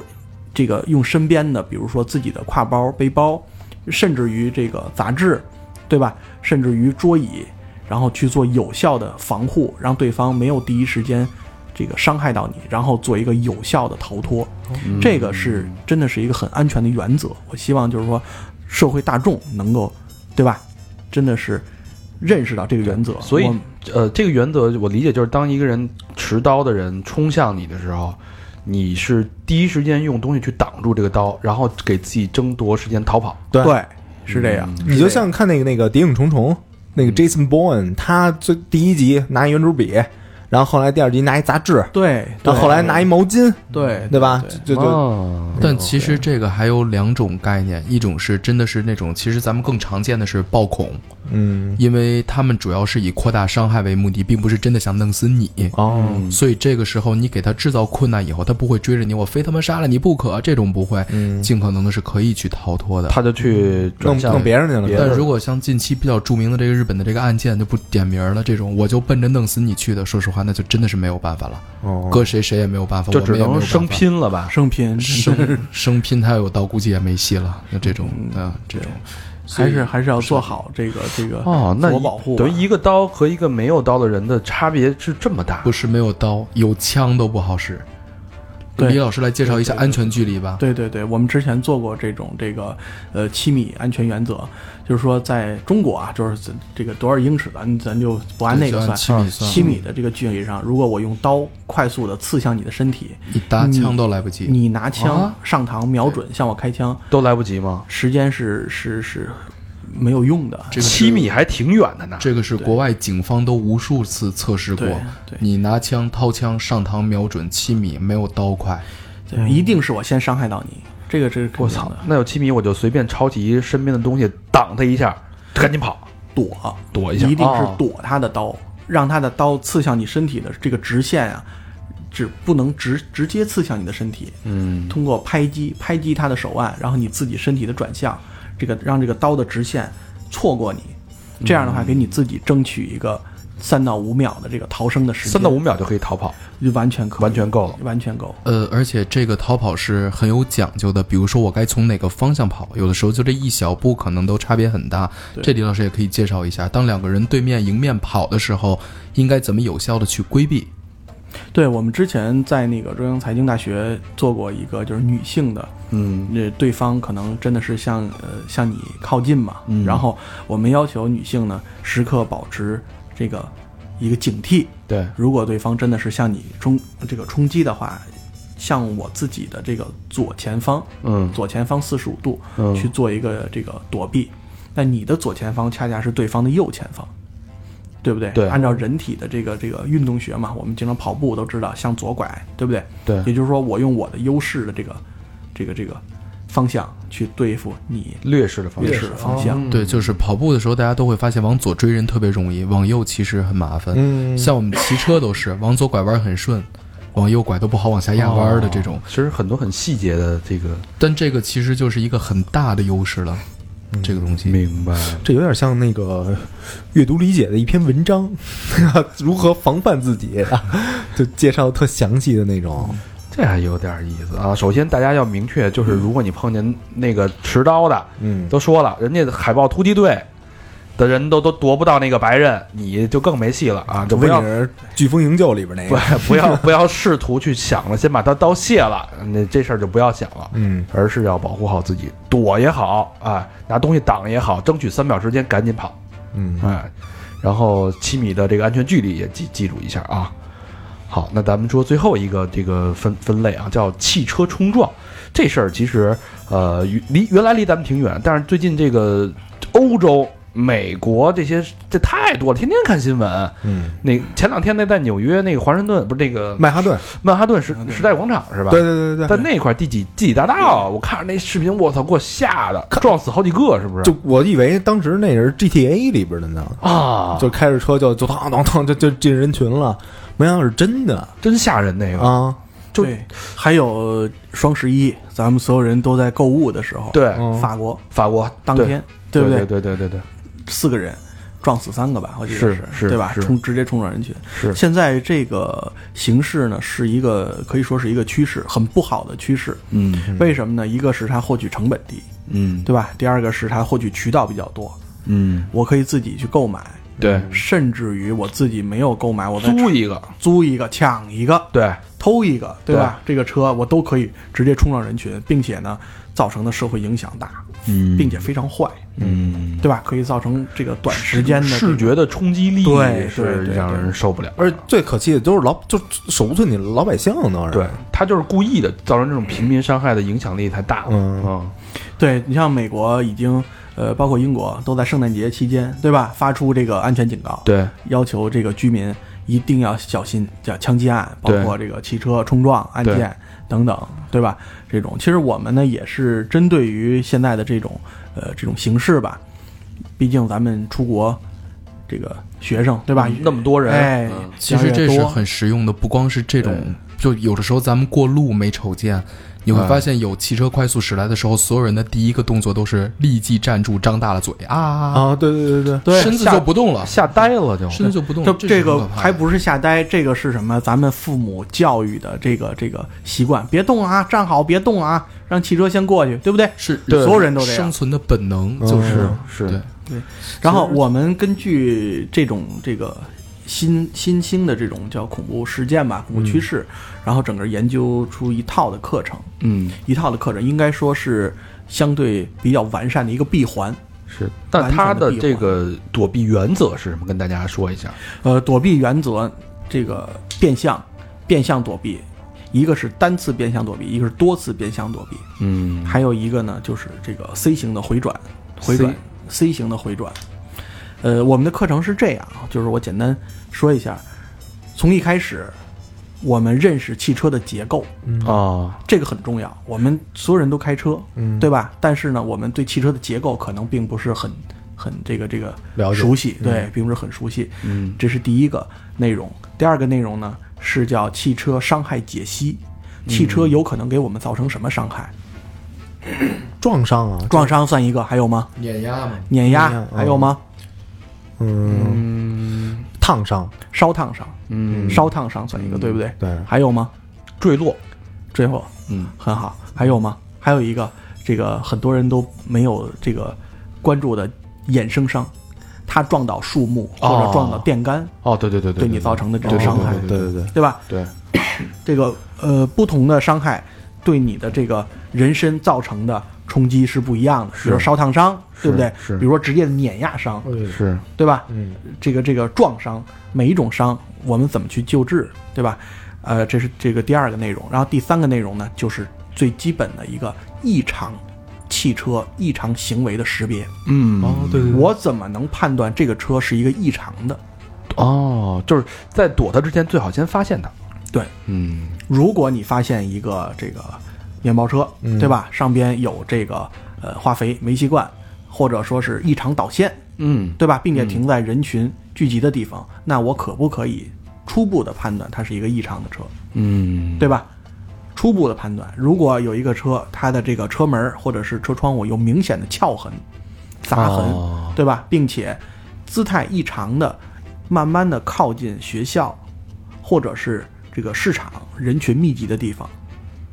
Speaker 5: 这个用身边的，比如说自己的挎包、背包，甚至于这个杂志，对吧？甚至于桌椅，然后去做有效的防护，让对方没有第一时间这个伤害到你，然后做一个有效的逃脱。
Speaker 2: 嗯
Speaker 5: 这个是真的是一个很安全的原则。我希望就是说，社会大众能够，对吧？真的是认识到这个原则，
Speaker 2: 所以
Speaker 5: 我
Speaker 2: 呃，这个原则我理解就是，当一个人持刀的人冲向你的时候，你是第一时间用东西去挡住这个刀，然后给自己争夺时间逃跑。
Speaker 6: 对
Speaker 5: 对是这样。
Speaker 2: 嗯
Speaker 6: 你就像看那个那个《谍影重重》，那个 Jason Bourne，他最第一集拿一圆珠笔，然后后来第二集拿一杂志，
Speaker 5: 对，
Speaker 6: 然后后来拿一毛巾，
Speaker 5: 对
Speaker 6: 哎对吧？就就
Speaker 2: 哦
Speaker 4: 但其实这个还有两种概念，一种是真的是那种，其实咱们更常见的是暴恐，
Speaker 6: 嗯
Speaker 4: 因为他们主要是以扩大伤害为目的，并不是真的想弄死你。
Speaker 6: 哦
Speaker 4: 所以这个时候你给他制造困难以后，他不会追着你，我非他妈杀了你不可，这种不会，
Speaker 6: 嗯，
Speaker 4: 尽可能的是可以去逃脱的。
Speaker 2: 他就去
Speaker 6: 弄
Speaker 2: 转向
Speaker 6: 弄别人去了，
Speaker 2: 别
Speaker 4: 但
Speaker 2: 人
Speaker 4: 如果像近期比较著名的这个日本的这个案件，就不点名了，这种我就奔着弄死你去的，说实话，那就真的是没有办法了，
Speaker 6: 哦
Speaker 4: 搁谁谁也没有办法，
Speaker 2: 就
Speaker 4: 我
Speaker 2: 只
Speaker 4: 们也没
Speaker 2: 能
Speaker 4: 有办
Speaker 2: 生
Speaker 4: 法。
Speaker 2: 拼了吧？
Speaker 5: 生拼
Speaker 4: 生生拼他有刀，估计也没戏了。那这种
Speaker 5: 嗯
Speaker 4: 啊，这种
Speaker 5: 还是还是要做好这个这个
Speaker 2: 哦，那
Speaker 5: 自我
Speaker 2: 一
Speaker 5: 保护啊吧
Speaker 2: 等于一个刀和一个没有刀的人的差别是这么大
Speaker 4: 不。是没有刀，有枪都不好使。
Speaker 5: 对
Speaker 4: 李老师来介绍一下安全距离吧。
Speaker 5: 对对对，我们之前做过这种这个呃七米安全原则，就是说在中国啊，就是这这个多少英尺咱咱就不按那个
Speaker 4: 就按
Speaker 5: 算，
Speaker 4: 七米算
Speaker 5: 七米的这个距离上，如果我用刀快速的刺向你的身体，
Speaker 4: 你搭枪都来不及。
Speaker 5: 你拿枪
Speaker 4: 啊
Speaker 5: 上膛瞄准向我开枪，
Speaker 2: 都来不及吗？
Speaker 5: 时间是是是没有用的。
Speaker 4: 这个是
Speaker 2: 七米还挺远的呢。
Speaker 4: 这个是国外警方都无数次测试过
Speaker 5: 对对，
Speaker 4: 你拿枪掏枪上膛瞄准七米，没有刀快。
Speaker 5: 对，一定是我先伤害到你，这个这是
Speaker 2: 嗯我
Speaker 5: 肯定
Speaker 2: 操
Speaker 5: 的，
Speaker 2: 那有七米我就随便抄起身边的东西挡他一下，赶紧跑。
Speaker 5: 躲
Speaker 2: 躲一下
Speaker 5: 一定是
Speaker 2: 哦
Speaker 5: 躲他的刀，让他的刀刺向你身体的这个直线啊，只不能直直接刺向你的身体，
Speaker 2: 嗯，
Speaker 5: 通过拍击拍击他的手腕，然后你自己身体的转向，这个让这个刀的直线错过你，这样的话给你自己争取一个三到五秒的这个逃生的时间，
Speaker 2: 三到五秒就可以逃跑，
Speaker 5: 就完全可以
Speaker 2: 完全够了。
Speaker 5: 完全够，
Speaker 4: 呃，而且这个逃跑是很有讲究的，比如说我该从哪个方向跑，有的时候就这一小步可能都差别很大。这李老师也可以介绍一下，当两个人对面迎面跑的时候，应该怎么有效的去规避？
Speaker 5: 对，我们之前在那个中央财经大学做过一个，就是女性的，嗯，那对方可能真的是向呃向你靠近嘛，嗯，然后我们要求女性呢时刻保持这个一个警惕，
Speaker 2: 对，
Speaker 5: 如果对方真的是向你冲这个冲击的话，向我自己的这个左前方，
Speaker 2: 嗯
Speaker 5: 左前方四十五度、
Speaker 2: 嗯
Speaker 5: 去做一个这个躲避，那你的左前方恰恰是对方的右前方，对不对？
Speaker 2: 对
Speaker 5: 按照人体的这个这个运动学嘛，我们经常跑步都知道向左拐，对不对？
Speaker 2: 对
Speaker 5: 也就是说，我用我的优势的这个这个这个方向去对付你
Speaker 2: 劣势的方
Speaker 5: 劣
Speaker 2: 式。
Speaker 5: 势的方向。哦
Speaker 4: 对，就是跑步的时候，大家都会发现往左追人特别容易，往右其实很麻烦。
Speaker 6: 嗯
Speaker 4: 像我们骑车都是往左拐弯很顺，往右拐都不好往下压弯的这种。
Speaker 2: 哦其实很多很细节的这个，
Speaker 4: 但这个其实就是一个很大的优势了，这个东西。
Speaker 2: 明白？
Speaker 6: 这有点像那个阅读理解的一篇文章， 如何防范自 己，就介绍得特详细的那种。
Speaker 2: 这还有点意思啊。首先，大家要明确，就是如果你碰见那个持刀的，
Speaker 6: 嗯，
Speaker 2: 都说了，人家海豹突击队的人都都夺不到那个白刃，你就更没戏了啊！就不
Speaker 6: 威
Speaker 2: 要
Speaker 6: 尼尔《飓风营救》里边那
Speaker 2: 不
Speaker 6: 个，
Speaker 2: 不 要不要试图去想了，先把他刀卸了，那这事儿就不要想了，
Speaker 6: 嗯，
Speaker 2: 而是要保护好自己，躲也好啊，拿东西挡也好，争取三秒时间赶紧跑，
Speaker 6: 嗯
Speaker 2: 哎，然后七米的这个安全距离也记记住一下啊。好，那咱们说最后一个这个分分类啊，叫汽车冲撞。这事儿其实呃与离原来离咱们挺远，但是最近这个欧洲、美国这些这太多了，天天看新闻。
Speaker 6: 嗯，
Speaker 2: 那前两天那在纽约那个华盛顿不是那个
Speaker 6: 曼哈顿，
Speaker 2: 曼哈顿时时代广场是
Speaker 6: 嗯
Speaker 2: 吧？
Speaker 6: 对对对
Speaker 2: 在
Speaker 6: 对对，
Speaker 2: 那块儿第几第几大道，我看着那视频，我操，给我吓的，撞死好几个，是不是？
Speaker 6: 就我以为当时那是 GTA 里边的呢，
Speaker 2: 啊，
Speaker 6: 就开着车就就当当当就就进人群了，没想到是真的
Speaker 2: 真吓人那个。
Speaker 6: 啊！
Speaker 2: 就
Speaker 5: 对，还有双十一，咱们所有人都在购物的时候，，
Speaker 2: 对，
Speaker 6: 嗯
Speaker 5: 法国
Speaker 2: 法国
Speaker 5: 当
Speaker 2: 对
Speaker 5: 天，
Speaker 2: 对
Speaker 5: 不
Speaker 2: 对对对对对，
Speaker 5: 四个人撞死三个吧，我记得
Speaker 2: 是是
Speaker 5: 对吧？
Speaker 2: 是
Speaker 5: 冲直接冲撞人群。
Speaker 2: 是
Speaker 5: 现在这个形势呢，是一个可以说是一个趋势，很不好的趋势。
Speaker 2: 嗯
Speaker 5: 为什么呢？一个是它获取成本低，
Speaker 2: 嗯
Speaker 5: 对吧？第二个是它获取渠道比较多，
Speaker 2: 嗯，
Speaker 5: 我可以自己去购买，
Speaker 2: 对，
Speaker 5: 甚至于我自己没有购买，我再
Speaker 2: 租一个，
Speaker 5: 租一个、抢一个、
Speaker 2: 对，
Speaker 5: 偷一个，对吧？这个车我都可以直接冲撞人群，并且呢，造成的社会影响大，
Speaker 2: 嗯
Speaker 5: 并且非常坏，
Speaker 2: 嗯，
Speaker 5: 对吧？可以造成这个短时间的这
Speaker 2: 视
Speaker 5: 个
Speaker 2: 觉的冲击力
Speaker 5: 对
Speaker 2: 是
Speaker 5: 对对
Speaker 2: 让人受不了。
Speaker 6: 而且最可气的都是老就手无寸铁的老百姓都是，
Speaker 2: 对他就是故意的，造成这种平民伤害的影响力太大了。
Speaker 6: 嗯
Speaker 2: 嗯
Speaker 5: 对你像美国已经呃，包括英国都在圣诞节期间，对吧？发出这个安全警告，
Speaker 2: 对，
Speaker 5: 要求这个居民一定要小心叫枪击案，包括这个汽车冲撞案件等等，对吧？这种其实我们呢也是针对于现在的这种呃这种形势吧，毕竟咱们出国这个学生对吧？
Speaker 1: 嗯那么多人，嗯
Speaker 5: 哎，
Speaker 4: 其实这
Speaker 5: 越
Speaker 4: 是
Speaker 5: 多
Speaker 4: 很实用的，不光是这种
Speaker 5: 对，
Speaker 4: 就有的时候咱们过路没瞅见，你会发现有汽车快速驶来的时候，所有人的第一个动作都是立即站住，张大了嘴啊，
Speaker 3: 啊，对对对对，
Speaker 2: 对
Speaker 4: 身子
Speaker 2: 吓
Speaker 4: 就不动了，
Speaker 2: 吓呆了就。
Speaker 4: 身子就不动
Speaker 5: 这
Speaker 4: 了，这
Speaker 5: 这
Speaker 4: 是很
Speaker 5: 个
Speaker 4: 可怕的
Speaker 5: 还不是吓呆，这个是什么？咱们父母教育的这个这个习惯，别动啊，站好，别动啊，让汽车先过去，对不对？
Speaker 4: 是
Speaker 5: 对所有人都这样
Speaker 4: 生存的本能就是
Speaker 3: 是
Speaker 4: 对，
Speaker 5: 然后我们根据这种这个新新兴的这种叫恐怖事件吧，恐怖趋势，
Speaker 4: 嗯
Speaker 5: 然后整个研究出一套的课程，
Speaker 2: 嗯，
Speaker 5: 一套的课程应该说是相对比较完善的一个闭环。
Speaker 2: 是，但他的这个躲避原则是什么？跟大家说一下。
Speaker 5: 呃，躲避原则，这个变相变相躲避，一个是单次变相躲避，一个是多次变相躲避。
Speaker 2: 嗯
Speaker 5: 还有一个呢，就是这个 C 型的回转，回转 C, 型的回转。呃，我们的课程是这样啊，就是我简单说一下，从一开始，我们认识汽车的结构，
Speaker 2: 啊，
Speaker 5: 这个很重要。我们所有人都开车，
Speaker 3: 嗯
Speaker 5: 对吧？但是呢，我们对汽车的结构可能并不是很很这个这个
Speaker 3: 了解
Speaker 5: 熟悉，对，并不是很熟悉。
Speaker 2: 嗯，
Speaker 5: 这是第一个内容。第二个内容呢是叫汽车伤害解析，汽车有可能给我们造成什么伤害？
Speaker 3: 撞伤啊，
Speaker 5: 撞伤算一个，还有吗？
Speaker 4: 碾压嘛，
Speaker 5: 碾压
Speaker 3: 碾压嗯
Speaker 5: 还有吗？
Speaker 3: 嗯，
Speaker 4: 嗯，
Speaker 3: 烫伤，
Speaker 5: 烧烫伤，
Speaker 2: 嗯
Speaker 5: 烧烫伤算一个，对不对？
Speaker 3: 对，
Speaker 5: 还有吗？
Speaker 2: 坠落，
Speaker 5: 最后，
Speaker 2: 嗯，
Speaker 5: 很好，还有吗？还有一个，这个很多人都没有这个关注的衍生伤，它撞倒树木或
Speaker 2: 哦
Speaker 5: 者撞到电杆，
Speaker 2: 哦，对对对
Speaker 5: 对你造成的这种伤害，
Speaker 3: 对对对，
Speaker 5: 对吧？
Speaker 2: 对，
Speaker 5: 这个呃，不同的伤害对你的这个人身造成的冲击是不一样的，比如说烧烫伤，对不对？
Speaker 2: 是
Speaker 5: 比如说职业的碾压伤，
Speaker 2: 是
Speaker 5: 对吧？
Speaker 3: 嗯，
Speaker 5: 这个这个撞伤，每一种伤我们怎么去救治，对吧？呃，这是这个第二个内容。然后第三个内容呢，就是最基本的一个异常汽车异常行为的识别。
Speaker 2: 嗯
Speaker 3: 哦对对，
Speaker 5: 我怎么能判断这个车是一个异常的？
Speaker 2: 哦，就是在躲他之前，最好先发现他。
Speaker 5: 对，
Speaker 2: 嗯，
Speaker 5: 如果你发现一个这个面包车，
Speaker 3: 嗯
Speaker 5: 对吧？上边有这个呃化肥、煤气罐，或者说是异常导线，
Speaker 2: 嗯，
Speaker 5: 对吧？并且停在人群聚集的地方，那我可不可以初步的判断它是一个异常的车？
Speaker 2: 嗯，
Speaker 5: 对吧？初步的判断，如果有一个车，它的这个车门儿或者是车窗户有明显的撬痕、砸痕，
Speaker 2: 哦
Speaker 5: 对吧？并且姿态异常的，慢慢的靠近学校或者是这个市场人群密集的地方，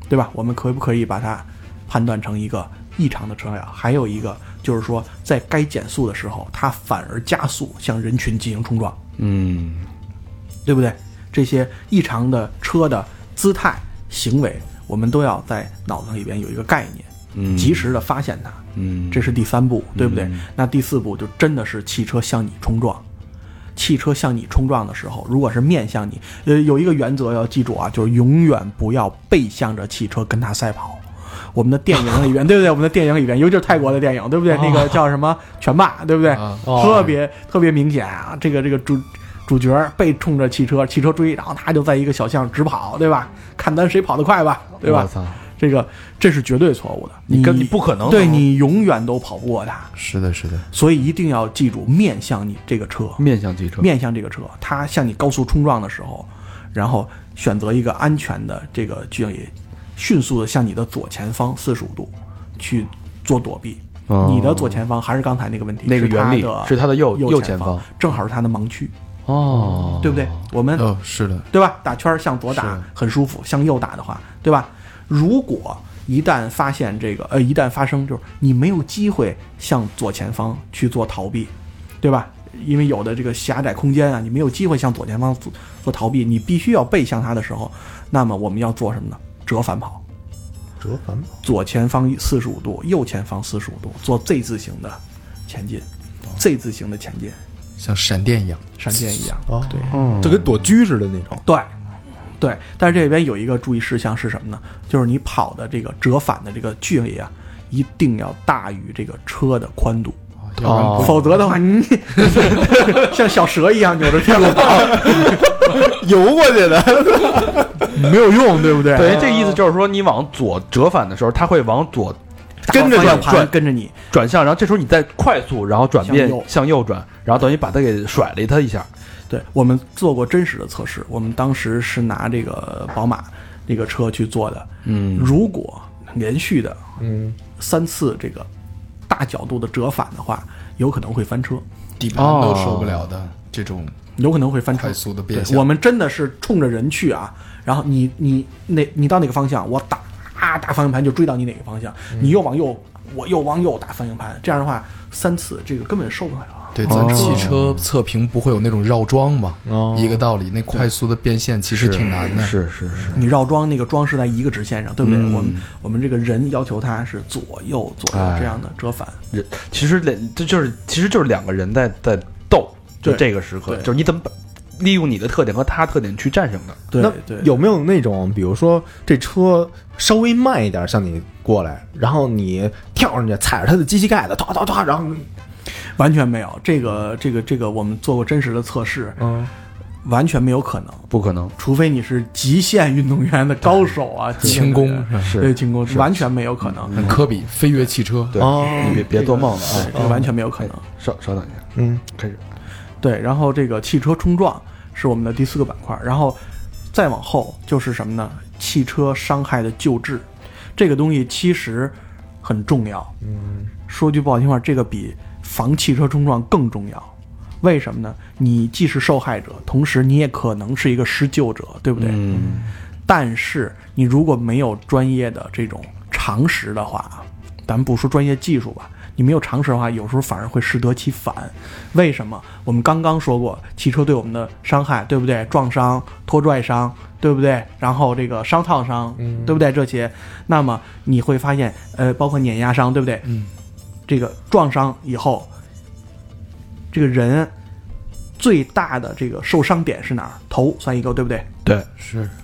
Speaker 5: 对吧？我们可不可以把它判断成一个异常的车辆？还有一个就是说，在该减速的时候，它反而加速向人群进行冲撞。
Speaker 2: 嗯，
Speaker 5: 对不对？这些异常的车的姿态、行为，我们都要在脑子里边有一个概念，
Speaker 2: 嗯，
Speaker 5: 及，时的发现它。
Speaker 2: 嗯，
Speaker 5: 这是第三步，对不对？那第四步就真的是汽车向你冲撞。汽车向你冲撞的时候，如果是面向你，呃，有一个原则要记住啊，就是永远不要背向着汽车跟它赛跑。我们的电影 里边，对不对？我们的电影里边，尤其是泰国的电影，对不
Speaker 2: 哦
Speaker 5: 对？那个叫什么《拳霸》，对不对？
Speaker 4: 啊
Speaker 5: 特别特别明显啊！这个这个主主角背冲着汽车，汽车追，然后他就在一个小巷直跑，对吧？看咱谁跑得快吧，对吧？这个这是绝对错误的，你
Speaker 2: 跟你不可能
Speaker 5: 对你永远都跑不过他，
Speaker 4: 是的，是的，
Speaker 5: 所以一定要记住面向你这个车，
Speaker 2: 面向汽车，
Speaker 5: 面向这个车，它向你高速冲撞的时候，然后选择一个安全的这个距离，迅速的向你的左前方四十五度去做躲避。
Speaker 2: 哦
Speaker 5: 你的左前方还是刚才那个问题，
Speaker 2: 那个原理
Speaker 5: 是它的
Speaker 2: 是它的右哦右
Speaker 5: 右
Speaker 2: 前
Speaker 5: 方
Speaker 2: 方，
Speaker 5: 正好是它的盲区，
Speaker 2: 哦，
Speaker 5: 对不对？我们
Speaker 4: 哦，是的，
Speaker 5: 对吧？打圈儿向左打
Speaker 4: 是
Speaker 5: 很舒服，向右打的话，对吧？如果一旦发现这个，呃，一旦发生就是你没有机会向左前方去做逃避，对吧？因为有的这个狭窄空间啊，你没有机会向左前方做做逃避，你必须要背向它的时候，那么我们要做什么呢？折返跑，
Speaker 3: 折返跑，
Speaker 5: 左前方四十五度，右前方四十五度，做 Z 字形的前进，Z 字形的前进，
Speaker 4: 像闪电一样，
Speaker 5: 闪电一样。
Speaker 3: 哦，对，就跟躲狙似的那种，
Speaker 5: 对，对，但是这里边有一个注意事项是什么呢？就是你跑的这个折返的这个距离啊，一定要大于这个车的宽度，
Speaker 2: 哦
Speaker 5: 哦
Speaker 4: 要不然不
Speaker 5: 否则的话， 你像小蛇一样扭着屁股
Speaker 6: 游过去的，
Speaker 5: 没有用，对不对？
Speaker 2: 对，这意思就是说，你往左折返的时候，它会往左
Speaker 5: 跟着
Speaker 2: 大
Speaker 5: 转
Speaker 2: 方向
Speaker 5: 盘
Speaker 2: 转
Speaker 5: 跟着你，
Speaker 2: 转向，然后这时候你再快速，然后转变
Speaker 5: 向右
Speaker 2: 向右转，然后等于把它给甩了它一下。
Speaker 5: 对我们做过真实的测试，我们当时是拿这个宝马这个车去做的。嗯，如果连续的
Speaker 6: 嗯，
Speaker 5: 三次这个大角度的折返的话，有可能会翻车，
Speaker 4: 底盘都受不了的这种
Speaker 5: 有可能会翻车
Speaker 4: 快。速的
Speaker 5: 对
Speaker 4: 变，向。
Speaker 5: 我们真的是冲着人去啊，然后你你那你到哪个方向，我打啊打方向盘就追到你哪个方向，
Speaker 4: 嗯
Speaker 5: 你又往右，我又往右打方向盘，这样的话三次这个根本受不了。啊
Speaker 4: 对，咱汽车测评不会有那种绕桩嘛，
Speaker 3: 哦
Speaker 4: 一个道理。那快速的变线其实挺难的，
Speaker 2: 是是是，
Speaker 5: 你绕桩那个桩是在一个直线上，对
Speaker 4: 嗯
Speaker 5: 不对？我们我们这个人要求它是左右左右这样的折返，
Speaker 2: 人其实两这就是其实就是两个人在在斗，就
Speaker 5: 对
Speaker 2: 这个时刻，
Speaker 5: 对
Speaker 2: 就是你怎么把利用你的特点和他特点去战胜的。
Speaker 5: 对
Speaker 6: 那
Speaker 5: 对，
Speaker 6: 有没有那种，比如说这车稍微慢一点向你过来，然后你跳上去踩着它的机器盖子，哒哒哒，然后
Speaker 5: 完全没有这个这个这个，我们做过真实的测试，
Speaker 6: 嗯，
Speaker 5: 完全没有可能，
Speaker 2: 不可能，
Speaker 5: 除非你是极限运动员的高手 啊，
Speaker 4: 轻功
Speaker 5: 对
Speaker 4: 是吧
Speaker 5: 对轻功完全没有可能，
Speaker 4: 很科比飞跃汽车，
Speaker 2: 对，
Speaker 6: 哦
Speaker 2: 你别别做梦了啊
Speaker 5: 对！这个完全没有可能。
Speaker 2: 稍稍等一下，
Speaker 6: 嗯，
Speaker 2: 开始。
Speaker 5: 对，然后这个汽车冲撞是我们的第四个板块，然后再往后就是什么呢？汽车伤害的救治，这个东西其实很重要。嗯，说句不好听话，这个比防汽车冲撞更重要。为什么呢？你既是受害者，同时你也可能是一个施救者，对不对？
Speaker 2: 嗯，
Speaker 5: 但是你如果没有专业的这种常识的话，咱不说专业技术吧，你没有常识的话，有时候反而会适得其反。为什么？我们刚刚说过，汽车对我们的伤害，对不对？撞伤、拖拽伤，对不对？然后这个伤烫伤，对不对？这些，那么你会发现，呃，包括碾压伤，对不对？嗯，这个撞伤以后，这个人最大的这个受伤点是哪儿？头算一个，对不对？
Speaker 2: 对，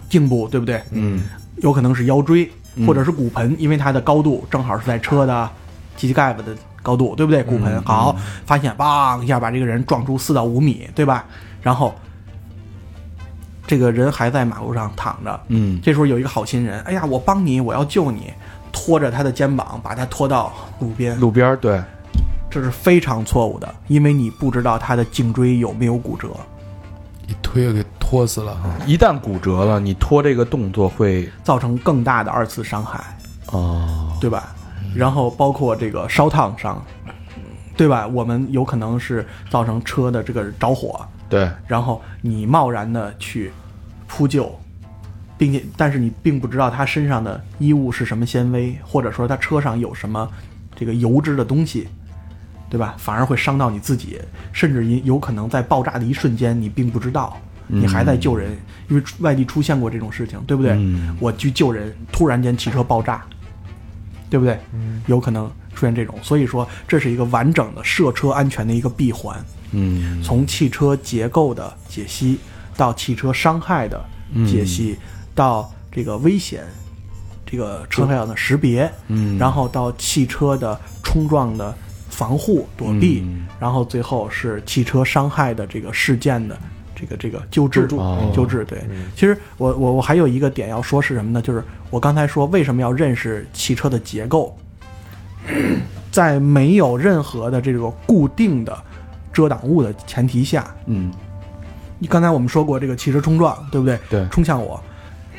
Speaker 5: 颈部，对不对？
Speaker 2: 嗯，
Speaker 5: 有可能是腰椎或者是骨盆，因为它的高度正好是在车的机器盖子的高度，对不对？骨
Speaker 2: 嗯
Speaker 5: 盆、好，发现梆一下把这个人撞出四到五米，对吧？然后这个人还在马路上躺着，
Speaker 2: 嗯，
Speaker 5: 这时候有一个好心人，哎呀，我帮你，我要救你，拖着他的肩膀把他拖到路边，
Speaker 2: 路边儿对，
Speaker 5: 这是非常错误的，因为你不知道他的颈椎有没有骨折。
Speaker 4: 一推给拖死了啊！
Speaker 5: 嗯
Speaker 2: 一旦骨折了，你拖这个动作会
Speaker 5: 造成更大的二次伤害。哦，对吧？然后包括这个烧烫伤，对吧？我们有可能是造成车的这个着火，
Speaker 2: 对
Speaker 5: 然后你贸然的去扑救，并且但是你并不知道他身上的衣物是什么纤维，或者说他车上有什么这个油脂的东西，对吧？反而会伤到你自己，甚至也有可能在爆炸的一瞬间你并不知道。你还在救人，因为出外地出现过这种事情，对不对？我去救人，突然间汽车爆炸，对不对？有可能出现这种，所以说这是一个完整的涉车安全的一个闭环。嗯，从汽车结构的解析到汽车伤害的解析，到这个危险，这个车辆的识别，嗯，然后到汽车的冲撞的防护躲避，然后最后是汽车伤害的这个事件的。这个这个救治救治对，其实我我我还有一个点要说是什么呢？就是我刚才说为什么要认识汽车的结构，在没有任何的这个固定的遮挡物的前提下，
Speaker 2: 嗯，
Speaker 5: 你刚才我们说过这个汽车冲撞，对不对？
Speaker 2: 对
Speaker 5: 冲向我，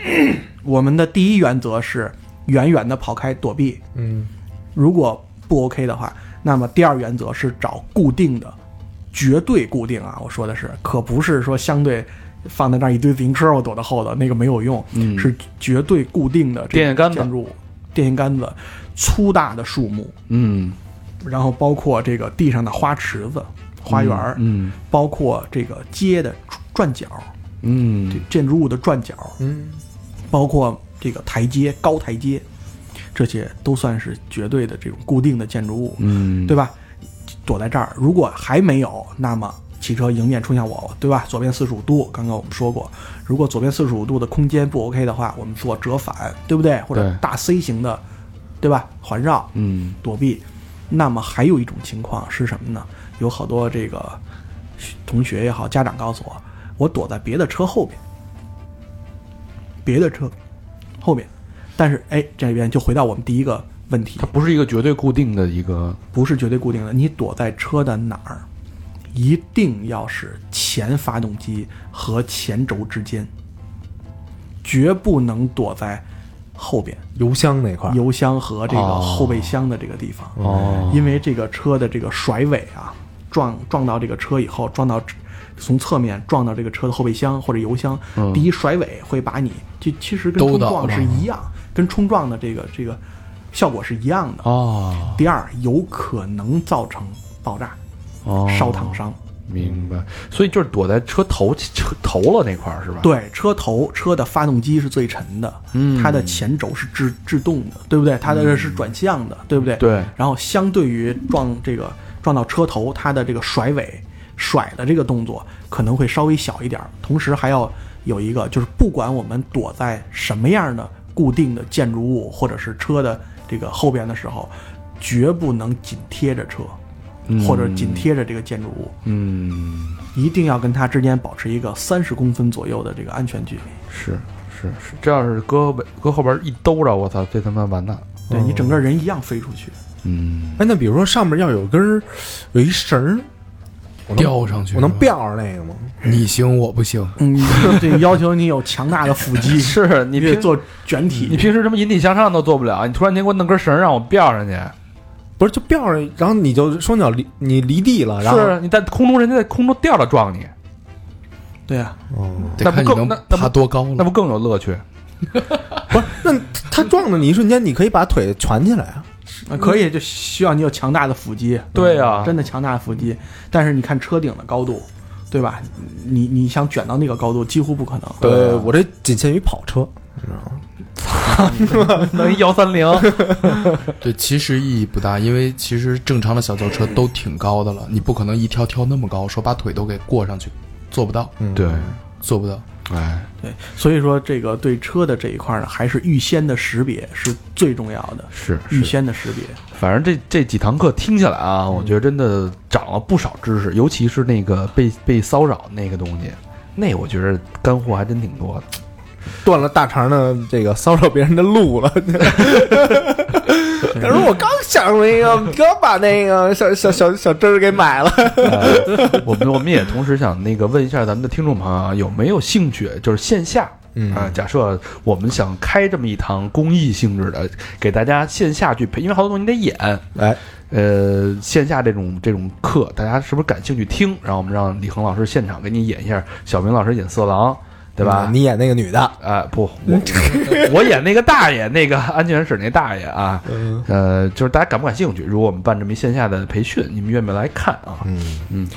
Speaker 5: 我们的第一原则是远远的跑开躲避，
Speaker 6: 嗯，
Speaker 5: 如果不 OK 的话，那么第二原则是找固定的，绝对固定啊，我说的是，可不是说相对。放在那儿一堆自行车，我躲到后头，那个没有用，
Speaker 2: 嗯
Speaker 5: 是绝对固定的这
Speaker 2: 电线杆子
Speaker 5: 建筑物，电线杆子，粗大的树木，
Speaker 2: 嗯
Speaker 5: 然后包括这个地上的花池子、花园儿，
Speaker 2: 嗯
Speaker 5: 包括这个街的转角、
Speaker 2: 嗯
Speaker 5: 建筑物的转角，
Speaker 6: 嗯，
Speaker 5: 包括这个台阶、高台阶，这些都算是绝对的这种固定的建筑物，
Speaker 2: 嗯，
Speaker 5: 对吧？躲在这儿，如果还没有，那么汽车迎面冲向我，对吧？左边四十五度，刚刚我们说过，如果左边四十五度的空间不 OK 的话，我们做折返，对不对？或者
Speaker 2: 对
Speaker 5: 大 C 型的对吧？环绕
Speaker 2: 嗯
Speaker 5: 躲避。那么还有一种情况是什么呢？有好多这个同学也好，家长告诉我，我躲在别的车后边，别的车后边，但是哎，这边就回到我们第一个问题
Speaker 2: 它，不是一个绝对固定的一个
Speaker 5: 不是绝对固定的，你躲在车的哪儿，一定要是前发动机和前轴之间，绝不能躲在后边
Speaker 6: 油箱那块儿，
Speaker 5: 油箱和这个后备箱的这个地方，
Speaker 2: 哦
Speaker 5: 因为这个车的这个甩尾啊，撞撞到这个车以后，撞到从侧面撞到这个车的后备箱或者油箱，第一甩尾会把你就其实跟
Speaker 4: 兜
Speaker 5: 冲
Speaker 4: 到
Speaker 5: 撞
Speaker 4: 了
Speaker 5: 是一样，跟冲撞的这个这个效果是一样的。
Speaker 2: 哦
Speaker 5: 第二，有可能造成爆炸、
Speaker 2: 哦
Speaker 5: 烧烫伤。
Speaker 2: 明白，所以就是躲在车头车头了那块儿是吧？，
Speaker 5: 对，车头车的发动机是最沉的，
Speaker 2: 嗯
Speaker 5: 它的前轴是制制动的，对不对？它的是转向的，对不对？
Speaker 2: 对
Speaker 5: 然后相对于撞这个撞到车头，它的这个甩尾甩的这个动作可能会稍微小一点儿，同时还要有一个就是不管我们躲在什么样的固定的建筑物或者是车的这个后边的时候，绝不能紧贴着车，或者紧贴着这个建筑物，
Speaker 2: 嗯，
Speaker 5: 一定要跟它之间保持一个三十公分左右的这个安全距离。
Speaker 2: 是是是，这要是搁尾搁后边一兜着，我操，这他妈完蛋！
Speaker 5: 对你整个人一样飞出去，
Speaker 2: 嗯，
Speaker 6: 哎，那比如说上面要有根儿，有一绳儿，我能
Speaker 4: 吊上去，
Speaker 6: 我能，吊着那个吗？
Speaker 4: 你行我不行，
Speaker 5: 嗯，对，要求你有强大的腹 肌，
Speaker 2: 是你
Speaker 5: 你别
Speaker 2: 平
Speaker 5: 做卷
Speaker 2: 你
Speaker 5: 体，
Speaker 2: 平时他妈引体向上都做不了，你突然间给我弄根绳让我吊上去，
Speaker 6: 啊不是，就吊着，然后你就双脚离你离地了，然后
Speaker 2: 是啊你在空中人家在空中吊着撞你，
Speaker 5: 对啊，
Speaker 4: 得
Speaker 2: 嗯那不
Speaker 4: 看你
Speaker 2: 够
Speaker 4: 能
Speaker 2: 那那不
Speaker 4: 爬多高
Speaker 6: 嗯
Speaker 2: 那
Speaker 4: 了。
Speaker 2: 不更有乐趣？
Speaker 6: 不是，那他撞到你一瞬间，你可以把腿蜷起来啊。
Speaker 5: 啊可以，就需要你有强大的腹肌，
Speaker 2: 对啊
Speaker 5: 真的强大的腹肌。但是你看车顶的高度，对吧？你你想卷到那个高度，几乎不可能。
Speaker 6: 呃，我这仅限于跑车，
Speaker 2: 弄一幺三零，
Speaker 4: 对，其实意义不大，因为其实正常的小轿车都挺高的了，你不可能一跳跳那么高，说把腿都给过上去，做不到，
Speaker 6: 嗯
Speaker 2: 对，
Speaker 4: 做不到。
Speaker 2: 哎，
Speaker 5: 对，所以说这个对车的这一块呢，还是预先的识别是最重要的，
Speaker 2: 是
Speaker 5: 预
Speaker 6: 嗯
Speaker 2: 是，
Speaker 5: 先的识别。
Speaker 2: 反正这这几堂课听起来啊，我觉得真的长了不少知识，尤其是那个被被骚扰那个东西，那我觉得干货还真挺多的。
Speaker 6: 断了大肠的这个骚扰别人的路 了。他说我刚想那 个，刚把那个小小小小汁儿给买了。
Speaker 2: 呃我们我们也同时想那个问一下咱们的听众朋友啊，有没有兴趣就是线下？
Speaker 6: 嗯
Speaker 2: 啊，假设我们想开这么一堂公益性质的，给大家线下去培，因为好多东西你得演，
Speaker 6: 哎，
Speaker 2: 呃，线下这种这种课，大家是不是感兴趣听？然后我们让李恒老师现场给你演一下，小明老师演色狼，对吧？
Speaker 6: 嗯你演那个女的，
Speaker 2: 啊、不，我我我演那个大爷，那个安全室那大爷啊，
Speaker 6: 嗯
Speaker 2: 呃，就是大家感不感兴趣？如果我们办这么一线下的培训，你们愿不愿意来看啊？
Speaker 6: 嗯，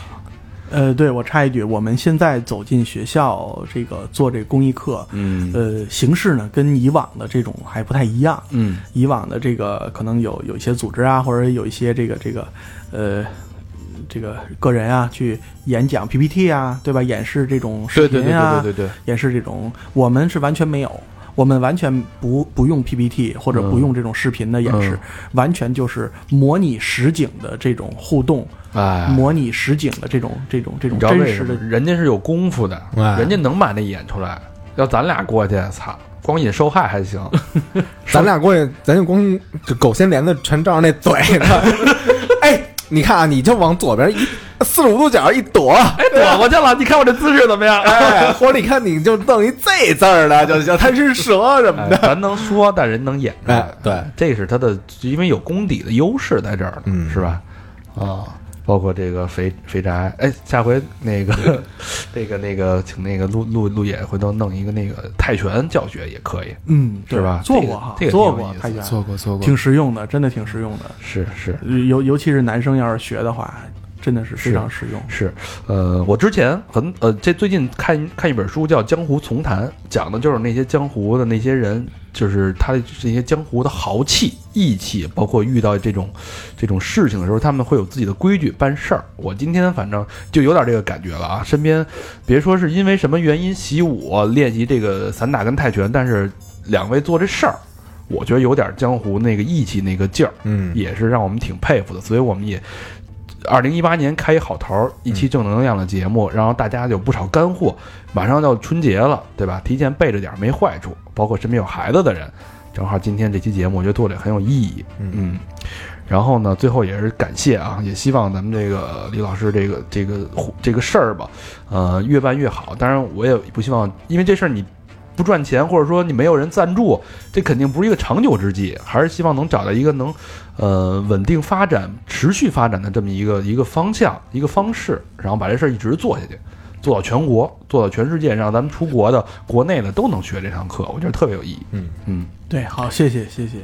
Speaker 5: 呃，对我插一句，我们现在走进学校这个做这公益课，
Speaker 2: 嗯
Speaker 5: 呃，形式呢跟以往的这种还不太一样。
Speaker 2: 嗯，
Speaker 5: 以往的这个可能有有一些组织啊，或者有一些这个这个，呃，这个个人啊去演讲 PPT 啊，对吧？演示这种视频啊，
Speaker 2: 对对，
Speaker 5: 演示这种，我们是完全没有，我们完全不不用 PPT 或者不用这种视频的演示，
Speaker 2: 嗯
Speaker 5: 完全就是模拟实景的这种互动，
Speaker 2: 哎，
Speaker 5: 模拟实景的这种这种这种
Speaker 2: 你知道
Speaker 5: 真
Speaker 2: 为
Speaker 5: 实
Speaker 2: 什么
Speaker 5: 的？
Speaker 2: 人家是有功夫的，
Speaker 6: 哎
Speaker 2: 人家能把那演出来。要咱俩过去，操，光引受害还行。
Speaker 6: 咱俩过去，咱就光这狗掀帘子全照着那嘴呢。 哎，你看啊，你就往左边一四十五度角一躲，
Speaker 2: 哎，躲过去了，你看我这姿势怎么样？
Speaker 6: 哎，或者你看你就弄一 Z 字儿的就行，它是蛇什么
Speaker 2: 哎
Speaker 6: 的。
Speaker 2: 咱能说，但人能演出来
Speaker 6: 哎。对，
Speaker 2: 这是他的，因为有功底的优势在这儿呢，
Speaker 6: 嗯
Speaker 2: 是吧？啊，包括这个肥肥宅，哎，下回那个 那个那个，请那个陆陆陆野回头弄一个那个泰拳教学也可以，
Speaker 5: 嗯，对
Speaker 2: 是吧
Speaker 5: 做
Speaker 2: 这个
Speaker 5: 过哈，
Speaker 2: 这个挺
Speaker 5: 做
Speaker 2: 有
Speaker 5: 过
Speaker 2: 意思
Speaker 5: 太原，
Speaker 4: 做过做过，
Speaker 5: 挺实用的，真的挺实用的。
Speaker 2: 是是。
Speaker 5: 尤尤其是男生要是学的话，真的是非常实用。
Speaker 2: 是，呃，我之前很呃，这最近看看一本书叫《江湖丛谈》，讲的就是那些江湖的那些人，就是他的这些江湖的豪气、义气，包括遇到这种这种事情的时候，他们会有自己的规矩办事儿。我今天反正就有点这个感觉了啊，身边别说是因为什么原因习武练习这个散打跟泰拳，但是两位做这事儿，我觉得有点江湖那个义气那个劲儿，
Speaker 6: 嗯
Speaker 2: 也是让我们挺佩服的。所以我们也，二零一八年开一好头儿，一期正能量的节目，然后大家有不少干货。马上要春节了，对吧？提前备着点儿没坏处，包括身边有孩子的人，正好今天这期节目我觉得做的很有意义。嗯，然后呢，最后也是感谢啊，也希望咱们这个李老师这个这个这个事儿吧，呃，越办越好。当然，我也不希望，因为这事儿你不赚钱，或者说你没有人赞助，这肯定不是一个长久之计。还是希望能找到一个能呃稳定发展、持续发展的这么一个一个方向、一个方式，然后把这事儿一直做下去。做到全国，做到全世界，让咱们出国的、国内的都能学这堂课，我觉得特别有意义。
Speaker 6: 嗯
Speaker 2: 嗯。
Speaker 5: 对，好，谢谢谢谢，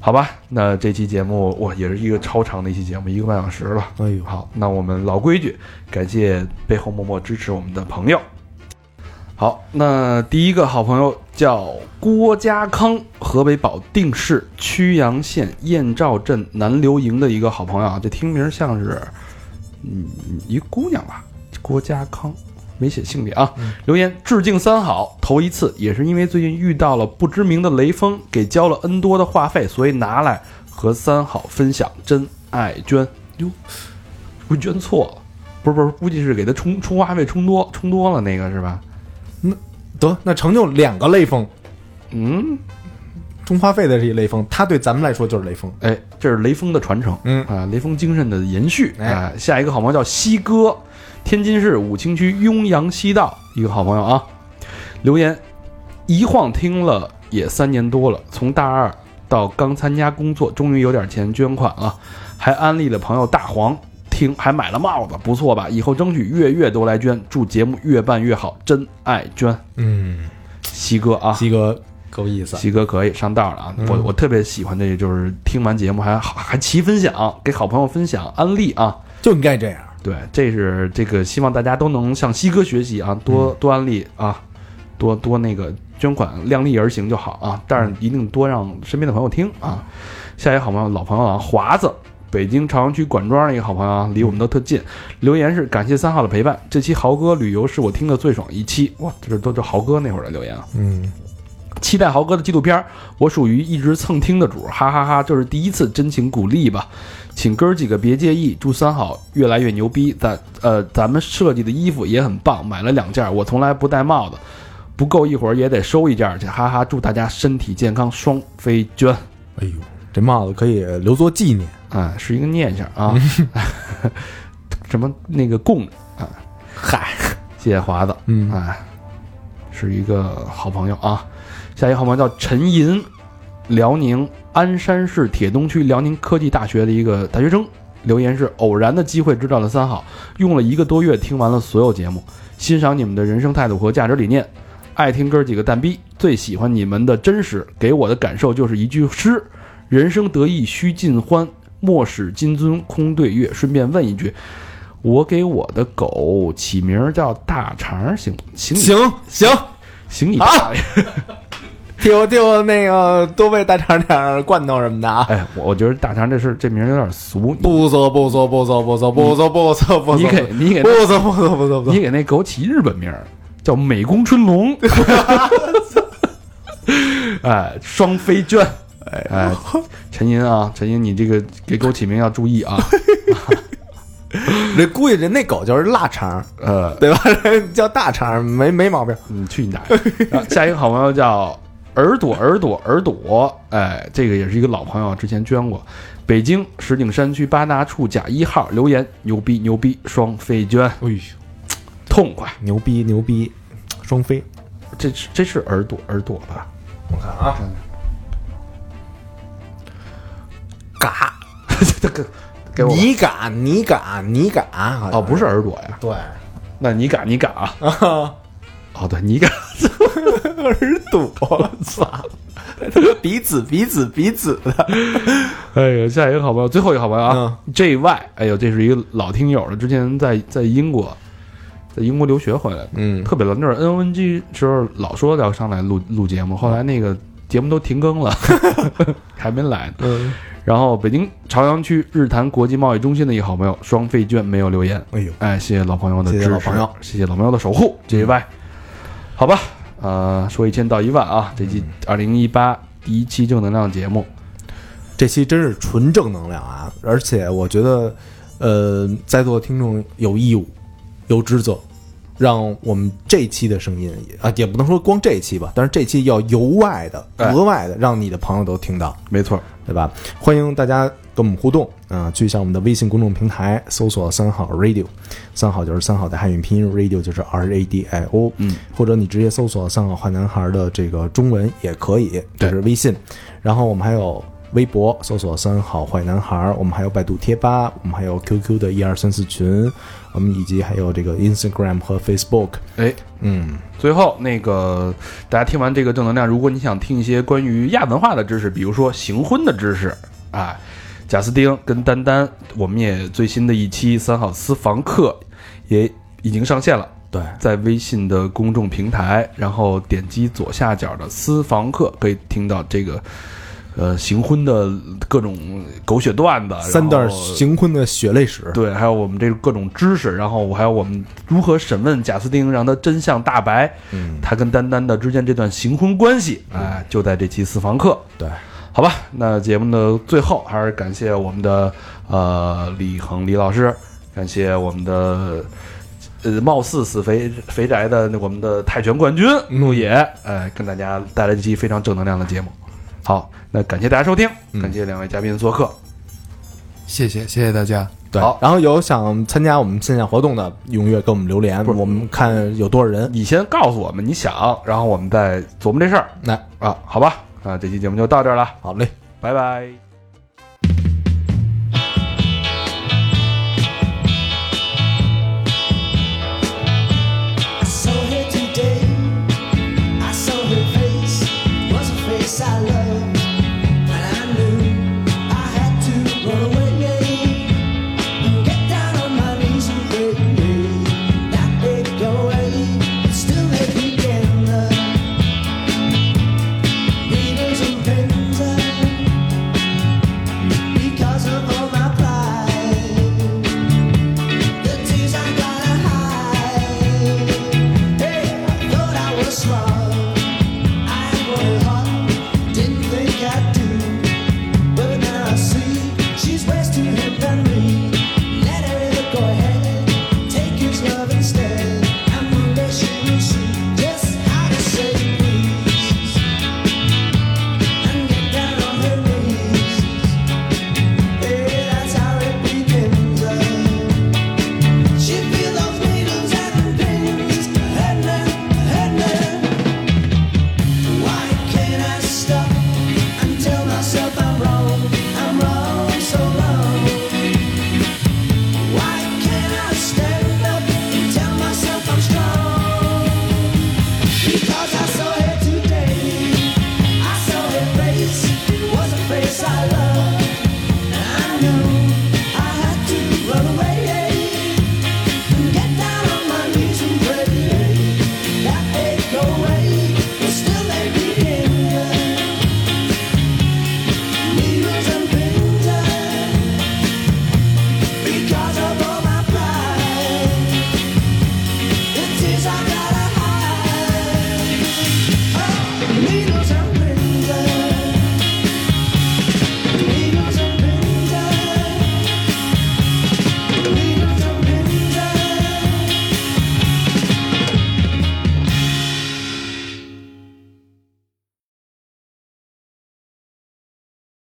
Speaker 2: 好吧，那这期节目哇也是一个超长的一期节目，一个半小时了。
Speaker 6: 哎呦，
Speaker 2: 好，那我们老规矩，感谢背后默默支持我们的朋友。好，那第一个好朋友叫郭家康，河北保定市曲阳县燕赵镇南流营的一个好朋友啊，这听名像是，嗯，一姑娘吧，郭家康。没写性别啊，留言致敬三好，头一次也是因为最近遇到了不知名的雷锋，给交了 N 多的话费，所以拿来和三好分享，真爱捐哟，我捐错了，不是不是，估计是给他充充话费充多充多了那个是吧？
Speaker 6: 得那成就两个雷锋，
Speaker 2: 嗯，
Speaker 6: 充话费的是一雷锋，他对咱们来说就是雷锋。
Speaker 2: 哎，这是雷锋的传承，
Speaker 6: 嗯
Speaker 2: 啊，雷锋精神的延续。
Speaker 6: 哎
Speaker 2: 哎，下一个好朋友叫西哥，天津市武清区邕阳西道一个好朋友啊，留言一晃听了也三年多了，从大二到刚参加工作，终于有点钱捐款了，还安利了朋友大黄。听，还买了帽子，不错吧？以后争取月月都来捐，祝节目越办越好，真爱捐，
Speaker 6: 嗯，
Speaker 2: 西哥啊，
Speaker 6: 西哥够意思啊，
Speaker 2: 西哥可以上道了啊！我我特别喜欢这，就是听完节目还好还齐分享，给好朋友分享安利啊。
Speaker 6: 就应该这样。
Speaker 2: 对，这是这个，希望大家都能向西哥学习啊，多多安利啊，多多那个捐款，量力而行就好啊。但是一定多让身边的朋友听啊。下一个好朋友，老朋友啊，华子，北京朝阳区管庄的一个好朋友啊，离我们都特近。留言是感谢三号的陪伴，这期豪哥旅游是我听的最爽一期。哇，这是都是豪哥那会儿的留言啊。
Speaker 6: 嗯，
Speaker 2: 期待豪哥的纪录片儿，我属于一直蹭听的主，哈哈哈这是第一次真情鼓励吧，请哥儿几个别介意，祝三好越来越牛逼。咱呃，咱们设计的衣服也很棒，买了两件儿，我从来不戴帽子，不够一会儿也得收一件儿去，哈哈！祝大家身体健康，双飞娟。
Speaker 6: 哎呦，这帽子可以留作纪念。
Speaker 2: 啊，是一个念想啊， 什么那个供啊，嗨，谢谢华子，
Speaker 6: 嗯
Speaker 2: 啊，是一个好朋友啊。下一个好朋友叫陈银，辽宁鞍山市铁东区辽宁科技大学的一个大学生，留言是偶然的机会知道了三好，用了一个多月听完了所有节目，欣赏你们的人生态度和价值理念。爱听哥几个蛋逼，最喜欢你们的真实，给我的感受就是一句诗：人生得意须尽欢，莫使金樽空对月。顺便问一句，我给我的狗起名儿叫大肠儿，行行你
Speaker 6: 行行，
Speaker 2: 行你
Speaker 6: 啊
Speaker 2: 大爷！
Speaker 6: 替我替我那个多喂大肠点儿罐头什么的啊！
Speaker 2: 哎，我我觉得大肠这事儿这名儿有点俗，你
Speaker 6: 不错不错不错不错不错不错不错，
Speaker 2: 你给你给
Speaker 6: 不错不错不错不错，
Speaker 2: 你给那狗起日本名儿叫美工春龙， 哎，双飞娟，哎，陈银啊，陈银，你这个给狗起名要注意啊，
Speaker 6: 这估计人那狗就是腊肠，
Speaker 2: 呃，
Speaker 6: 对吧？人叫大肠没没毛病。
Speaker 2: 你去你大爷！然后下一个好朋友叫耳朵耳朵耳朵，哎，这个也是一个老朋友，之前捐过。北京石景山区八大处甲一号留言：牛逼牛逼，双飞捐，
Speaker 6: 哎呦，
Speaker 2: 痛快！
Speaker 6: 牛逼牛逼，双飞，
Speaker 2: 这是这是耳朵耳朵吧？
Speaker 6: 我看啊，嘎，
Speaker 2: 这个给我吧
Speaker 6: 你嘎你嘎你嘎，好像
Speaker 2: 哦，不是耳朵呀，
Speaker 6: 对，
Speaker 2: 那你敢你敢啊？哦，对，你敢。
Speaker 6: 耳朵，我操， 鼻子鼻子鼻子的，
Speaker 2: 哎呦，下一个好朋友，最后一个好朋友啊、j
Speaker 6: 嗯
Speaker 2: Y，哎呦，这是一个老听友了，之前在在英国，在英国留学回来的，
Speaker 6: 嗯
Speaker 2: 特别冷，那会儿 N O N G 时候老说要上来录录
Speaker 6: 嗯
Speaker 2: 节目，后来那个节目都停更 了，还没来呢。
Speaker 6: 嗯，
Speaker 2: 然后北京朝阳区日坛国际贸易中心的一个好朋友双飞娟没有留言，
Speaker 6: 哎呦，
Speaker 2: 哎，谢谢老朋友的
Speaker 6: 谢
Speaker 2: 支
Speaker 6: 谢
Speaker 2: 持，
Speaker 6: 老朋友，嗯
Speaker 2: 谢谢老朋友的守护，J Y，好吧，呃，说一千道一万啊，这期二零一八第一期正能量节目。
Speaker 3: 这期真是纯正能量啊！而且我觉得，呃，在座的听众有义务、有职责，让我们这期的声音啊，也不能说光这期吧，但是这期要由外的、
Speaker 2: 哎
Speaker 3: 额外的，让你的朋友都听到，
Speaker 2: 没错，
Speaker 3: 对吧？欢迎大家跟我们互动啊、去向我们的微信公众平台搜索“三好 radio”，三好就是三好的汉语拼音，radio 就是 R A D I O，
Speaker 2: 嗯，
Speaker 3: 或者你直接搜索“三好坏男孩”的这个中文也可以，就
Speaker 2: 对
Speaker 3: 是微信。然后我们还有微博搜索“三好坏男孩”，我们还有百度贴吧，我们还有 QQ 的一二三四群，我们以及还有这个 Instagram 和 Facebook。
Speaker 2: 哎，
Speaker 3: 嗯，
Speaker 2: 最后那个大家听完这个正能量，如果你想听一些关于亚文化的知识，比如说行婚的知识啊，贾斯汀跟丹丹，我们也最新的一期三好私房课也已经上线了。
Speaker 3: 对，
Speaker 2: 在微信的公众平台，然后点击左下角的私房课，可以听到这个，呃，行婚的各种狗血段子，然后
Speaker 3: 三段行婚的血泪史。
Speaker 2: 对，还有我们这个各种知识，然后我还有我们如何审问贾斯汀，让他真相大白，
Speaker 3: 嗯，
Speaker 2: 他跟丹丹的之间这段行婚关系，哎，就在这期私房课。
Speaker 3: 对，
Speaker 2: 好吧，那节目的最后还是感谢我们的呃李恒李老师，感谢我们的呃貌似死肥肥宅的我们的泰拳冠军陆野，呃，跟大家带来一期非常正能量的节目。好，那感谢大家收听，感谢两位嘉宾做客。
Speaker 4: 谢谢谢谢大家。
Speaker 3: 对
Speaker 2: 好，
Speaker 3: 然后有想参加我们线下活动的，踊跃给我们留言，我们看有多少人。
Speaker 2: 你先告诉我们你想，然后我们再琢磨这事儿
Speaker 3: 来，
Speaker 2: 啊，好吧？啊，这期节目就到这儿了，
Speaker 3: 好嘞。
Speaker 2: 拜拜。